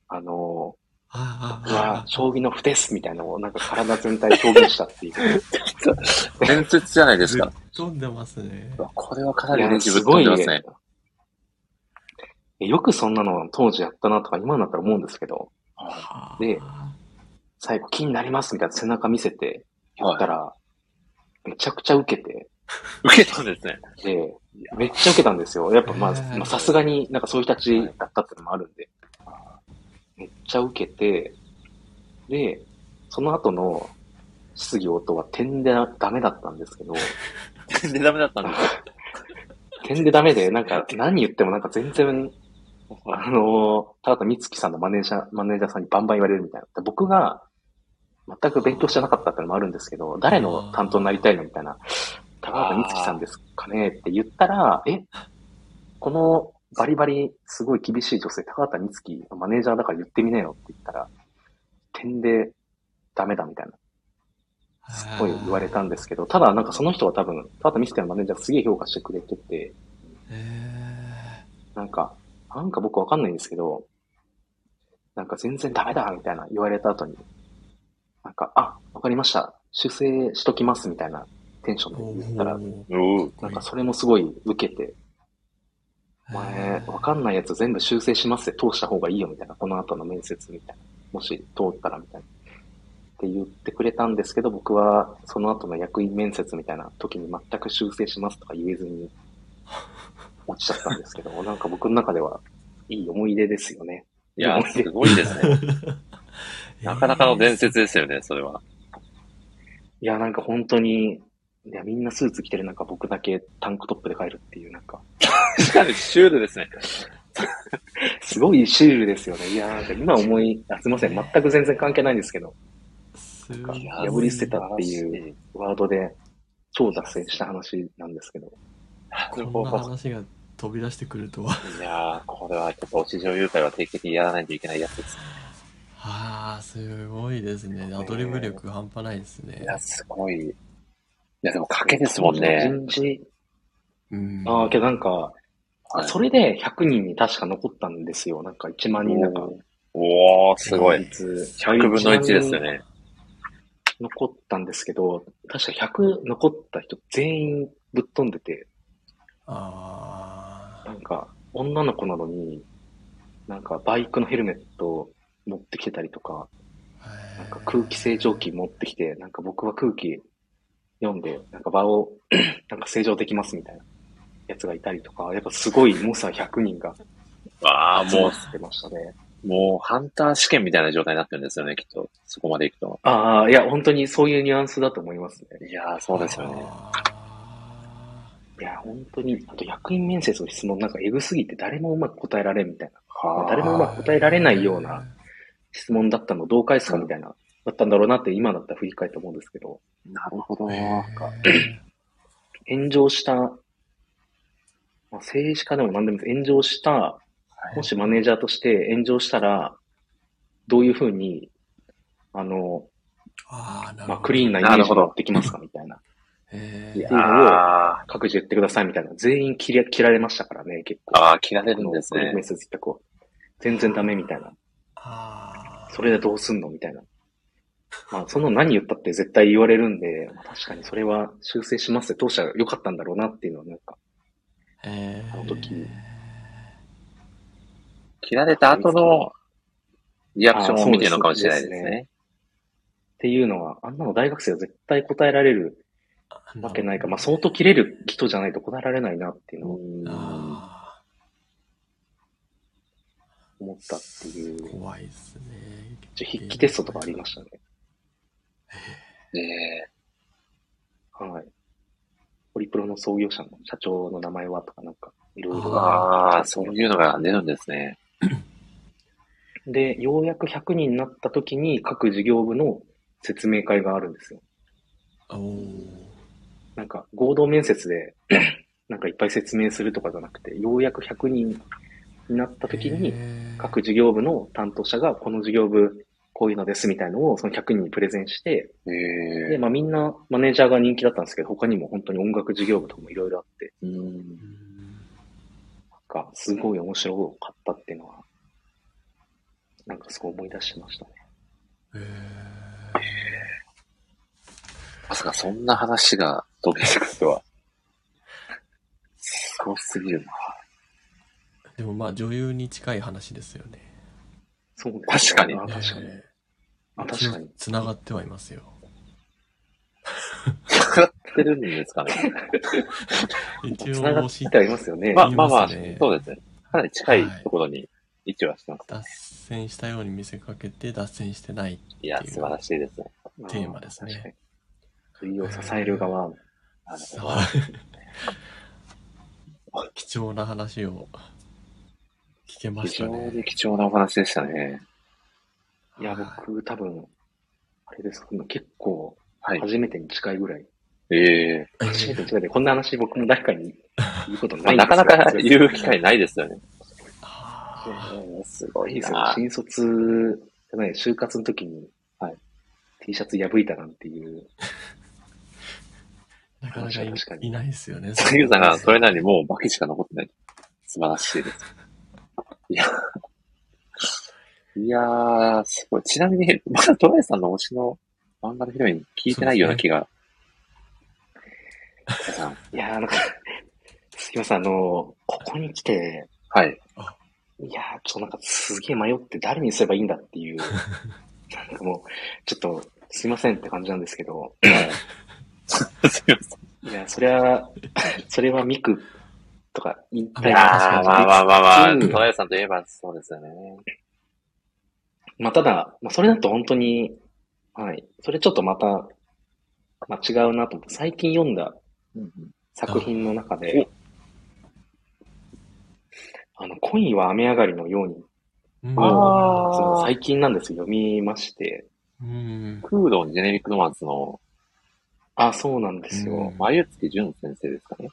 S3: あの
S2: あ
S3: ー、
S2: ー
S3: うわ
S2: あーあー
S3: 将棋の歩ですみたいなのをなんか体全体表現したっ ていう。
S1: 伝説じゃないです
S2: ぶっ
S1: か。
S2: 飛んでますね
S1: うわこれはかないり
S3: や、
S1: ね、自分
S3: す
S1: 飛
S3: ご
S1: ん
S3: い
S1: でますね。
S3: えよくそんなの当時やったなとか今になったら思うんですけど、で
S2: あ
S3: 最後、気になりますみたいな背中見せて、言ったら、めちゃくちゃ受けて、
S1: 受けたんですね。
S3: で、めっちゃ受けたんですよ。やっぱまあ、
S2: へー
S3: まあさすがになんかそういう人たちだったってのもあるんで、めっちゃ受けて、で、その後の質疑応答は点でダメだったんですけど、
S1: 全然ダメだったんです
S3: 点でダメで、なんか何言ってもなんか全然、あのー、ただ美月さんのマネージャー、マネージャーさんにバンバン言われるみたいな。で僕が全く勉強してなかったってのもあるんですけど、誰の担当になりたいのみたいな。高畑美月さんですかねって言ったら、え、このバリバリすごい厳しい女性、高畑美月のマネージャーだから言ってみなよって言ったら、点でダメだみたいな。
S2: ー
S3: すごい言われたんですけど、ただなんかその人は多分、ただミステのマネージャーがすげえ評価してくれてて、
S2: え
S3: なんか、なんか僕わかんないんですけど、なんか全然ダメだみたいな言われた後に、なんか、あ、わかりました。修正しときますみたいなテンショ
S2: ー、お
S3: ンで言ったら、
S2: お
S1: おう
S3: なんかそれもすごい受けて、お前、わかんないやつ全部修正しますって通した方がいいよみたいな、この後の面接みたいな。もし通ったらみたいな。って言ってくれたんですけど、僕はその後の役員面接みたいな時に全く修正しますとか言えずに落ちちゃったんですけど、 なんか僕の中ではいい思い出ですよね。
S1: いや、すごいですね。 なかなかの伝説ですよね、それは。
S3: いや、なんか本当に、いや、みんなスーツ着てる中僕だけタンクトップで帰るっていう、なんか、
S1: しかもシュールですね。
S3: すごいシュールですよね。いや、なんか今思い、あすいません、全く全然関係ないんですけど、
S2: す
S3: なんか
S2: ごい
S3: 破り捨てたっていうワードで超脱線した話なんですけど、
S1: なる
S2: こんな
S1: ほど。
S2: 話が飛び出してくるとは。
S1: いやー、これはちょっとお市場誘拐は定期的にやらないといけないやつです。
S2: ああ、すごいですね。アドリブ力半端ないです
S1: い
S2: ね。
S1: や、すごい。いや、でも賭けですもんね。
S3: 人事、
S2: うん。
S3: ああ、けどなんか、
S1: はい
S3: それで100人に確か残ったんですよ。なんか1万人なんか、
S1: おー、すごい。100
S3: 100
S1: 分の1ですよ。ね。
S3: 残ったんですけど、確か100残った人全員ぶっ飛んでて、
S2: あ
S3: なんか、女の子なのに、なんかバイクのヘルメットを持ってきてたりとか、
S2: あ。
S3: なんか空気清浄機持ってきて、なんか僕は空気読んで、なんか場を なんか清浄できますみたいなやつがいたりとか、やっぱすごい猛者100人が
S1: あー、
S3: 集ま
S1: も
S3: ってましたね。
S1: う、もう、ハンター試験みたいな状態になってるんですよね、きっと。そこまで行くと。
S3: ああ、いや、本当にそういうニュアンスだと思いますね。
S1: いやー、そうですよね。
S2: あ
S3: いや、本当に、あと役員面接の質問なんかエグすぎて誰もうまく答えられんみたいな。
S1: は
S2: ー
S3: 誰もうまく答えられないような。質問だったのどう返すかみたいな、だったんだろうなって今だったら振り返って思うんですけど、
S1: なるほど。
S2: へー
S3: 炎上した、まあ、政治家でも何でもいいです炎上した、もしマネージャーとして炎上したら、どういうふうに、あの、
S2: ああ、なる
S3: まあ、
S2: ほど。
S3: クリーンなイメージに持ってきますかみたいな、
S2: へ
S3: いや
S2: ー
S1: あ
S3: 各自言ってくださいみたいな、全員切れ切られましたからね、結
S1: ー、
S3: 構。
S1: あー、切られ
S3: こ
S1: るん
S3: の
S1: です
S3: グルー
S1: ね
S3: プメッ。セージってこう、全然ダメみたいな。
S2: ああ。
S3: それでどうすんのみたいな。まあ、その何言ったって絶対言われるんで、まあ、確かにそれは修正しますって当社が良かったんだろうなっていうのはなんか、
S2: えー
S3: あの時
S1: 切られた後のリアクションを見てるのかもしれないです
S3: あーそう
S1: ね。
S3: っていうのは、あんなの大学生は絶対答えられるわけないか、まあ相当切れる人じゃないと答えられないなっていうのを
S1: うん
S2: あ
S3: 思ったってい
S2: ー
S3: う、
S2: 怖いですね。
S3: ちょ筆記テストとかありましたね。
S1: え
S3: はい。ホリプロの創業者の社長の名前はとかなんか、いろい
S1: ー、
S2: ー
S3: ろ。
S1: あー、そういうのが出るんですね。
S3: で、ようやく100人になった時に各事業部の説明会があるんですよ。
S2: おー
S3: なんか合同面 接でなんかいっぱい説明するとかじゃなくて、ようやく100人になった時に、
S2: へー
S3: 各事業部の担当者が、この事業部、こういうのですみたいのをその100人にプレゼンして、
S1: え
S3: で、
S1: え
S3: まあみんなマネージャーが人気だったんですけど、他にも本当に音楽事業部とかもいろいろあって、
S1: うん
S2: うん
S3: なんかすごい面白かったっていうのは、なんかすごい思い出しましたね。
S2: へー
S1: まさかそんな話が飛び出てくるとは。すごすぎるな。
S2: でもまあ女優に近い話ですよね。
S3: そうですね。
S1: 確かに
S3: あ確かに。
S2: え
S3: あ、
S2: ー
S3: 確かに。
S2: つながってはいますよ。
S1: 使ってるんですかね。
S2: 一
S3: 繋が
S2: 応
S3: ってはいますよね。
S1: まあ
S2: い
S1: まあ
S2: ますね
S1: まあ、そうですね。かなり近いところに位置はしてます。
S2: 脱線したように見せかけて脱線してない。
S1: い、や、素晴らしいですね。
S2: テーマですね
S3: 確かに。冬を支える側、
S1: あの
S2: さあ貴重な話を聞けま
S1: 非
S2: した
S1: 常
S2: ね。
S1: に貴重なお話でしたね。
S3: いや、
S2: はい
S3: 僕多分、あれです、結構、
S1: はい。
S3: 初めてに近いぐらい
S1: ええ
S3: 初めて違うで、こんな話僕も誰かに言うこと
S1: ま
S3: な
S1: あ、
S3: いん
S1: な
S3: です
S1: か
S3: よ
S1: なか言う機会ないですよね。
S2: あ
S1: すご
S3: いいですよね
S1: な。
S3: 新卒じゃない、就活の時に、
S1: はい
S3: T シャツ破いたなんていう
S2: なかなかい
S4: 確かに
S2: いないですよね。
S4: 杉浦さんがそれなりにもうバキしか残ってない。素晴らしいです。いや、いやー、すごい。ちなみに、まだトライさんの推しの漫画のヒロイン聞いてないような気が。皆さん、
S3: いやー、なんか、すきません、あのー、ここに来て、
S4: はい。
S3: いやー、ちょっとなんかすげえ迷って誰にすればいいんだっていう、なんかもう、ちょっとすいませんって感じなんですけど、
S4: すみません。
S3: いや、それは、それはミクとか言いたい
S2: い
S3: な
S2: やー
S4: あー、まあまあまあまあ、
S3: うん
S4: トライさんといえばそうですよね。
S3: まあ、ただ、まあ、それだと本当に、はい、それちょっとまた、まあ、違うなと思って、最近読んだ作品の中で、あの、恋は雨上がりのように、
S2: うん
S4: あー
S3: その最近なんですけど読みまして、
S2: うん。
S4: クーロンジェネリックロマンスの、
S3: あ、そうなんですよ。
S2: うん
S4: 眉月淳先生ですかね。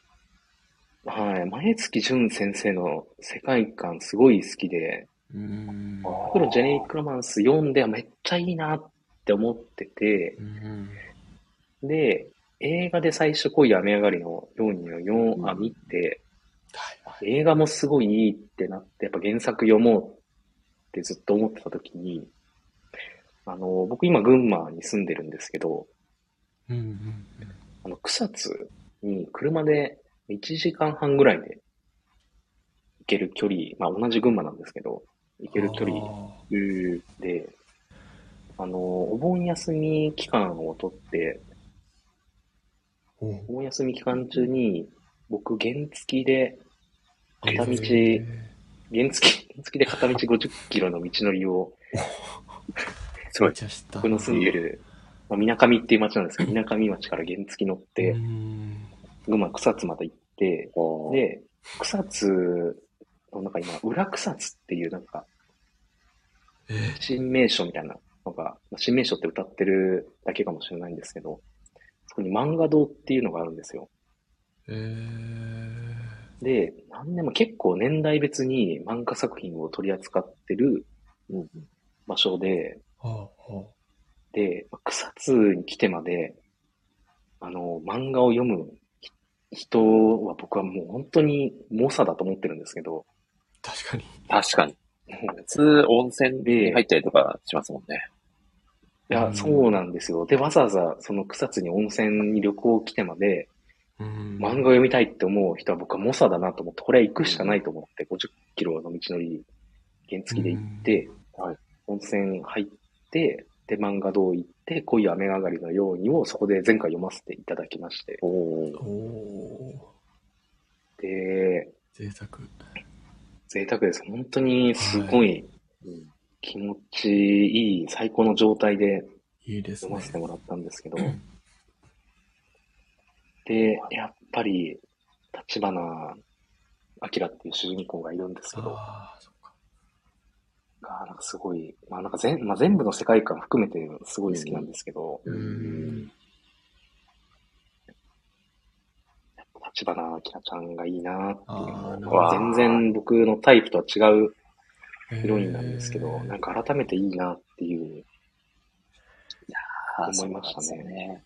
S3: はい。前月淳先生の世界観すごい好きで、
S2: うん。
S3: 僕のジェネリックロマンス読んで、あめっちゃいいなって思ってて、
S2: うん
S3: で、映画で最初恋雨上がりのようにの4、あ、見て、
S2: はい
S3: 映画もすごいいいってなって、やっぱ原作読もうってずっと思ってた時に、あの、僕今群馬に住んでるんですけど、
S2: うんうん
S3: あの、草津に車で1時間半ぐらいで行ける距離、まあ同じ群馬なんですけど、行ける距離
S2: あ
S3: で、あの、お盆休み期間を取って、
S2: ーおう
S3: お盆休み期間中に、僕原付で片道、
S2: へ
S3: 原付、原付で片道50キロの道のりを、
S4: すご
S2: ー
S4: い
S2: め。ちゃした
S3: 僕の住んでる、まあ、みなかみっていう町なんですけど、みなかみ町から原付乗って
S2: う、ん
S3: 群馬草津まで行って、
S4: おー
S3: で、草津のなんか今、裏草津っていうなんか、
S2: え
S3: 新名所みたいなのが、まあ新名所って歌ってるだけかもしれないんですけど、そこに漫画堂っていうのがあるんですよ。
S2: えー
S3: で、何年も結構年代別に漫画作品を取り扱ってる
S4: うん
S3: 場所で、
S2: はあは
S3: で、まあ草津に来てまで、あの、漫画を読むひ人は僕はもう本当に猛者だと思ってるんですけど、
S2: あ確かに
S4: 確かに。
S3: もう
S4: 普通、温泉に入ったりとかしますもんね。
S3: いや、
S2: うん
S3: そうなんですよ。で、わざわざその草津に温泉に旅行来てまで、
S2: うん
S3: 漫画を読みたいって思う人は僕は猛者だなと思って、これは行くしかないと思って、50キロの道のり、原付で行って、はい温泉入って、で、漫画堂行って、恋雨上がりのようにをそこで前回読ませていただきまして。
S4: おー
S2: おお
S3: で、
S2: ー贅沢
S3: 贅沢です。本当にすごい
S4: うん
S3: 気持ちいい、最高の状態で
S2: いいです
S3: 読
S2: ね
S3: ませてもらったんですけど、で、やっぱり、立花明っていう主人公がいるんですけど、
S2: ああそっか
S3: がなんかすごい、まあなんか全,、まあ、全部の世界観含めてすごい好きなんですけど、
S2: うん
S3: 立花明ちゃんがいいなっていう
S2: あー
S3: のを、
S2: なるほど
S3: まあ全然僕のタイプとは違うヒ
S2: ヒ
S3: ロインなんですけど、
S2: え
S3: なんか改めていいなっていう、
S4: あー
S3: 思いまし
S4: そうな
S3: たね
S4: んですよね。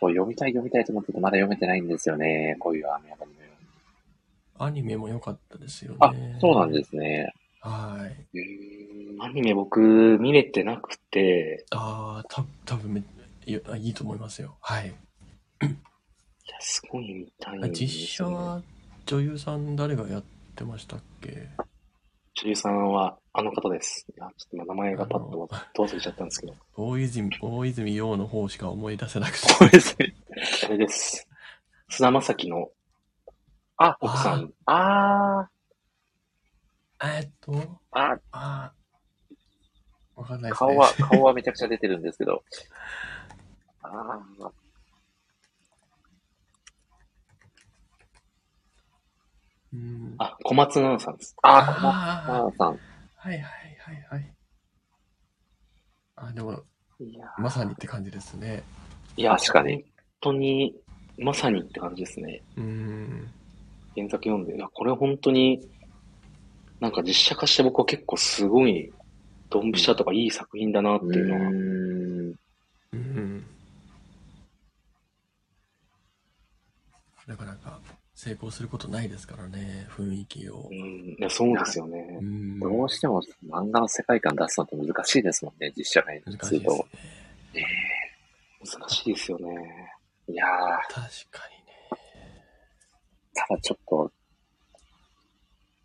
S4: そう、読みたい読みたいと思ってて、まだ読めてないんですよね。こういう雨上がりのように。
S2: アニメも良かったですよね
S4: あ、そうなんですね。
S2: はい
S4: へー
S3: アニメ僕見れてなくて、
S2: ああた多分めいやいいと思いますよはい
S3: いや、すごい見たいん
S2: あ
S3: ですよね
S2: 実写は女優さん誰がやってましたっけ
S3: 女優さんはあの方です。いやちょっと今名前がパッと忘れちゃったんですけど、
S2: 大泉大泉洋の方しか思い出せなくて
S4: そうですね。
S3: あれです。菅田将暉の、あ、奥さん。
S4: あ
S2: えーっと
S4: ー、あ
S2: ああわかんない
S4: ー、
S2: ですね
S4: 顔は、顔はめちゃくちゃ出てるんですけど。あー、
S2: うん
S3: あ、小松菜奈さんです。
S4: あー、小松菜
S2: あ
S4: 奈さん。
S2: あはいはいはいはいあでも
S3: いや、
S2: まさにって感じですね
S3: いや
S4: 確かに。
S3: 本当に、まさにって感じですね。
S2: うーん
S3: 原作読んで。いや、これ本当に、なんか実写化して僕は結構すごい、ドンピシャとかいい作品だなっていうのは、
S4: うーん
S2: うんなかなか成功することないですからね、雰囲気を
S3: う。ん。いや、そうですよね。
S2: うん
S1: どうしても漫画の世界観出すのって難しいですもんね、実写化に
S2: 難
S1: す
S2: しい
S1: る
S2: ですね
S1: と。。
S3: 難しいですよね。
S1: いやー、
S2: 確かにね。
S1: ただちょっと、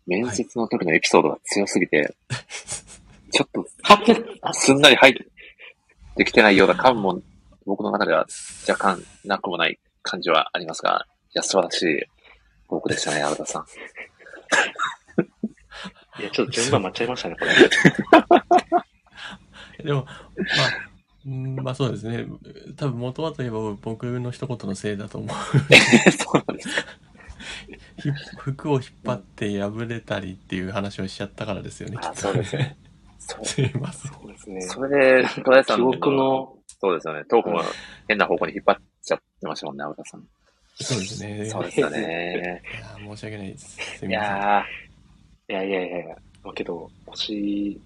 S1: 面接の時のエピソードが強すぎて、 ちょっと、すんなり入ってきてないような感も、僕の中では若干なくもない感じはありますが、いや、素晴らしい僕でしたね、新田さん。
S3: いや、ちょっと順番待っちゃいましたね、これ。
S2: でも、まあ、うんまあそうですね。多分元はといえば僕の一言のせいだと思う。
S1: そうなんです。
S2: ひ 服を引っ張って破れたりっていう話をしちゃったからですよね。
S1: あ
S2: きっと
S1: そうですね。そ
S2: すいません。
S3: そうですね。
S1: それで、トライさん
S3: 記憶の、
S1: そうですよね。トークも変な方向に引っ張っちゃってましたもんね、青田さん。
S2: そうですね。
S1: そうですよ ね。
S2: いやー申し訳ないです。す
S1: い
S2: いません。
S1: や
S3: いやいやいやいや、まあけど、星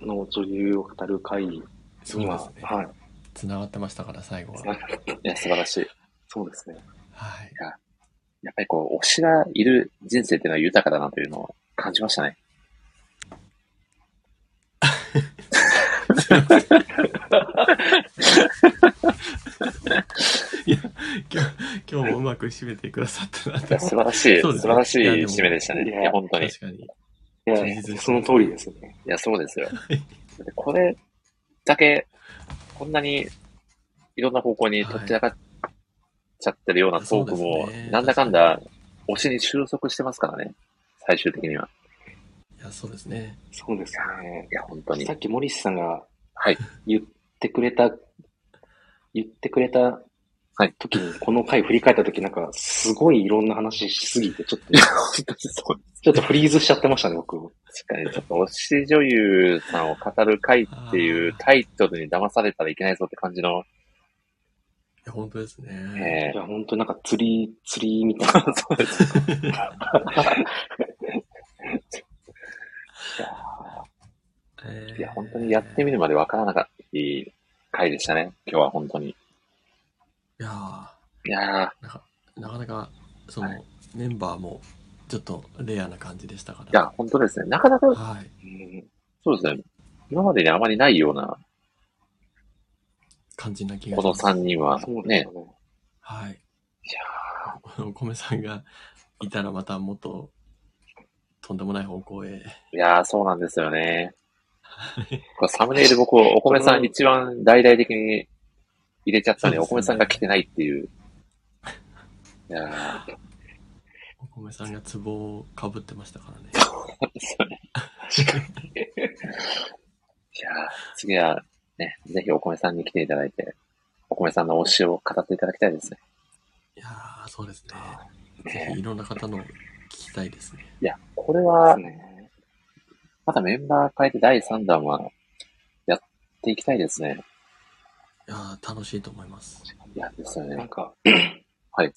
S3: の女優を語る会に
S2: そうで
S3: は、
S2: すね。
S3: はい。
S2: つながってましたから、最後は。
S1: ー、いや、素晴らしい。
S3: そうですね。
S2: はい。
S1: やっぱりこう、推しがいる人生っていうのは豊かだなというのを感じましたね。
S2: 今日今日もうまく締めてくださったなっ
S1: い
S2: て
S1: や、素晴らしい、
S2: そ
S1: 素
S2: うですね
S1: 晴らしい
S2: いやでも
S1: 締めでしたね。
S3: いや
S1: いや、本当に。い
S2: 確かに。
S3: いや
S2: 充実してます
S3: その通りですね。
S1: や、そうですよ
S2: い。
S1: でこれだけ、こんなにいろんな方向にとってやがっちゃってるようなトーク
S2: そう
S1: も
S2: です、ね
S1: なんだかんだ推しに収束してますからね。最終的には。
S2: いや、そうですね。
S3: そうですね
S1: い。や、本当に
S3: さ。っき森氏さんが
S1: はい。
S3: 言ってくれた、言ってくれた
S1: はい
S3: 時に、この回振り返った時なんか、すごいいろんな話しすぎて、ちょっと、
S1: 本当にそう
S3: ちょっとフリーズしちゃってましたね、僕。
S1: 確かに、ちょっと推し女優さんを語る会っていうタイトルに騙されたらいけないぞって感じの、
S2: いや、本当ですね。
S1: え
S3: いや、本当になんか釣り、釣りみたいな。そうです。
S2: え
S1: ー
S2: ー
S1: いや、本当にやってみるまでわからなかったいい回でしたね。今日は本当に。
S2: いやー
S1: いやー、
S2: なんか、なかなか、そ
S1: は
S2: の、メンバーも、ちょっとレアな感じでしたか
S1: い
S2: ら。
S1: や、本当ですね。なかなか、
S2: はい。
S3: うん
S1: そうですね。今までにあまりないような、
S2: 感じな気が
S1: こ
S2: し
S1: の
S2: ます。
S1: 3人は
S3: そう、です
S1: ね。
S3: よね。
S2: はい。
S1: いや
S2: お米さんがいたらまたもっと、とんでもない方向へ。
S1: ー、いやーそうなんですよね。これサムネイル僕、お米さん一番大々的に入れちゃったのに、
S2: そう
S1: お
S2: で
S1: 米
S2: すね
S1: さんが来てないっていう。いやー、
S2: お米さんが壺をかぶってましたからね。
S1: そうですよね。いやー次は、ね、ぜひお米さんに来ていただいて、お米さんの推しを語っていただきたいですね。
S2: いやー、そうですね。ぜひいろんな方の聞きたいですね。
S1: いや、これ
S3: で
S1: は
S3: す、ね。
S1: またメンバー変えて第3弾は、やっていきたいですね。
S2: いやー、楽しいと思います。
S1: いや、ですよ
S3: な
S1: ね
S3: ん。 か、
S1: はい。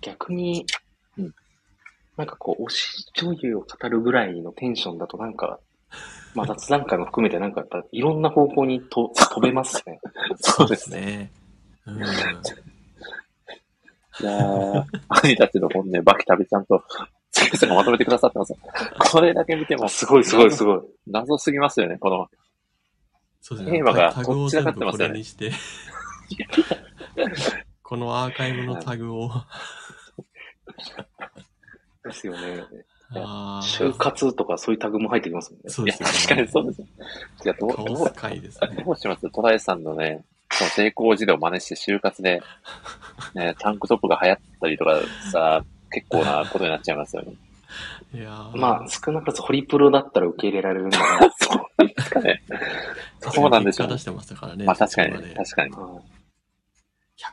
S3: 逆に
S1: うん、
S3: なんかこう、推し女優を語るぐらいのテンションだとなんか、まあ雑談会も含めてなんかやっぱいろんな方向にと飛べますね。
S1: そうで
S2: ですす
S1: ね。
S2: ね。うん。
S1: いやー、兄たちの本音、バキ旅ちゃんと、つけさんがまとめてくださってます。これだけ見ても、
S3: すごいすごいすごい。
S1: 謎すぎますよね、この。
S2: そうですね。
S1: テーマが
S2: タグを全部これにして、 このアーカイブのタグを。
S3: ですよね。
S2: あー
S3: 就活とかそういうタグも入ってきますもんね。
S2: そう
S1: い
S2: で
S1: や、
S2: すよね。
S1: 確かにそうです。いや、どう、
S2: カ
S1: ど
S2: オス
S1: う、
S2: 会ですね。
S1: どうしますトライさんのね、その成功事例を真似して就活で、ね、タンクトップが流行ったりとかさ、結構なことになっちゃいますよね。
S2: いやー
S3: まあ、少なからずホリプロだったら受け入れられるんだ な。
S1: そうですかね。そうなんです
S2: 結
S1: よ
S2: 果出。してましたからね。
S1: まあ確か
S2: そこま
S1: に、
S2: で
S1: 確かに。
S3: うん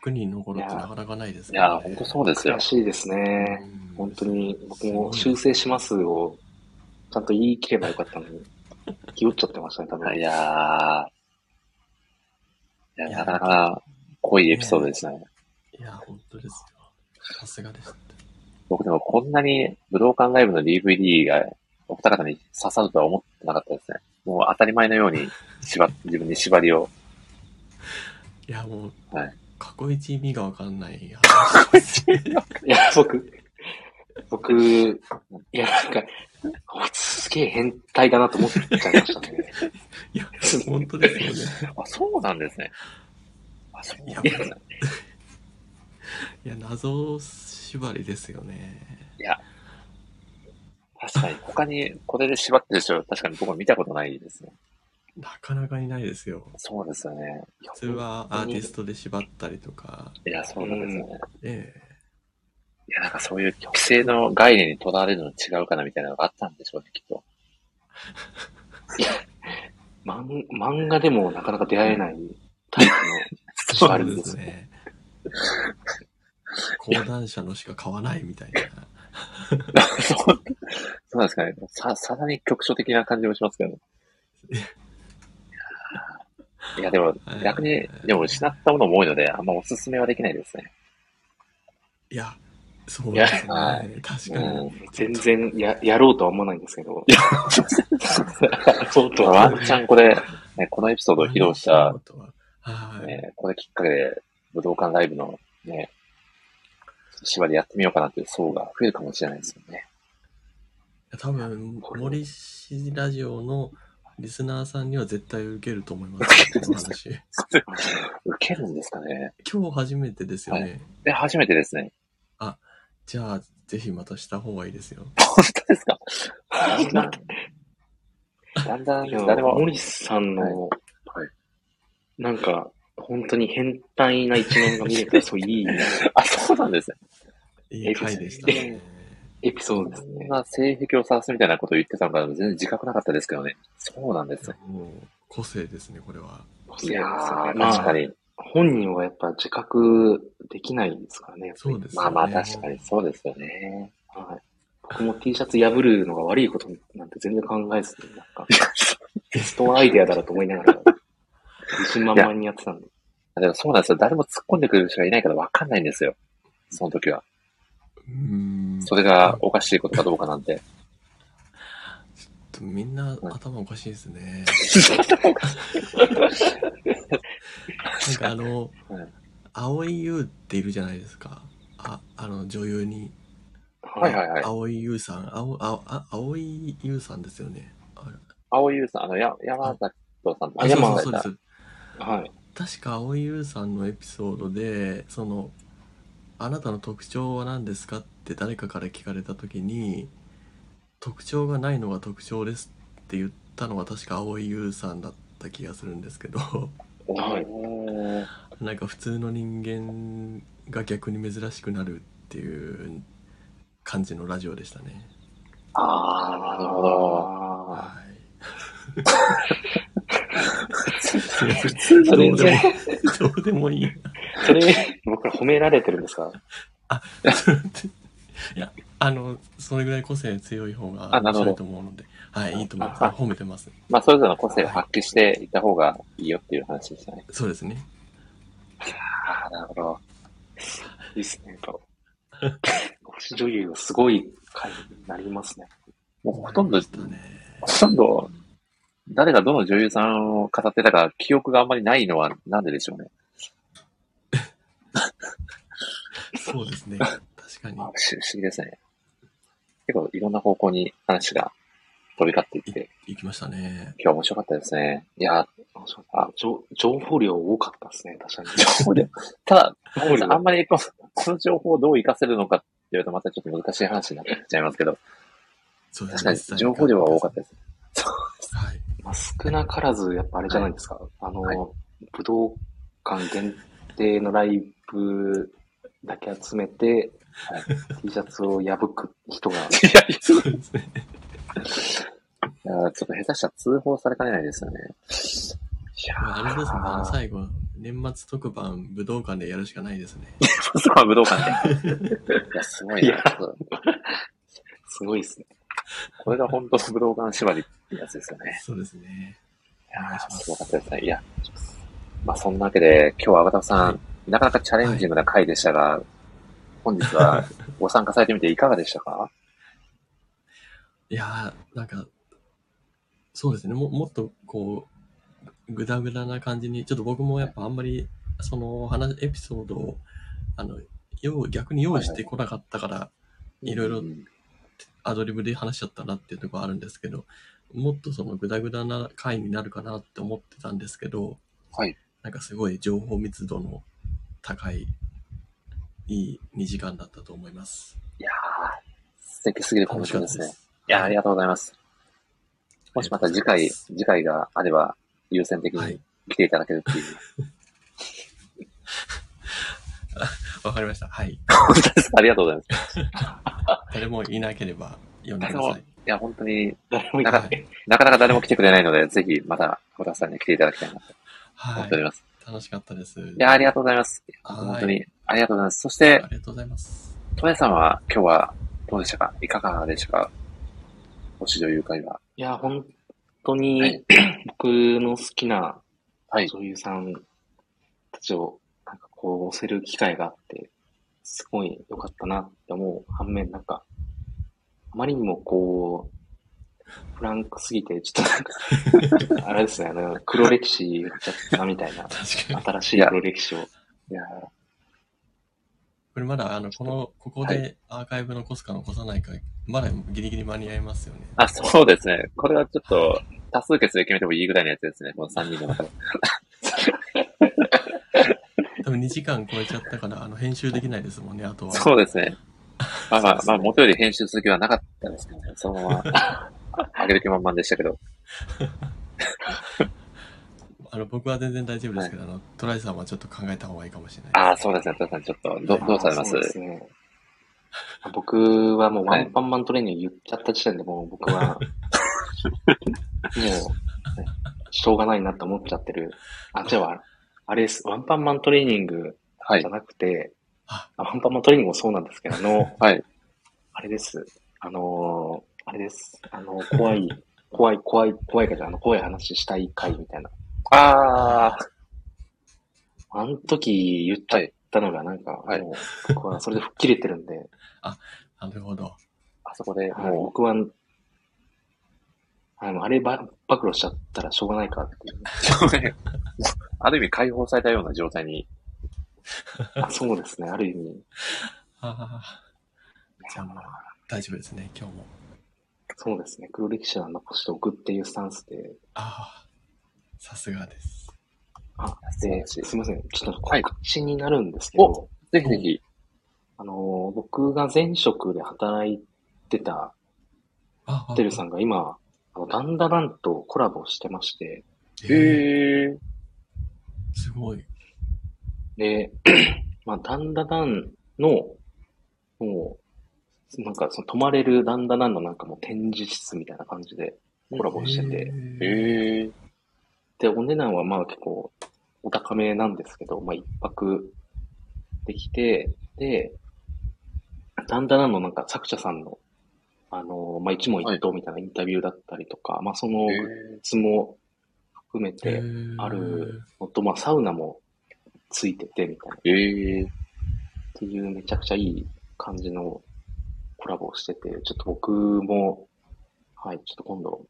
S2: 100人の頃ってなかなかないです
S1: い
S2: から
S1: や
S2: ね
S1: ー、ほんとそうですよ
S3: 悔。しいですね。
S2: うん
S3: 本当に、僕も
S2: すごい
S3: 修正しますを、ちゃんと言い切ればよかったのに、気負っちゃってましたね、多分。
S1: いやー。いや、なかなか濃いエピソードですね。
S2: いや、本当ですよ。さすがです。
S1: 僕でもこんなに武道館ライブの DVD がお二方に刺さるとは思ってなかったですね。もう当たり前のように縛、自分に縛りを。
S2: いや、もう、
S1: はい
S2: 過去一意味がわかんない話 ですね。
S3: いや、僕、僕、いや、なんか、おすげえ変態だなと思っちゃいましたね。
S2: いや、本当ですよね。
S1: あ、そうなんですね。あ、そう
S2: い
S1: なん
S2: や
S1: ですね。
S2: いや、謎縛りですよね。
S1: 確かに、他にこれで縛ってる人、確かに僕は見たことないですね。
S2: なかなかいないですよ。
S1: そうですよね。いや
S2: 普通はアーティストで縛ったりとか、
S1: いや、そうなんですよね。
S2: ええ
S1: いや、なんかそういう規制の概念にとらわれるの違うかなみたいなのがあったんでしょうね、きっと。
S3: 漫漫画でもなかなか出会えないタイプの縛りですね。
S2: ね。講談社のしか買わないみたいな。
S1: そう そうなんですかね。さ、さらに局所的な感じもしますけどね。いや、でも
S2: はい、
S1: 逆に、でも失ったものも多いので、あんまおすすめはできないですね。
S2: いや、そうですね
S1: いやは。
S2: 確か
S3: も
S2: に。
S3: う全然ややろうとは思わないんですけど。やろうと
S1: ワ
S3: は。
S1: ンチャンこれ、ねこのエピソードを披露した、
S2: はい。
S1: ね、これきっかけで、武道館ライブのね、芝でやってみようかなっていう層が増えるかもしれないですよね。
S2: 多分、
S3: これ
S2: 森氏ラジオのリスナーさんには絶対受けると思います。この 話。
S1: 受けるんですかね。
S2: 今日初めてですよね。
S1: え、初めてですね。
S2: じゃあ、ぜひまたした方がいいですよ。
S1: 本当ですかだんだん、
S3: いや、
S1: 誰も、
S3: 森さんの、
S1: はいはい
S3: なんか、本当に変態な一面が見れたら、そういい
S1: あ、そうなんですね。
S2: いい回でしたね。
S3: エピソードです
S1: そん
S3: ね。
S1: な性癖を探すみたいなことを言ってたのが全然自覚なかったですけどね。そうなんですね。
S2: もう、個性ですね、これは。
S1: いや
S3: まあ
S1: ー、確かに。
S3: 本人はやっぱ自覚できないですからね。やっぱり
S2: そうですよ
S1: ま
S2: ね。
S1: あまあ、確かにそうですよね。
S3: はい。僕も T シャツ破るのが悪いことなんて全然考えずに、なんか、ベストアイデアだろうと思いなが ら、自信満々にやってたんで。
S1: でもそうなんですよ。誰も突っ込んでくれる人がいないから分かんないんですよ。その時は。
S2: うーん。
S1: それがおかしいことかどうかなんて。
S2: みんな頭おかしいですね。 なんかあの
S1: うん、
S2: 蒼井優っているじゃないですか。あ、あの、女優に。
S1: はいはいはい。
S2: 蒼井優さん。あおああ蒼井優さんですよね。あ
S1: 青井優さん、あの、や山崎とさんと
S2: あ、
S1: か
S2: そう
S1: 山
S2: そ
S1: 崎
S2: うそう
S1: さ
S2: で
S1: ん
S2: す。
S3: はい。
S2: 確か蒼井優さんのエピソードでその「あなたの特徴は何ですか?」って誰かから聞かれた時に「特徴がないのが特徴です」って言ったのは確か蒼井優さんだった気がするんですけど
S3: はい
S1: おー
S2: なんか普通の人間が逆に珍しくなるっていう感じのラジオでしたね。
S1: ああ、なるほど。
S3: あ
S2: はい
S1: 普通
S2: ど
S1: の
S2: うで
S1: 人
S2: も
S1: 間。
S2: どうでもいいな。
S3: ーそれ、僕ら褒められてるんですか
S2: いや、あの、それぐらい個性強い方が
S1: あなるほ
S2: 面白
S1: ど
S2: いと思うので、はい、いいと思います。
S1: あ
S2: 褒めてます。
S1: まあ、それぞれの個性を発揮していった方がいいよっていう話でしたね。
S2: そうですね。
S1: ああ、なるほど。
S3: いいっすね、やっぱ。推し女優はすごい回になりますね。
S1: もうほとんど、
S2: そうでしたね。
S1: ほとんど、誰がどの女優さんを語ってたか記憶があんまりないのはなんででしょうね。
S2: そうですね。確か
S1: あ。不
S2: に
S1: 思不思議ですね。結構いろんな方向に話が飛び交っていって、
S2: 行きましたね。
S1: 今日は面白かったですね。いやー、
S3: あそうあ情情報量多かったですね、確かに。
S1: そうだよただ、
S3: 情報量
S1: あんまりこのこの情報をどう活かせるのかって言うとまたちょっと難しい話になってきちゃいますけど、
S2: そうで
S1: 確
S2: す
S1: か
S2: ね。。
S1: に情報量は多かったたです。
S2: はい。
S3: まあ、少なからず、やっぱあれじゃないですか。あの、
S1: はい
S3: 武道館限定のライブだけ集めて、T シャツを破く人が、
S1: いやい
S2: そうですね。
S1: や、いやちょっと下手したら通報されかねないですよね。いや
S2: まああれですね。あの
S1: ー、
S2: 最後、年末特番、武道館でやるしかないですね。
S1: そこは武道館で。いや、すごいな
S3: いや。
S1: ちょっと
S3: すごいですね。
S1: これが本当の武道館縛りってやつですよね。
S2: そうですね。
S1: いや
S2: お願いし
S1: ー、
S2: ます
S1: すごかったですね。いや、まあそんなわけで、今日はアバタフさん、なかなかチャレンジングな回でしたが、本日はご参加されてみていかがでしたか
S2: いやー、なんか、そうですね。ももっとこう、ぐだぐだな感じに、ちょっと僕もやっぱあんまりその話、エピソードを、あの、用逆に用意してこなかったから、いろいろ
S1: うん
S2: アドリブで話しちゃったなっていうところあるんですけど、もっとそのグダグダな回になるかなって思ってたんですけど、
S5: はい。
S2: なんかすごい情報密度の高い、いい2時間だったと思います。
S1: いやー、素敵すぎるコメン
S2: 楽し
S1: ト
S2: か
S1: で
S2: った
S1: す
S2: で
S1: ね。
S2: す。
S1: いやー、ありがとうございます。もしまた次回、
S2: は
S1: 次回があれば、優先的
S2: はい
S1: に来ていただけるっていう。
S2: わかりました。はい。
S1: 本当ですかありがとうございます。
S2: 誰もいなければ読んでください。
S1: いや、本当に、
S3: 誰もい
S1: な
S3: な
S1: か
S3: い。
S1: なかなか誰も来てくれないの で、ぜひ、また、小田さんに来ていただきたいなと思
S2: は
S1: っており
S2: い。
S1: ます。
S2: 楽しかったです。
S1: い、やー、ありがとうございます。
S2: はい
S1: 本当に、ありがとうございます。そして
S2: あ、りがとうございます。
S1: トヤさんは、今日は、どうでしたかいかがでしたかお市場誘拐は。
S3: いや、本当
S1: は
S3: に
S1: い、
S3: 僕の好きな
S1: はい。
S3: 女優さんたちを、なんかこう、押せる機会があって、すごい良かったなって思う。反面、なんか、あまりにもこう、フランクすぎて、ちょっとなんか、あ れですね、あの、黒歴史やっちゃったなみたいな、
S2: 確かに。
S3: 新しい黒歴史を。
S1: いやー
S2: これまだ、あの、この、ここでアーカイブ残すか残さないか、まだギリギリ間に合いますよね。
S1: あ、そうですね。これはちょっと、多数決で決めてもいいぐらいのやつですね。この3人の中で。
S2: 多分2時間超えちゃったから、あの、編集できないですもんね、あとは。
S1: そうですね。まあま
S3: そう
S1: あ
S3: で、す
S1: ま
S3: ね
S1: あ、元より編集続きはなかったですけどね。そのまま、 上げる気満々でしたけど。
S2: あの、僕は全然大丈夫ですけど、あの、トライさんはちょっと考えた方がいいかもしれない
S1: あ
S2: で
S1: あ、そうですね。トラさん、ちょっと、ど、どうされます
S3: そうですね。僕はもうワ
S1: はい
S3: ンパンマントレーニング言っちゃった時点でもう僕は、 もう、ねしょうがないなって思っちゃってる。あ、じゃあ、あれです。ワンパンマントレーニング
S1: はい
S3: じゃ。なくて、
S2: あ
S3: あワンパンマントレーニングもそうなんですけど、あの、
S1: はい。
S3: あれです。あのーあれです。あの、怖い、怖い、怖い、怖いから、あの、怖い話したい回みたいな。
S1: ああ、
S3: あの時言っちゃったのがなんか、
S1: はい
S3: もう、僕はそれで吹っ切れてるんで、
S2: す。なるほど。
S1: あそこで
S3: はい、
S1: も
S3: 僕は、あの、あれば、暴露しちゃったらしょうがないかっていう。
S1: う、 ある意味解放されたような状態に、
S3: あそうですね、ある意味。
S2: ああ。じゃあもう、大丈夫ですね、今日も。
S3: そうですね、黒歴史は残しておくっていうスタンスで。
S2: ああ。さすがです。
S3: あ、
S1: 素晴
S3: で
S1: らしい
S3: すいません、ちょっと
S1: はい
S3: 告知になるんですけど、
S1: おぜひぜひ、
S3: あの、僕が前職で働いてた
S2: ああ。
S3: テルさんが今、あのダンダダンとコラボしてまして、
S2: ええ
S1: へえ、
S2: すごい。
S3: で、 まあ、ダンダダンの、もう、なんかその泊まれるダンダダンのなんかもう展示室みたいな感じでコラボしてて、
S2: ええ
S1: へえ、
S3: で、お値段はまあ結構お高めなんですけど、まあ一泊できて、で、ダンダダンのなんか作者さんの、あのーまあ一問一答みたいなインタビューだったりとか、まあそのグッズも含めて、あるのと、まあ、サウナもついてて、みたいな、っ
S1: へえ、
S3: ていうめちゃくちゃいい感じのコラボをしてて、ちょっと僕も、はい、ちょっと今度、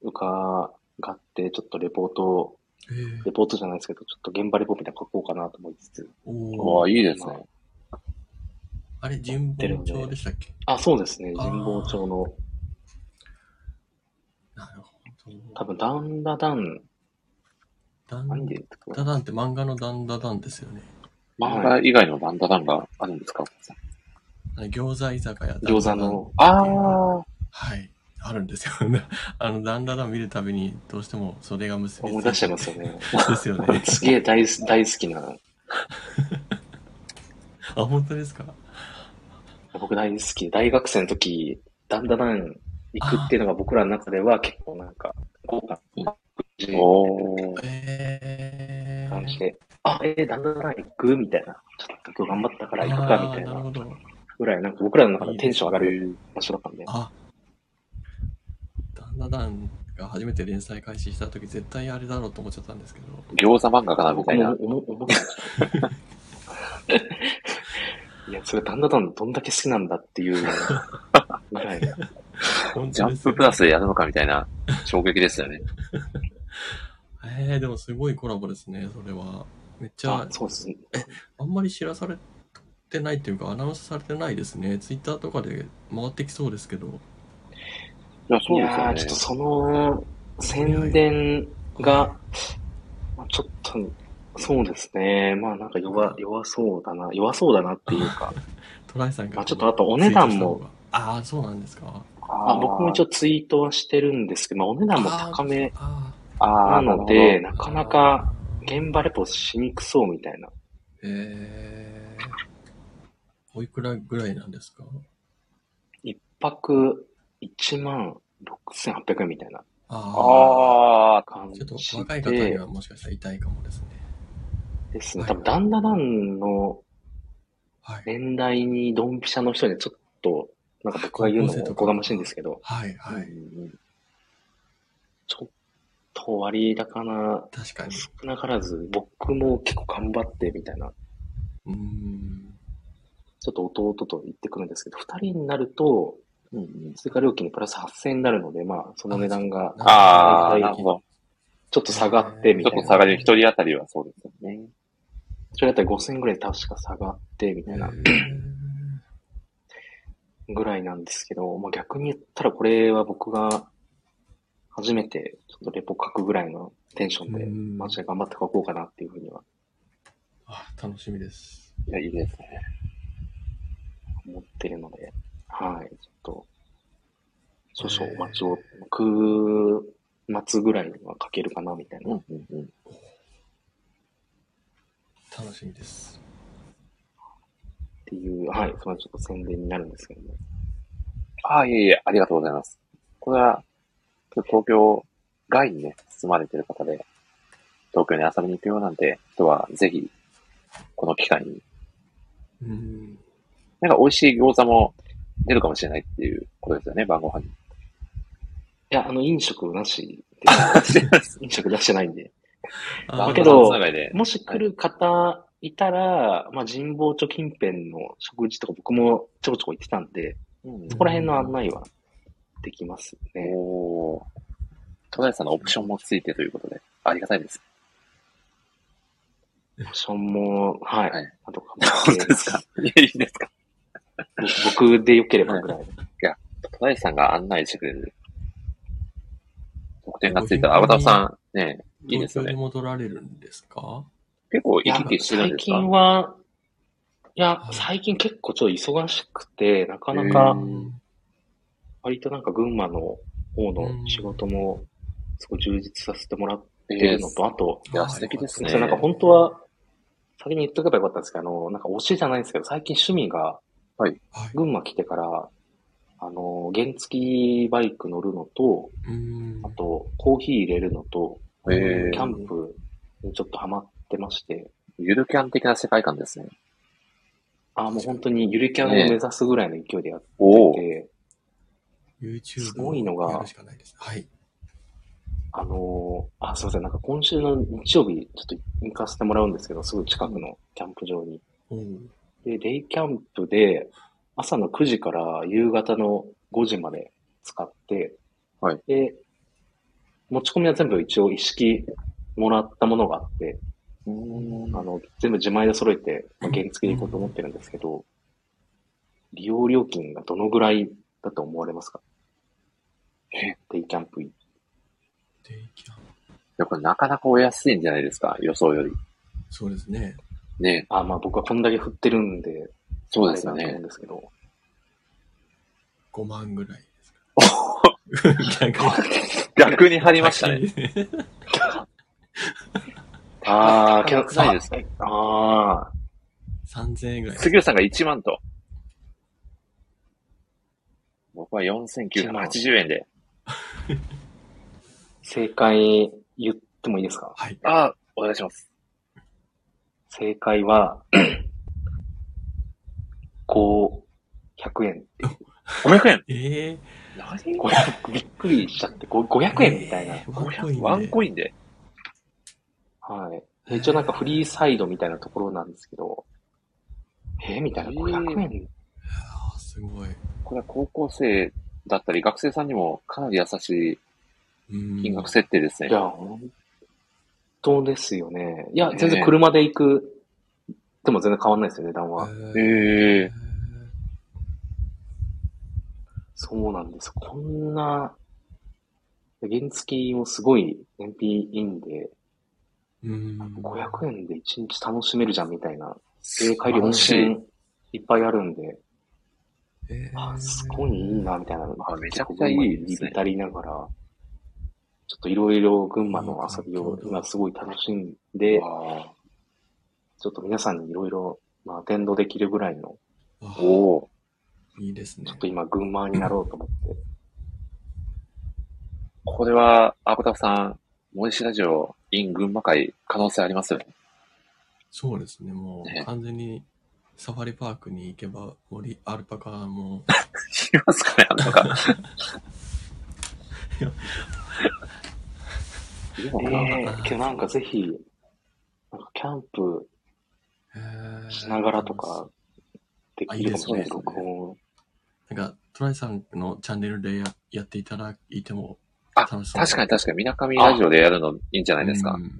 S3: 伺って、ちょっとレポート、
S2: ええ
S3: レポートじゃないですけど、ちょっと現場レポートみたいなの書こうかなと思いつつ、
S1: う
S2: おお。
S1: わあ、いいですね。
S2: あれ、神保町でしたっけ
S3: あ、そうですね、
S2: あー
S3: 神保町の、
S2: なるほど。
S3: 多分ダウンダダン、
S2: ダ
S3: 何
S2: ン
S3: で言ってたか
S2: ダダンって漫画のダンダダンですよね。
S3: な
S1: 漫
S3: は
S1: 画
S3: い
S1: 以外のダンダダンがあるんですか
S2: あの餃子居酒屋。
S3: 餃子。の、
S1: ああ、
S2: はい。あるんですよね。 あの、だんだんだん見るたびに、どうしてもそれが結びつい
S3: 思い出しちゃいますよね。。
S2: ですよね
S3: すげえ大好大好きな、
S2: あ、本当ですか
S3: 僕大好きで、大学生の時、ダンダダン行くっていうのが僕らの中では結構なんか、豪華な
S1: おー、
S2: えー。
S3: 感じで、あ、えー、ダンダダン行くみたいな。ちょっと今日頑張ったから行くかみたい
S2: あーなる
S3: な
S2: ほど。
S3: ぐらい、なんか僕らの中でテンション上がる場所だったんで。
S2: あ、だんだんだんが初めて連載開始した時、絶対あれだろうと思っちゃったんで すけど。
S1: 餃子漫画かなみ
S3: 僕
S1: たい
S3: も
S1: な。
S3: 思思ってま した。いや、それダンダダンどんだけ好きなんだっていうぐらい。
S2: 本
S1: ジ
S2: 当
S1: ャ
S2: で
S1: ン
S2: すよ
S1: ププラスでやるのかみたいな衝撃ですよね。
S2: えー、でもすごいコラボですね、それは。めっちゃ
S3: あ、そうですね。
S2: あんまり知らされてないっていうか、アナウンスされてないですね。ツイッターとかで回ってきそうですけど。
S1: いや、そう
S3: い
S1: ですよ
S3: やー、
S1: ね。
S3: ちょっとその、宣伝が、まあちょっと、そうですね。まあなんか弱、弱そうだな、弱そうだなっていう か。
S2: トライさんが。
S3: まあちょっとあとお値段も
S2: ツイートした方が。ああ、そうなんですか。
S3: まあ、僕も一
S1: ょっ
S3: 応ツイートはしてるんですけど、まあお値段も高め
S2: あ
S1: と、あ
S3: な
S1: あ、なる
S3: の
S1: ほど。
S3: で、
S1: い
S3: なかなか現場レポしにくそうみたいな。
S2: ーえー、おいくらぐらいなんですか
S3: 一泊1万6800円みたいな
S2: ああ、
S1: あ
S3: 感
S2: ちょっと
S3: じ
S2: 若い方に
S3: で
S2: はもしかしたら痛いかもですね。
S3: ですね。
S2: はい
S3: 多分、ダンダダンの
S2: はい。
S3: 年代にドンピシャの人にはちょっと、なんか僕が言うのもおこがましいんですけど、
S2: はい、は
S3: う
S2: い。
S3: んうんちょっと割高な、
S2: 確かに。
S3: 少なからず、僕も結構頑張ってみたいな、
S2: うーん。
S3: ちょっと弟と行ってくるんですけど、二人になると、追加料金にプラス8000円になるので、まあ、その値段が
S2: あ
S1: あー、なるほど。
S3: ちょっと下がってみ
S1: ちょ
S3: た
S1: っと
S3: いな。
S1: 下がり、一人当たりはそうですよね。
S3: それだったら5000円ぐらい確か下がってみ
S2: え
S3: たいな
S2: ー、
S3: ぐらいなんですけど、まあ逆に言ったらこれは僕が初めてちょっとレポ書くぐらいのテンションで、
S2: うん
S3: マジで頑張って書こうかなっていうふうには
S2: あ楽しみです。
S1: いや、いいですね。
S3: 思ってるので、はい、ちょっと、少々
S2: えー
S3: お待ちを、9末ぐらいには書けるかなみたいな。
S2: 楽しみです。
S3: っていう、はい、それはちょっと宣伝になるんですけども。
S1: ああ、いえいえ、ありがとうございます。これは、東京外にね、住まれてる方で、東京に遊びに行くようなんて人は、ぜひ、この機会に、
S2: うーん。
S1: なんか美味しい餃子も出るかもしれないっていうことですよね、晩ご飯に。
S3: いや、あの、飲食なし
S1: 知ってます
S3: で、飲食出してないんで。
S2: あー
S3: だけど
S1: 晩ご飯の中で
S3: もし来る方いたら、まあ、神保町近辺の食事とか僕もちょこちょこ行ってたんで、
S1: うん
S3: そこら辺の案内はできますね。
S1: おお。戸田さんのオプションもついてということで、ありがたいです。
S3: オプションも、はい。
S1: はい
S3: あとかも、
S1: いや、いいですか。
S3: 僕僕で良ければぐらい。
S1: 戸田さんが案内してくれる特典がついたら、アバターさん、ね、いいで
S2: 東
S1: すよ
S2: 京に
S1: ね。
S2: 戻られるんですか
S1: 結構
S3: い
S1: 行
S3: や
S1: き来してるん
S3: 最
S1: ですか
S3: 近は、いや
S2: は、い
S3: 最近結構ちょっと忙しくて、なかな
S1: あ
S3: か
S2: う、ん
S3: 割となんか群馬の方の仕事も、すごい充実させてもらってるのと、あと、
S1: いや、素敵です
S3: すい
S1: ね
S3: ま。せん、なんか本当は、先に言っとけばよかったんですけど、あの、なんか推しじゃないんですけど、最近趣味が、
S2: はい。
S3: 群馬来てから、あの、原付きバイク乗るのと、
S2: うーん
S3: あ。と、コーヒー入れるのと、
S1: え
S3: キ
S1: ー
S3: ャンプにちょっとハマってまして、
S1: ゆるキャン的な世界観ですね。
S3: あーもう本当にゆるキャンを目指すぐらいの勢いでやって
S1: おお
S3: て、。す
S2: YouTube
S3: ごいのが
S2: をやるしかないです。はい。
S3: あのーあ、すいません、なんか今週の日曜日、ちょっと行かせてもらうんですけど、すぐ近くのキャンプ場に。
S2: おー
S3: で、デイキャンプで、朝の9時から夕方の5時まで使って、
S1: はい
S3: で、持ち込みは全部一応一式もらったものがあって、
S2: うん
S3: あの、全部自前で揃えて、まあ、原付で行こうと思ってるんですけど、利用料金がどのぐらいだと思われますかデイキャンプ
S2: デイキャンプ
S1: いや、これなかなかお安いんじゃないですか、予想より。
S2: そうですね。
S1: ね。
S3: あ、まあ僕はこんだけ振ってるんで、
S1: そうですよ
S3: あれだと思
S1: ね
S3: うん。ですけど。
S2: 5万ぐらいですか。逆に
S1: 逆に張りましたね。
S2: 逆に ね
S3: ああ、
S1: 高くないですか
S3: ああ、
S2: 3000円ぐらい。
S1: 杉浦さんが1万と。僕は4980円で。
S3: 正解言ってもいいですか
S2: はい。
S1: ああ、お願いします。
S3: 正解は、500円。
S1: 500円
S2: ええ
S1: 何
S3: 500びっくりしちゃって、ご500円みたいな。
S2: えーワンコインで。
S1: ワンコインで。
S3: はい。一応なんかフリーサイドみたいなところなんですけど、えーみたいな、
S1: えー
S3: 500円。
S2: ああ、すごい。
S1: これは高校生だったり、学生さんにもかなり優しい
S2: うん
S1: 金額設定ですね
S3: い。や、ほん当ですよね。いや、
S1: ね
S3: 全然車で行く、でも全然変わんないですよ、値段は。
S2: え
S1: ええ
S2: ー
S3: そうなんです。こんな、原付きもすごい燃費いいんで、
S2: うん
S3: 500円で1日楽しめるじゃんみたいな、
S2: 素
S3: え
S2: 晴
S3: 帰
S2: ら
S3: り温
S2: しい
S3: 泉いっぱいあるんで、
S2: えー
S3: あすごいいいなみたいな、
S1: あめちゃくちゃいいですね
S3: リビタりながら、ちょっといろいろ群馬の遊び
S2: いい環
S3: を
S2: 境だ
S3: 今すごい楽しんで、
S1: あ
S3: ちょっと皆さんにいろいろ、まあ、アテンドできるぐらいの、
S2: わ
S1: ーおー
S2: いいですね
S3: ちょっと今、群馬になろうと思って。
S1: これは、アブタフさん、森市ラジオ、in 群馬会、可能性ありますよね。
S2: そうですねも
S1: ね
S2: う完全にサファリパークに行けば森アルパカも
S1: 知りますかね、あのか。
S3: ええ今日なんかぜひ、なんかキャンプ
S2: えー
S3: しながらとか、できるかもしれないです、
S2: あいいですね
S3: 録音。
S2: なんかトライさんのチャンネルでややっていただいても
S1: あ、
S2: 楽しそ う
S1: 確かに確かに、みなかみラジオでやるのいいんじゃ
S2: な
S1: ないですか。
S2: ん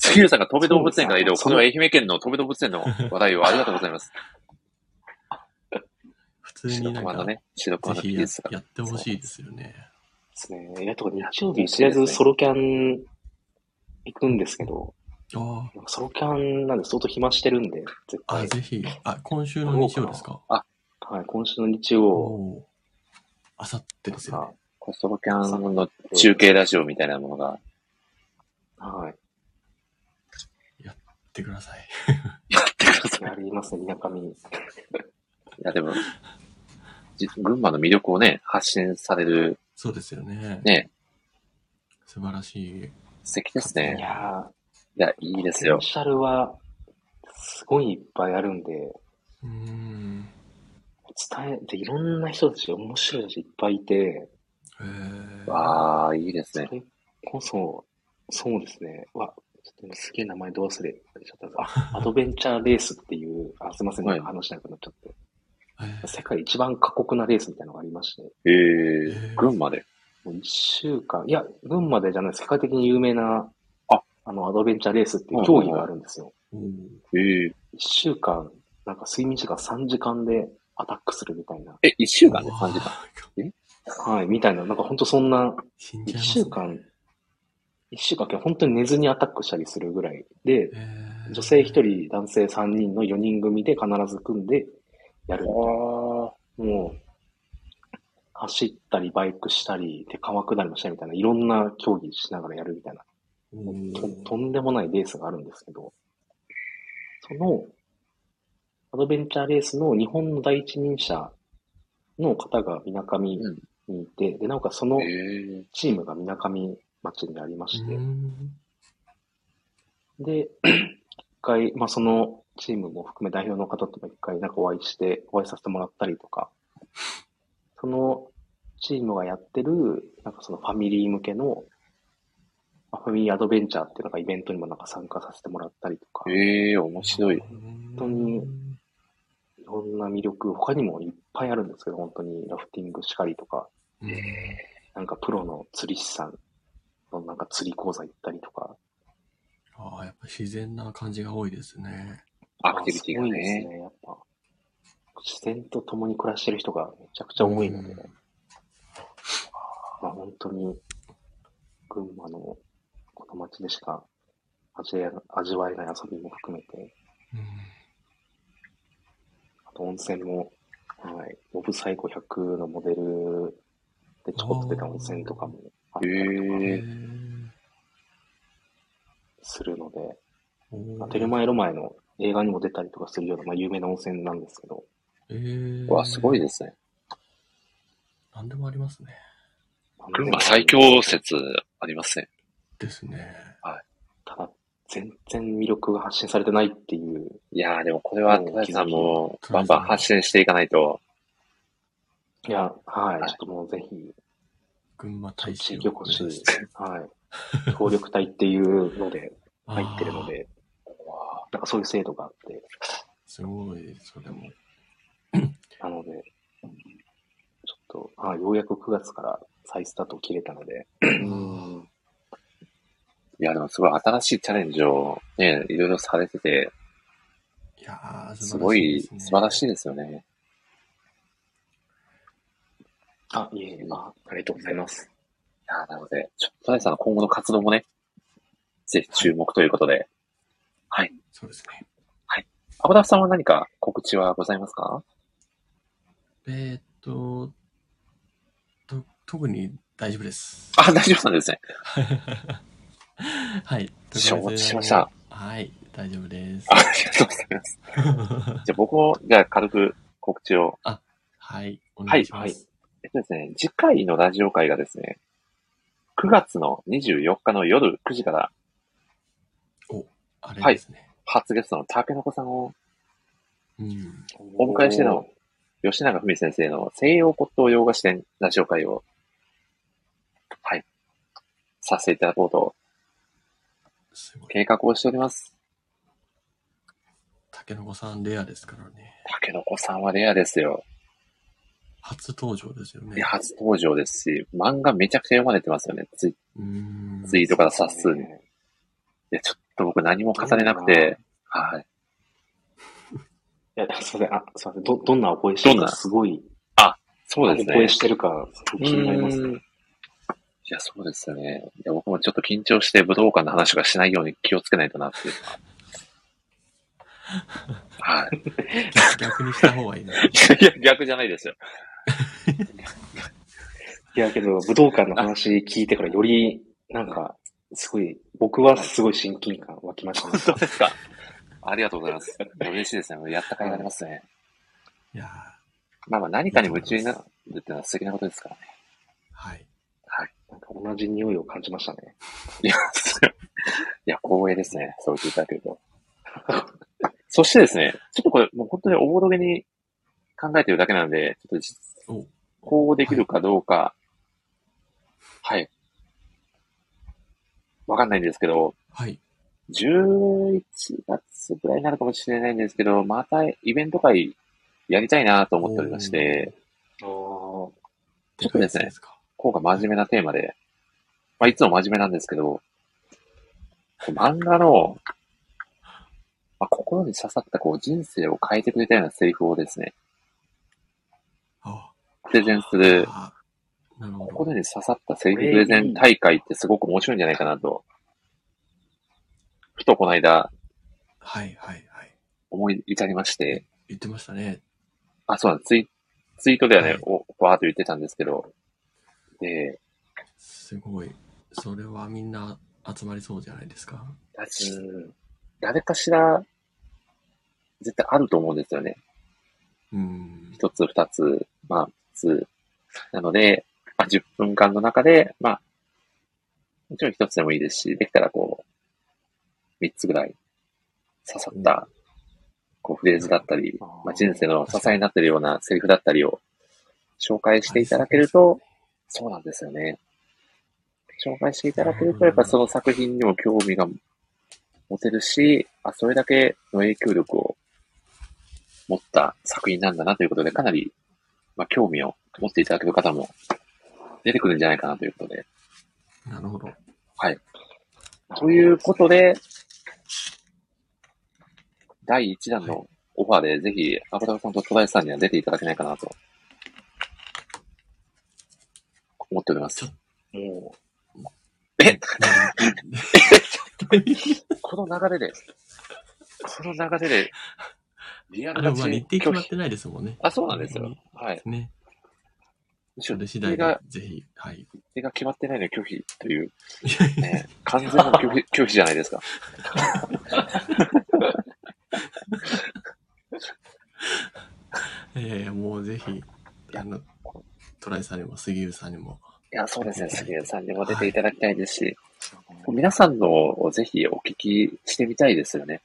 S1: 杉浦さんが飛べ動物園から移動、
S3: そ
S1: こ
S3: う
S1: れ
S3: そ
S1: は
S3: う
S1: 愛媛県の飛べ動物園の話題をありがとうございます。
S2: 普通
S1: 白
S2: になん
S1: 熊の
S2: か、
S1: ね、白
S2: ぜ
S1: 熊の技
S2: ひや
S1: 術が。
S2: やってほしいですよね。
S3: ですね。いや、とか日曜日、とりあえずソロキャン行くんですけど、
S2: あ
S3: なんかソロキャンなんで相当暇してるんで、絶
S2: あ、
S3: 対。
S2: ぜひ、あ、今週の日曜ですか。
S3: はい、今週の日
S2: お
S3: 曜、
S2: おー。あさってですよね。
S1: コストロキャンの中継ラジオみたいなものが、
S3: はい、
S2: 行ってください。
S1: やってください。
S3: やりますね、みなかみ。
S1: いや、でも、じ群馬の魅力をね、発信される、
S2: そうですよね。
S1: ね、
S2: 素晴らしい。
S1: 素敵です
S3: い
S1: ね。
S3: や
S1: いや、いいで
S3: ー、
S1: す
S3: ポ
S1: よ
S3: テン。シャルは、すごいいっぱいあるんで、
S2: うーん。
S3: 伝えて、いろんな人たち、面白い人たちいっぱいいて、
S2: えー、
S1: わあ、いいです
S3: そ
S1: ね。
S3: れこそ、そうですね、うわ、ちょっと今すげえ名前どうすれちゃったんですあ、 アドベンチャーレースっていう、あ、すいません、
S1: はい
S3: 話しなくなっちゃって。
S2: えー
S3: 世界一番過酷なレースみたいなのがありまして、
S1: え
S2: え
S1: ー、群馬で。
S3: もう1週間、いや、群馬でじゃない、世界的に有名な、
S1: あ
S3: あの、アドベンチャーレースっていう競技があるんですよ。
S2: おー
S1: えー、
S3: 1週間、なんか睡眠時間3時間でアタックするみたいな。
S1: え、一週間で
S2: うわ
S1: 3時間。
S3: はい、みたいな、なんかほんとそんな、
S2: 死んじ
S3: 1
S2: ゃいます、ね。
S3: 週間、一週間け本当に寝ずにアタックしたりするぐらいで、
S2: えー
S3: 女性1。人、男性3人の4人組で必ず組んでやるみたい
S1: あ
S3: な。もう、走ったり、バイクしたり、で、川下りもしたりみたいな、いろんな競技しながらやるみたいな、
S2: お
S3: と
S2: ー
S3: とんでもないレースがあるんですけど、その、アドベンチャーレースの日本の第一人者の方がみなかみにいて、で、なおかつその
S1: えー、
S3: チームがみなかみ町にありま
S2: う
S3: して
S2: ー、ん
S3: で、一回、まあ、そのチームも含め代表の方とも一回なんかお会いして、お会いさせてもらったりとか、そのチームがやってる、なんかそのファミリー向けの、まあファミリーアドベンチャーっていうのがイベントにもなんか参加させてもらったりとか、い
S1: えー、面白い。
S2: 本
S3: 当にろんな魅力、他にもいっぱいあるんですけど、本当にラフティングしかりとか、
S2: うん
S3: なんかプロの釣り師さんのなんか釣り講座行ったりとか、
S2: ああ、やっぱ自然な感じが多いですね。
S1: アクティビティが
S3: あすごいです
S1: ね。
S3: ね、やっぱ。自然と共に暮らしてる人がめちゃくちゃ多いので、
S2: うん
S3: まあ本当に、群馬のこの街でしか味わえ味わえない遊びも含めて、
S2: うん
S3: あと温泉も、はい、モブサイコ100のモデルでちょこっと出た温泉とかもあっ
S1: え
S3: たりとか
S2: へ
S1: ー、
S2: ー
S3: するので、
S2: お
S3: まあ
S2: ー
S3: テルマエロマエの映画にも出たりとかするような、まあ、有名な温泉なんですけど、
S2: えー、
S1: わ、すごいですね。
S2: 何でもありますね。
S1: 群馬最強説ありますね。
S2: ですね。
S3: ただ、全然魅力が発信されてないっていう、
S1: いやー、でもこれは、トライさんも、バンバン発信していかないと、
S3: いや、はい、
S1: はい
S3: ちょっともうぜひ、
S2: 群馬
S3: ちょっと
S2: 大
S3: 地
S2: 使を
S3: 域おこし
S2: 目指して、
S3: はい、協力隊っていうの で入ってるの
S2: あー。
S3: で、なんかそういう制度があって、
S2: すごい、それも。
S3: なので、ちょっと、はい、ようやく9月から再スタート切れたので、
S2: あー
S1: いや、でもすごい新しいチャレンジをね、いろいろされてて、
S2: いやー
S1: すごい素晴らしいですよね。
S3: あ、いえいえ、まあ、ありがとうございます。
S1: いやーなので、ちょっとトライさんの今後の活動もね、ぜひ注目ということで。
S2: そうですね。
S1: アボダフさんは何か告知はございますか
S2: えーっと、と、特に大丈夫です。
S1: あ、大丈夫なんですね。
S2: はい。
S1: 承知しました。
S2: はい、大丈夫です
S1: あ。ありがとうございます。じゃあ僕も、じゃあ軽く告知を。
S2: はい、お願いします。
S1: えっとですね、次回のラジオ会がですね、9月の24日の夜9時から、
S2: あれですね。
S1: 初ゲストの竹の子さんを
S2: うん。
S1: お迎えしての、吉永文先生の西洋骨董洋菓子店ラジオ会を、はい、させていただこうと
S2: すごい。
S1: 計画をしております。
S2: タケノコさんレアですからね。
S1: 竹の子さんはレアですよ。
S2: 初登場ですよね。
S1: で初登場ですし、漫画めちゃくちゃ読まれてますよね。ツイ
S2: うーん。
S1: ツイートから察数に。い
S3: ね。
S1: や、ちょっと僕何も重ねなくて、はい。
S3: いや、すいません、あ、すいません、ど、どんなお声してる
S1: どん
S3: か、
S1: な
S3: すごい、
S1: そうで
S3: お
S1: す
S3: 声
S1: ね。
S3: してるか、気になります
S1: うーん
S3: ね。
S1: いや、そうですね。いや僕もちょっと緊張して武道館の話がしないように気をつけないと なっていうのは。はい。
S2: 逆にした方がいいな。
S1: いや、逆じゃないですよ。
S3: いや、けど、武道館の話聞いてから、より、なんか、すごい、僕はすごい親近感湧きま したね。
S1: そうですか。ありがとうございます。いや嬉しいですね。やった甲斐がありますね。
S2: いやー
S1: まあまあ何かに夢中になるっていうのは素敵なことですからね。
S2: はい。
S3: なんか同じ匂いを感じましたね。
S1: いや、そういや、光栄ですね。そう言っていただけると。そしてですね、ちょっとこれ、もう本当におぼろげに考えてるだけなんで、ちょっと実
S2: お、
S1: 行できるかどうか、はい。わかんないんですけど、
S2: はい。
S1: 11月ぐらいになるかもしれないんですけど、またイベント会やりたいなと思っておりまして、
S3: ああ。
S2: ち
S1: ょっとですね
S2: か
S1: 今回真面目なテーマで、まあ、いつも真面目なんですけど、漫画の、まあ、心に刺さったこう人生を変えてくれたようなセリフをですね、
S2: あ
S1: プレゼンする、
S2: あなるほど。
S1: 心に刺さったセリフプレゼン大会ってすごく面白いんじゃないかなと、ふとこの間
S2: はいはいはい。
S1: 思い至りまして、
S2: 言ってましたね。
S1: あ、そうなんです。ツイツイートではね、
S2: はい
S1: おわーっと言ってたんですけど、で、
S2: すごい。それはみんな集まりそうじゃないですか。
S1: だし
S3: うん。
S1: 誰かしら、絶対あると思うんですよね。
S2: うん。
S1: 一つ、二つ、まあ、つ。なので、まあ、10分間の中で、まあ、もちろん一つでもいいですし、できたらこう、三つぐらい刺さった、こう、フレーズだったり、
S3: あー
S1: まあ、人生の支えになってるようなセリフだったりを紹介していただけると、そうなんですよね。紹介していただけると、やっぱその作品にも興味が持てるし、あ、それだけの影響力を持った作品なんだなということで、かなり、まあ、興味を持っていただける方も出てくるんじゃないかなということで。
S2: なるほど。
S1: ということで、第1弾のオファーで、ぜひ、アボタフさんと戸田さんには出ていただけないかなと、思っております。
S3: も
S1: え
S2: なるほど
S1: この流れで、この流れで、リア
S2: あ
S1: ル
S2: で
S1: な
S2: もまあ日
S1: 拒
S2: 程決まっ
S1: 否。
S2: てないですもんね。
S1: あ、そうなんですよ。はい。
S2: ね。
S1: むし
S2: そ
S1: ろ
S2: れ
S1: 日
S2: 次第
S1: 程
S2: で
S1: が、
S2: ぜひ、はい。
S1: 日程が決まってないのに拒否という、
S2: いやいや
S1: ね、完全な拒否 拒否じゃないですか。
S2: いやいや、もうぜひ、あの、トライさんにも、杉浦さんにも。
S1: いや、そうですね。杉江さんにも出ていただきたいですし、
S3: う、
S1: 皆さんのをぜひお聞きしてみたいですよね。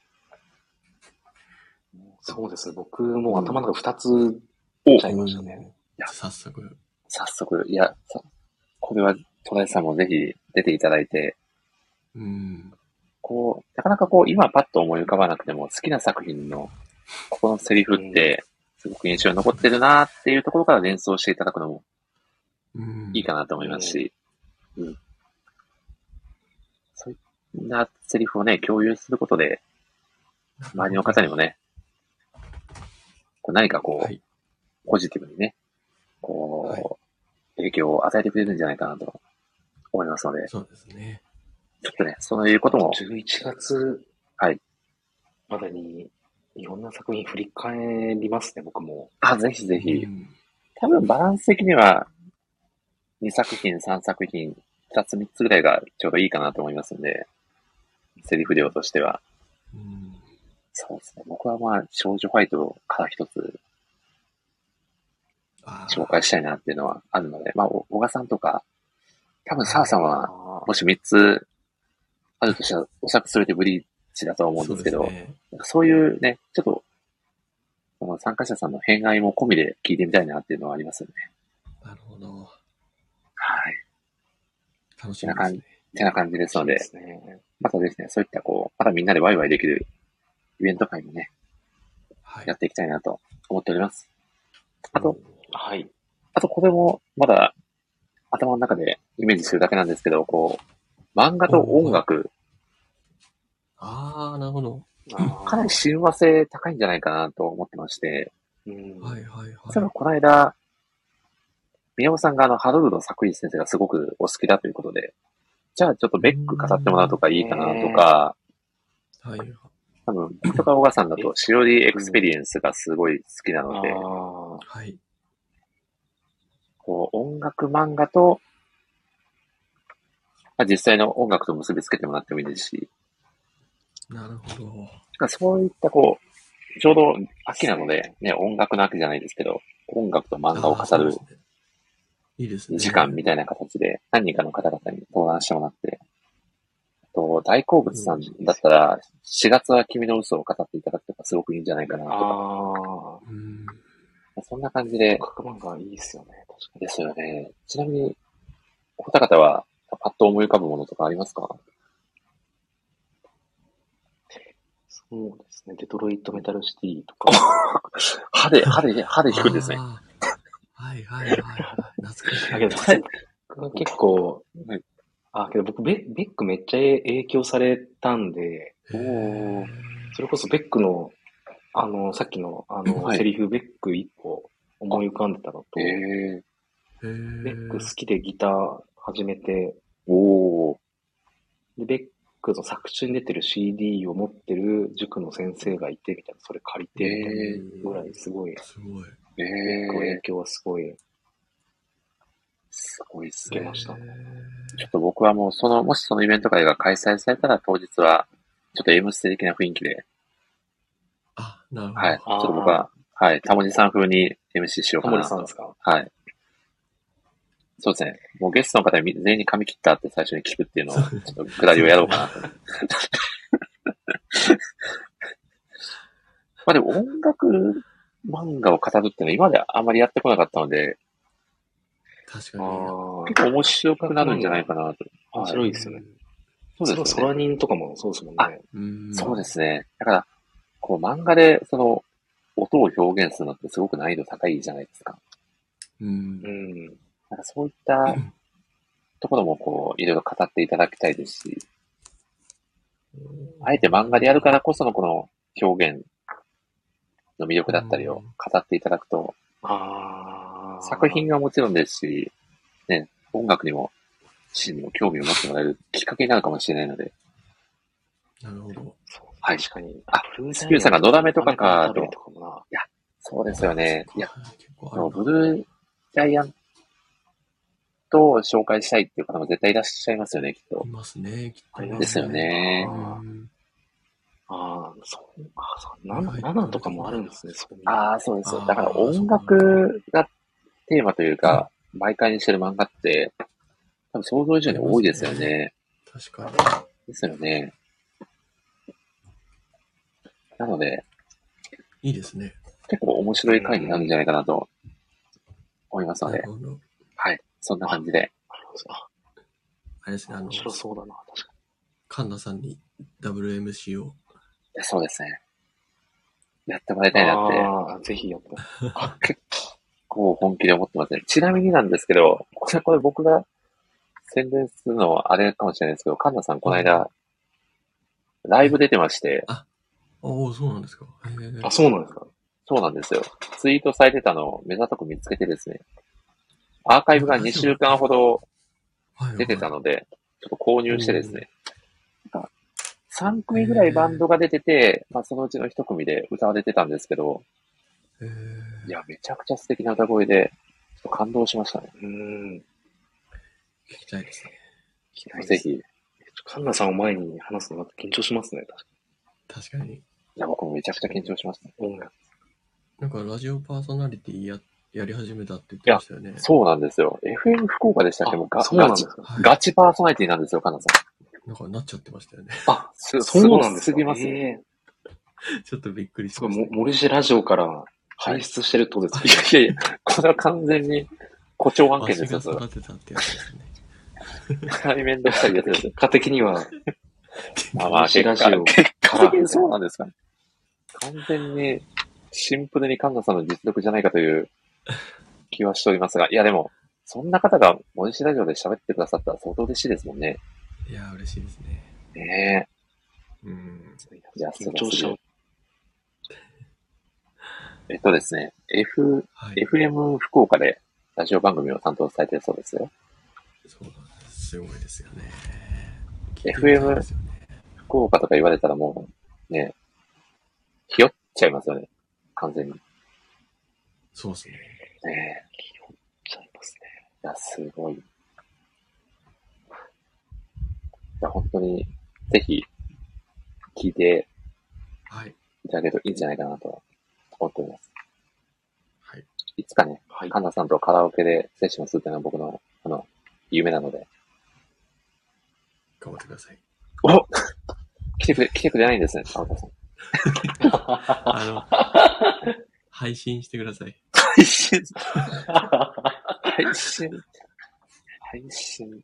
S3: そうです。僕、もう頭の中二つ
S1: お
S3: 来ちゃいましたね。
S2: うん早速、
S1: 早速、いや、さこれは戸田さんもぜひ出ていただいて、
S2: うん。
S1: こう、なかなかこう、今パッと思い浮かばなくても、好きな作品の、ここのセリフって、すごく印象に残ってるなっていうところから連想していただくのも
S2: うん
S1: いいかなと思いますし、うん。そういっなセリフをね、共有すること で、周りの方にもね、こう何かこう、
S2: はい。
S1: ポジティブにね、こう、
S2: はい
S1: 影響を与えてくれるんじゃないかなと思いますので、
S2: そうですね。
S1: ちょっとね、そういうことも、
S3: 11月、
S1: はい。
S3: までに、いろんな作品振り返りますね、僕も。
S1: あ、ぜひぜひ
S2: う、ん
S1: 多分バランス的には、2作品、3作品、2つ3つぐらいがちょうどいいかなと思いますんで、セリフ量としては。
S2: うん
S1: そうですね。僕はまあ、少女ファイトから一つ
S2: あー
S1: 紹介したいなっていうのはあるので、まあ、お小賀さんとか、多分澤さんは、
S3: あ
S1: もし3つあるとしたら、おそらくそれでブリーチだとは思うんですけど、
S2: そ
S1: そう
S2: うですね
S1: いうね、ちょっと、この参加者さんの偏愛も込みで聞いてみたいなっていうのはありますよね。
S2: なるほど。
S1: はい。
S2: 楽しみですね。
S1: てな感じですので、
S3: そうですね。
S1: またですね、そういったこう、またみんなでワイワイできるイベント会もね、
S2: はい
S1: やっ。ていきたいなと思っております。あと、
S3: はい。
S1: あとこれもまだ頭の中でイメージするだけなんですけど、こう、漫画と音楽、
S2: ああ、なるほど。
S1: かなり親和性高いんじゃないかなと思ってまして、
S3: うん
S2: はいはいはい。
S1: それはこの間、宮本さんがあの、ハロルド作一先生がすごくお好きだということで、じゃあちょっとベック飾ってもらうとかいいかなとか、
S2: はい。
S1: 多分、僕とか小川さんだと、しおりエクスペリエンスがすごい好きなので、
S3: あ
S2: はい。
S1: こう、音楽漫画と、まあ、実際の音楽と結びつけてもらってもいいですし、
S2: なるほど。
S1: なんかそういったこう、ちょうど秋なので、ね、音楽の秋じゃないですけど、音楽と漫画を飾
S2: あー
S1: る
S2: そうですねいいですね。
S1: 時間みたいな形で、何人かの方々に登壇してもらって、あと、大好物さんだったら、4月は君の嘘を語っていただくとか、すごくいいんじゃないかな
S3: あ。
S1: とか、
S3: ああ。
S2: うん。
S1: そんな感じで、
S3: 角漫画いいですよね。確かに。
S1: ですよね。ちなみに、お二方は、パッと思い浮かぶものとかありますか
S3: そうですね。デトロイトメタルシティとか。
S1: 歯で、歯で、歯で聞くんですね。
S2: あー。はいはいはいはい。懐かし
S3: だ
S2: い。
S3: けど、僕 は結構、
S1: はい
S3: あ、けど僕ベ、ベックめっちゃ影響されたんで、
S2: へー
S3: それこそベックの、あの、さっきの、あの、
S1: はい
S3: セリフ、ベック一個思い浮かんでたのと、
S1: ええ
S2: へ
S3: ベック好
S2: ー
S3: きでギター始めて、
S1: おー、
S3: で、ベックの作中に出てる CD を持ってる塾の先生がいて、みたいな、それ借りて、みたい
S1: え
S3: なぐらい、すごい、
S2: すごい。
S1: え
S3: ベックの影
S1: え
S3: 響はすごい、
S1: すごいっす
S3: 受け
S1: ね。
S3: ました
S2: へー
S1: ちょっと僕はもう、その、もしそのイベント会が開催されたら、当日は、ちょっと M ステ的な雰囲気で、
S2: あ、なるほど。
S1: はい。ち
S3: あ
S1: ょ
S3: ー
S1: っと僕は、はい。タモリさん風に MC しよう
S3: タ
S1: か
S3: モリ
S1: な
S3: さんで
S1: と。
S3: すか
S1: はい。そうですね。もうゲストの方に全員に髪切ったって最初に聞くっていうのを、ちょっとくだりをやろう かなと。まあでも音楽漫画を語るっていうのは今まであんまりやってこなかったので、
S2: 確
S3: あ
S2: か
S3: あ
S2: に。
S1: 結構面白くなるんじゃないかなと。
S3: ー、面白いですよね。
S1: そう
S3: そ
S1: で
S3: れは
S1: す
S3: ソ
S1: ね。
S3: ラニンとかもそうですもん
S1: あ
S3: ね。
S2: うん。
S1: そうですね。だから、こう漫画でその音を表現するのってすごく難易度高いじゃないですか。
S2: うん
S3: う。ん。
S1: なんかそういったところもこう、いろいろ語っていただきたいですし、あえて漫画でやるからこそのこの表現の魅力だったりを語っていただくと、
S3: ああ。
S1: 作品はもちろんですし、ね、音楽にも、詩にも興味を持ってもらえるきっかけになるかもしれないので、
S2: なるほど。
S3: そう
S1: はい
S3: 確かに。
S1: あ
S3: ブルー
S1: スキューさんがのだめとかか
S3: のだめとかもな。
S1: そうですよね。いや、
S2: 結構あ
S1: そ
S2: る
S1: う
S2: な
S1: ブルージャイアントを紹介したいっていう方も絶対いらっしゃいますよね、きっと
S2: い。ますね、きっと
S3: あり
S2: ね。
S3: ま
S1: ですよね。
S2: うん。
S3: ああ、そうか。そう
S2: はい
S3: 7、7とかもあるんですね、そういう。
S1: ああ、そうですよ。だから
S2: あー
S1: 音楽がテーマというか、毎回にしてる漫画って、多分想像以上に多いですよ
S2: あり
S1: ね。
S2: 確かに。
S1: ですよね。なので、
S2: いいですね。
S1: 結構面白い回になるんじゃないかなと思いますの
S2: な
S1: で
S2: る、ほど。
S1: はい。そんな感じで。
S3: あ
S2: あれですね、あの
S3: 面、白そうだな、確か
S2: 神田さんに WMC を。
S1: そうですね。やってもらいたい
S3: に。
S1: なって、
S3: ああ、ぜひやって。
S1: こう本気で思ってますね。ちなみになんですけど、これこれ僕が宣伝するのはあれかもしれないですけど、カンナさんこの間、ライブ出てまして、
S2: おお、そうなんですか。へえ
S3: あ、そうなんですか。
S1: そうなんですよ。ツイートされてたのを目ざとく見つけてですね、アーカイブが2週間ほど
S2: はいはい
S1: 出てたので、ちょっと購入してですね、なんか3組ぐらいバンドが出てて、まあそのうちの1組で歌われてたんですけど、
S2: へえ
S1: いや、めちゃくちゃ素敵な歌声で、ちょっと感動しましたね。
S3: うん。
S2: 聞きたいですね。
S3: 期待
S1: ぜ
S3: です
S1: ひ。い
S3: カンナさんを前に話すのまた緊張しますね。確か
S2: 確かに。
S1: や、僕もめちゃくちゃ緊張しました。
S3: に。音楽。
S2: なんかラジオパーソナリティややり始めたって言ってましたよね。
S1: そうなんですよ。FM 福岡でしたっけもうガ
S3: そうなん
S1: ガ
S3: で
S1: チ、
S3: すか。
S2: はい
S1: ガチパーソナリティなんですよ、カナさん。
S2: なんかなっちゃってましたよね。
S3: あ、
S1: す
S3: そうなんです
S1: す
S3: か。
S1: ごぎますよ
S3: ええ
S2: ちょっとびっくりし
S3: すご
S2: ま
S3: い、
S2: した
S3: も、森氏ラジオから輩出してるってことですね。
S1: いやいやいや、これは完全に誇張案件ですよ、
S2: 足
S1: それ
S2: が
S1: は。
S2: 育てたってやつですね。
S1: 対面倒くさいやつ ですよ。
S3: 結果的には、
S1: まあまあ、結
S3: ラジオ
S1: 果、結果的にそうなんですかね。完全に、シンプルに神田さんの実力じゃないかという気はしておりますが、いやでも、そんな方が森氏ラジオで喋ってくださったら相当嬉しいですもんね。
S2: いやー、嬉しいですね。
S1: ね
S2: うん。
S1: え。いや、すご
S3: 緊張しちゃう
S1: い。。えっとですね、F、
S2: はい。
S1: FM 福岡でラジオ番組を担当されてるそうですよ。
S2: そうなんです。すごいですよね。
S1: FM
S2: ですよね
S1: 福岡とか言われたらもう、ね、ひよっちゃいますよね。完全に。ね
S2: そうですね。
S1: え
S3: ちゃいますね。
S1: いや、すごい。いや、本当に、ぜひ、聞いて
S2: はい。
S1: いただけるといいんじゃないかなと思っております。
S2: はい。
S1: いつかね、
S3: はい。
S1: カンナさんとカラオケでセッションするっていうのは僕の、あの、夢なので。
S2: 頑張ってください。
S1: お来てくれ、来てくれないんですね、カナさん。
S2: あの、配信してください。
S1: 配信。配信。配信。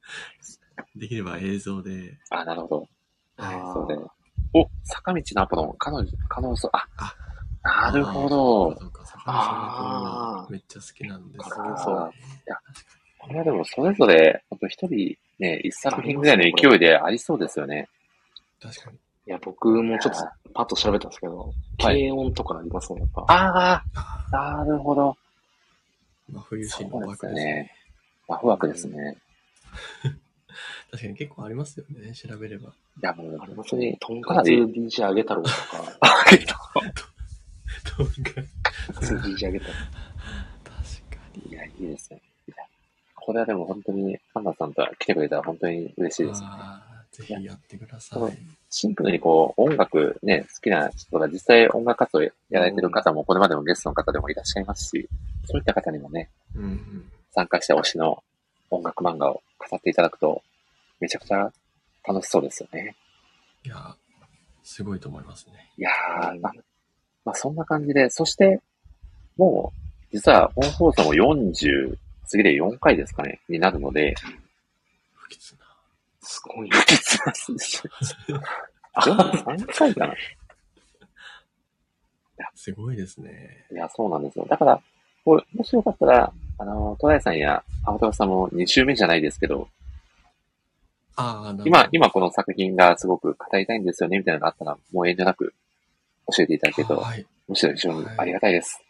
S2: できれば映像で。
S1: あ、なるほど。
S2: は
S1: そうだね。お、坂道のアポロン、彼女、彼女、あ、
S2: あ。
S1: ないるほ
S2: あー
S1: ど。
S2: そうか、坂本さんのこういうのめっちゃ好きなんですけど
S3: あー
S1: そう。いや
S2: 確か
S1: これはでもそれぞれ、ほんと一人、ね、一作品ぐらいの勢いでありそうですよね。
S2: に。確かに。
S3: いや、僕もちょっとパッと調べたんですけど、
S1: はい
S3: 軽音とかありますね、やっぱ。
S1: あ
S2: あ
S1: あ、なるほど。
S2: ーまあ、冬シーンの
S1: そうで
S2: ワー
S1: す
S2: ク
S1: よ
S2: で
S1: ね
S2: すね。
S1: ワクワクですね。
S2: 確かに結構ありますよね、調べれば。
S1: いや、もう
S3: あり
S1: 本
S3: ま
S1: 当
S3: すね
S1: に。、
S3: とん
S1: か
S3: か
S1: な
S3: つ
S1: り
S3: DJ あげ太郎と か、
S2: どうにか
S3: 普通 DJ あげ太郎。
S2: 確かに。
S1: いや、いいですね。いやこれはでも本当に、カンナさんと来てくれたら本当に嬉しいですね。
S2: あーぜひやってくださ
S1: いや
S2: い。
S1: シンプルにこう、音楽ね、好きな人が実際音楽活動やられてる方も、これまでのゲストの方でもいらっしゃいますし、そういった方にもね、
S2: うんうん。
S1: 参加して推しの音楽漫画を語っていただくと、めちゃくちゃ楽しそうですよね。
S2: いや、すごいと思いますね。
S1: いやー、
S3: うん
S1: まあまあそんな感じで、そして、もう、実は本放送も40、次で4回ですかね、になるので、
S2: 不吉な。
S3: すごいな。
S1: 不吉なんですよ。43回かな。い
S2: すごいですね。
S1: や、そうなんですよ。だから、これ、もしよかったら、あの、戸田さんや青田さんも2週目じゃないですけど、
S2: ああ、なるほど
S1: 今、、今この作品がすごく語りたいんですよね、みたいなのがあったら、もう遠慮なく教えていただけると、
S2: はい。
S1: むしろ非常にありがたいです。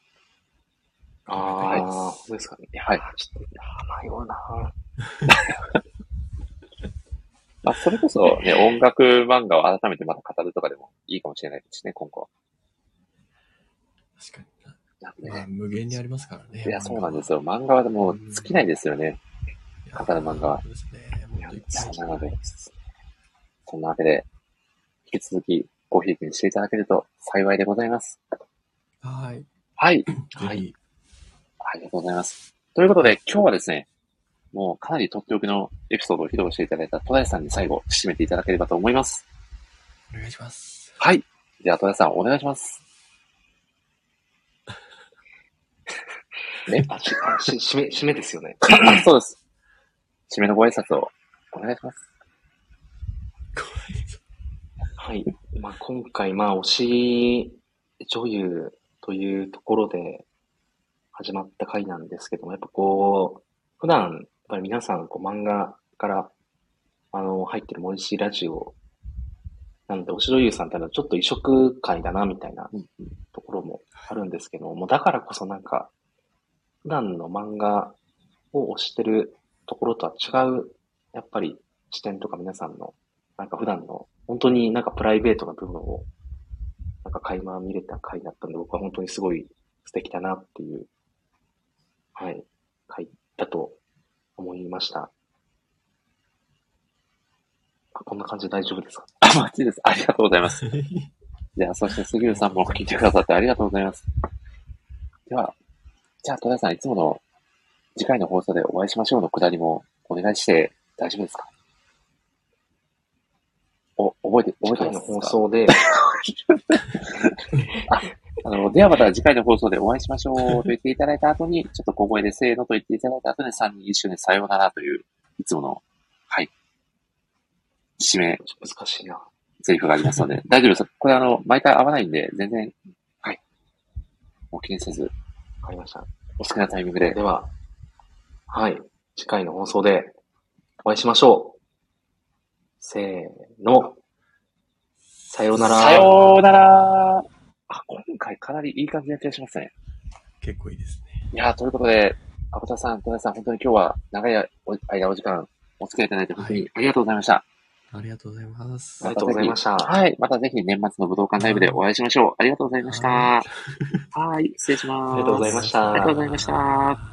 S3: ああ、本当ですかね。いや、
S1: はい
S3: ちょっと、いやー、迷うな
S1: まあ、それこそね、音楽漫画を改めてまた語るとかでもいいかもしれないですね、今後。
S2: 確か
S1: なんで
S2: に。まあ、
S1: ね。
S2: 無限にありますからね。
S1: いや、そうなんです
S2: よ。
S1: よ。漫画はもう尽きないですよね。
S2: いや
S1: 語る漫画は
S2: そうですね。もっといっぱ
S1: な
S2: い。
S1: ので、そんなわけで、引き続きごひいきにしていただけると幸いでございます。
S2: はい。
S1: はい。
S2: ぜひ。
S1: ありがとうございます。ということで、今日はですね、もうかなりとっておきのエピソードを披露していただいた戸田さんに最後、締めていただければと思います。
S2: お願い します。
S1: はい。じゃあ、戸田さん、お願いします。
S3: あ、し、あし、しめ、締めですよね。
S1: あそうです。締めのご挨拶をお願いします。
S2: 怖いぞ
S3: はい。まあ、今回、まあ、推し女優というところで始まった回なんですけども、やっぱこう、普段、やっぱり皆さん、こう、漫画から、あの、入ってる森氏ラジオなので、おしろゆうさんってのはちょっと異色界だな、みたいな
S1: うん
S3: ところもあるんですけども、だからこそなんか、普段の漫画を推してるところとは違う、やっぱり視点とか皆さんの、なんか普段の、本当になんかプライベートな部分を、なんか垣間見れた回だったんで、僕は本当にすごい素敵だなっていう、はい、回だと思いました。あこんな感じで大丈夫ですか
S1: あ、マジです。ありがとうございます。
S2: い
S1: じゃあ、そして杉浦さんも聞いてくださってありがとうございます。では、じゃあ、戸田さん、いつもの次回の放送でお会いしましょうのくだりもお願いして大丈夫ですかお、覚えて、覚え
S3: 次
S1: て
S3: 回
S1: ます
S3: の
S1: か
S3: 放送で、
S1: あの、ではまた次回の放送でお会いしま しょうと言っていただいた後に、ちょっと小声でせーのと言っていただいた後で3人一緒にさようならという、いつもの、はい、締め
S3: 難しいな。
S1: セリフがありますの で、大丈夫です。これあの、毎回合わないんで、全然、はい。もう気にせず、
S3: わかりました。
S1: お好きなタイミングで
S3: では、はい、次回の放送でお会いしましょう。せーの。さようなら。
S1: さようなら。あ、今回かなりいい感じな気がしますね。
S2: 結構いいですね。
S1: いやーということで、アボタさん、戸田さん、本当に今日は長い間お時間お付き合いいただいて本当にありがとうございました。
S2: ありがとうございます
S3: あ。りがとうございました。
S1: はい。またぜひ年末の武道館ライブでお会いしましょう。ありがとうございました。
S2: は
S1: はい。失礼します。
S3: ありがとうございました
S1: ありがとうございました。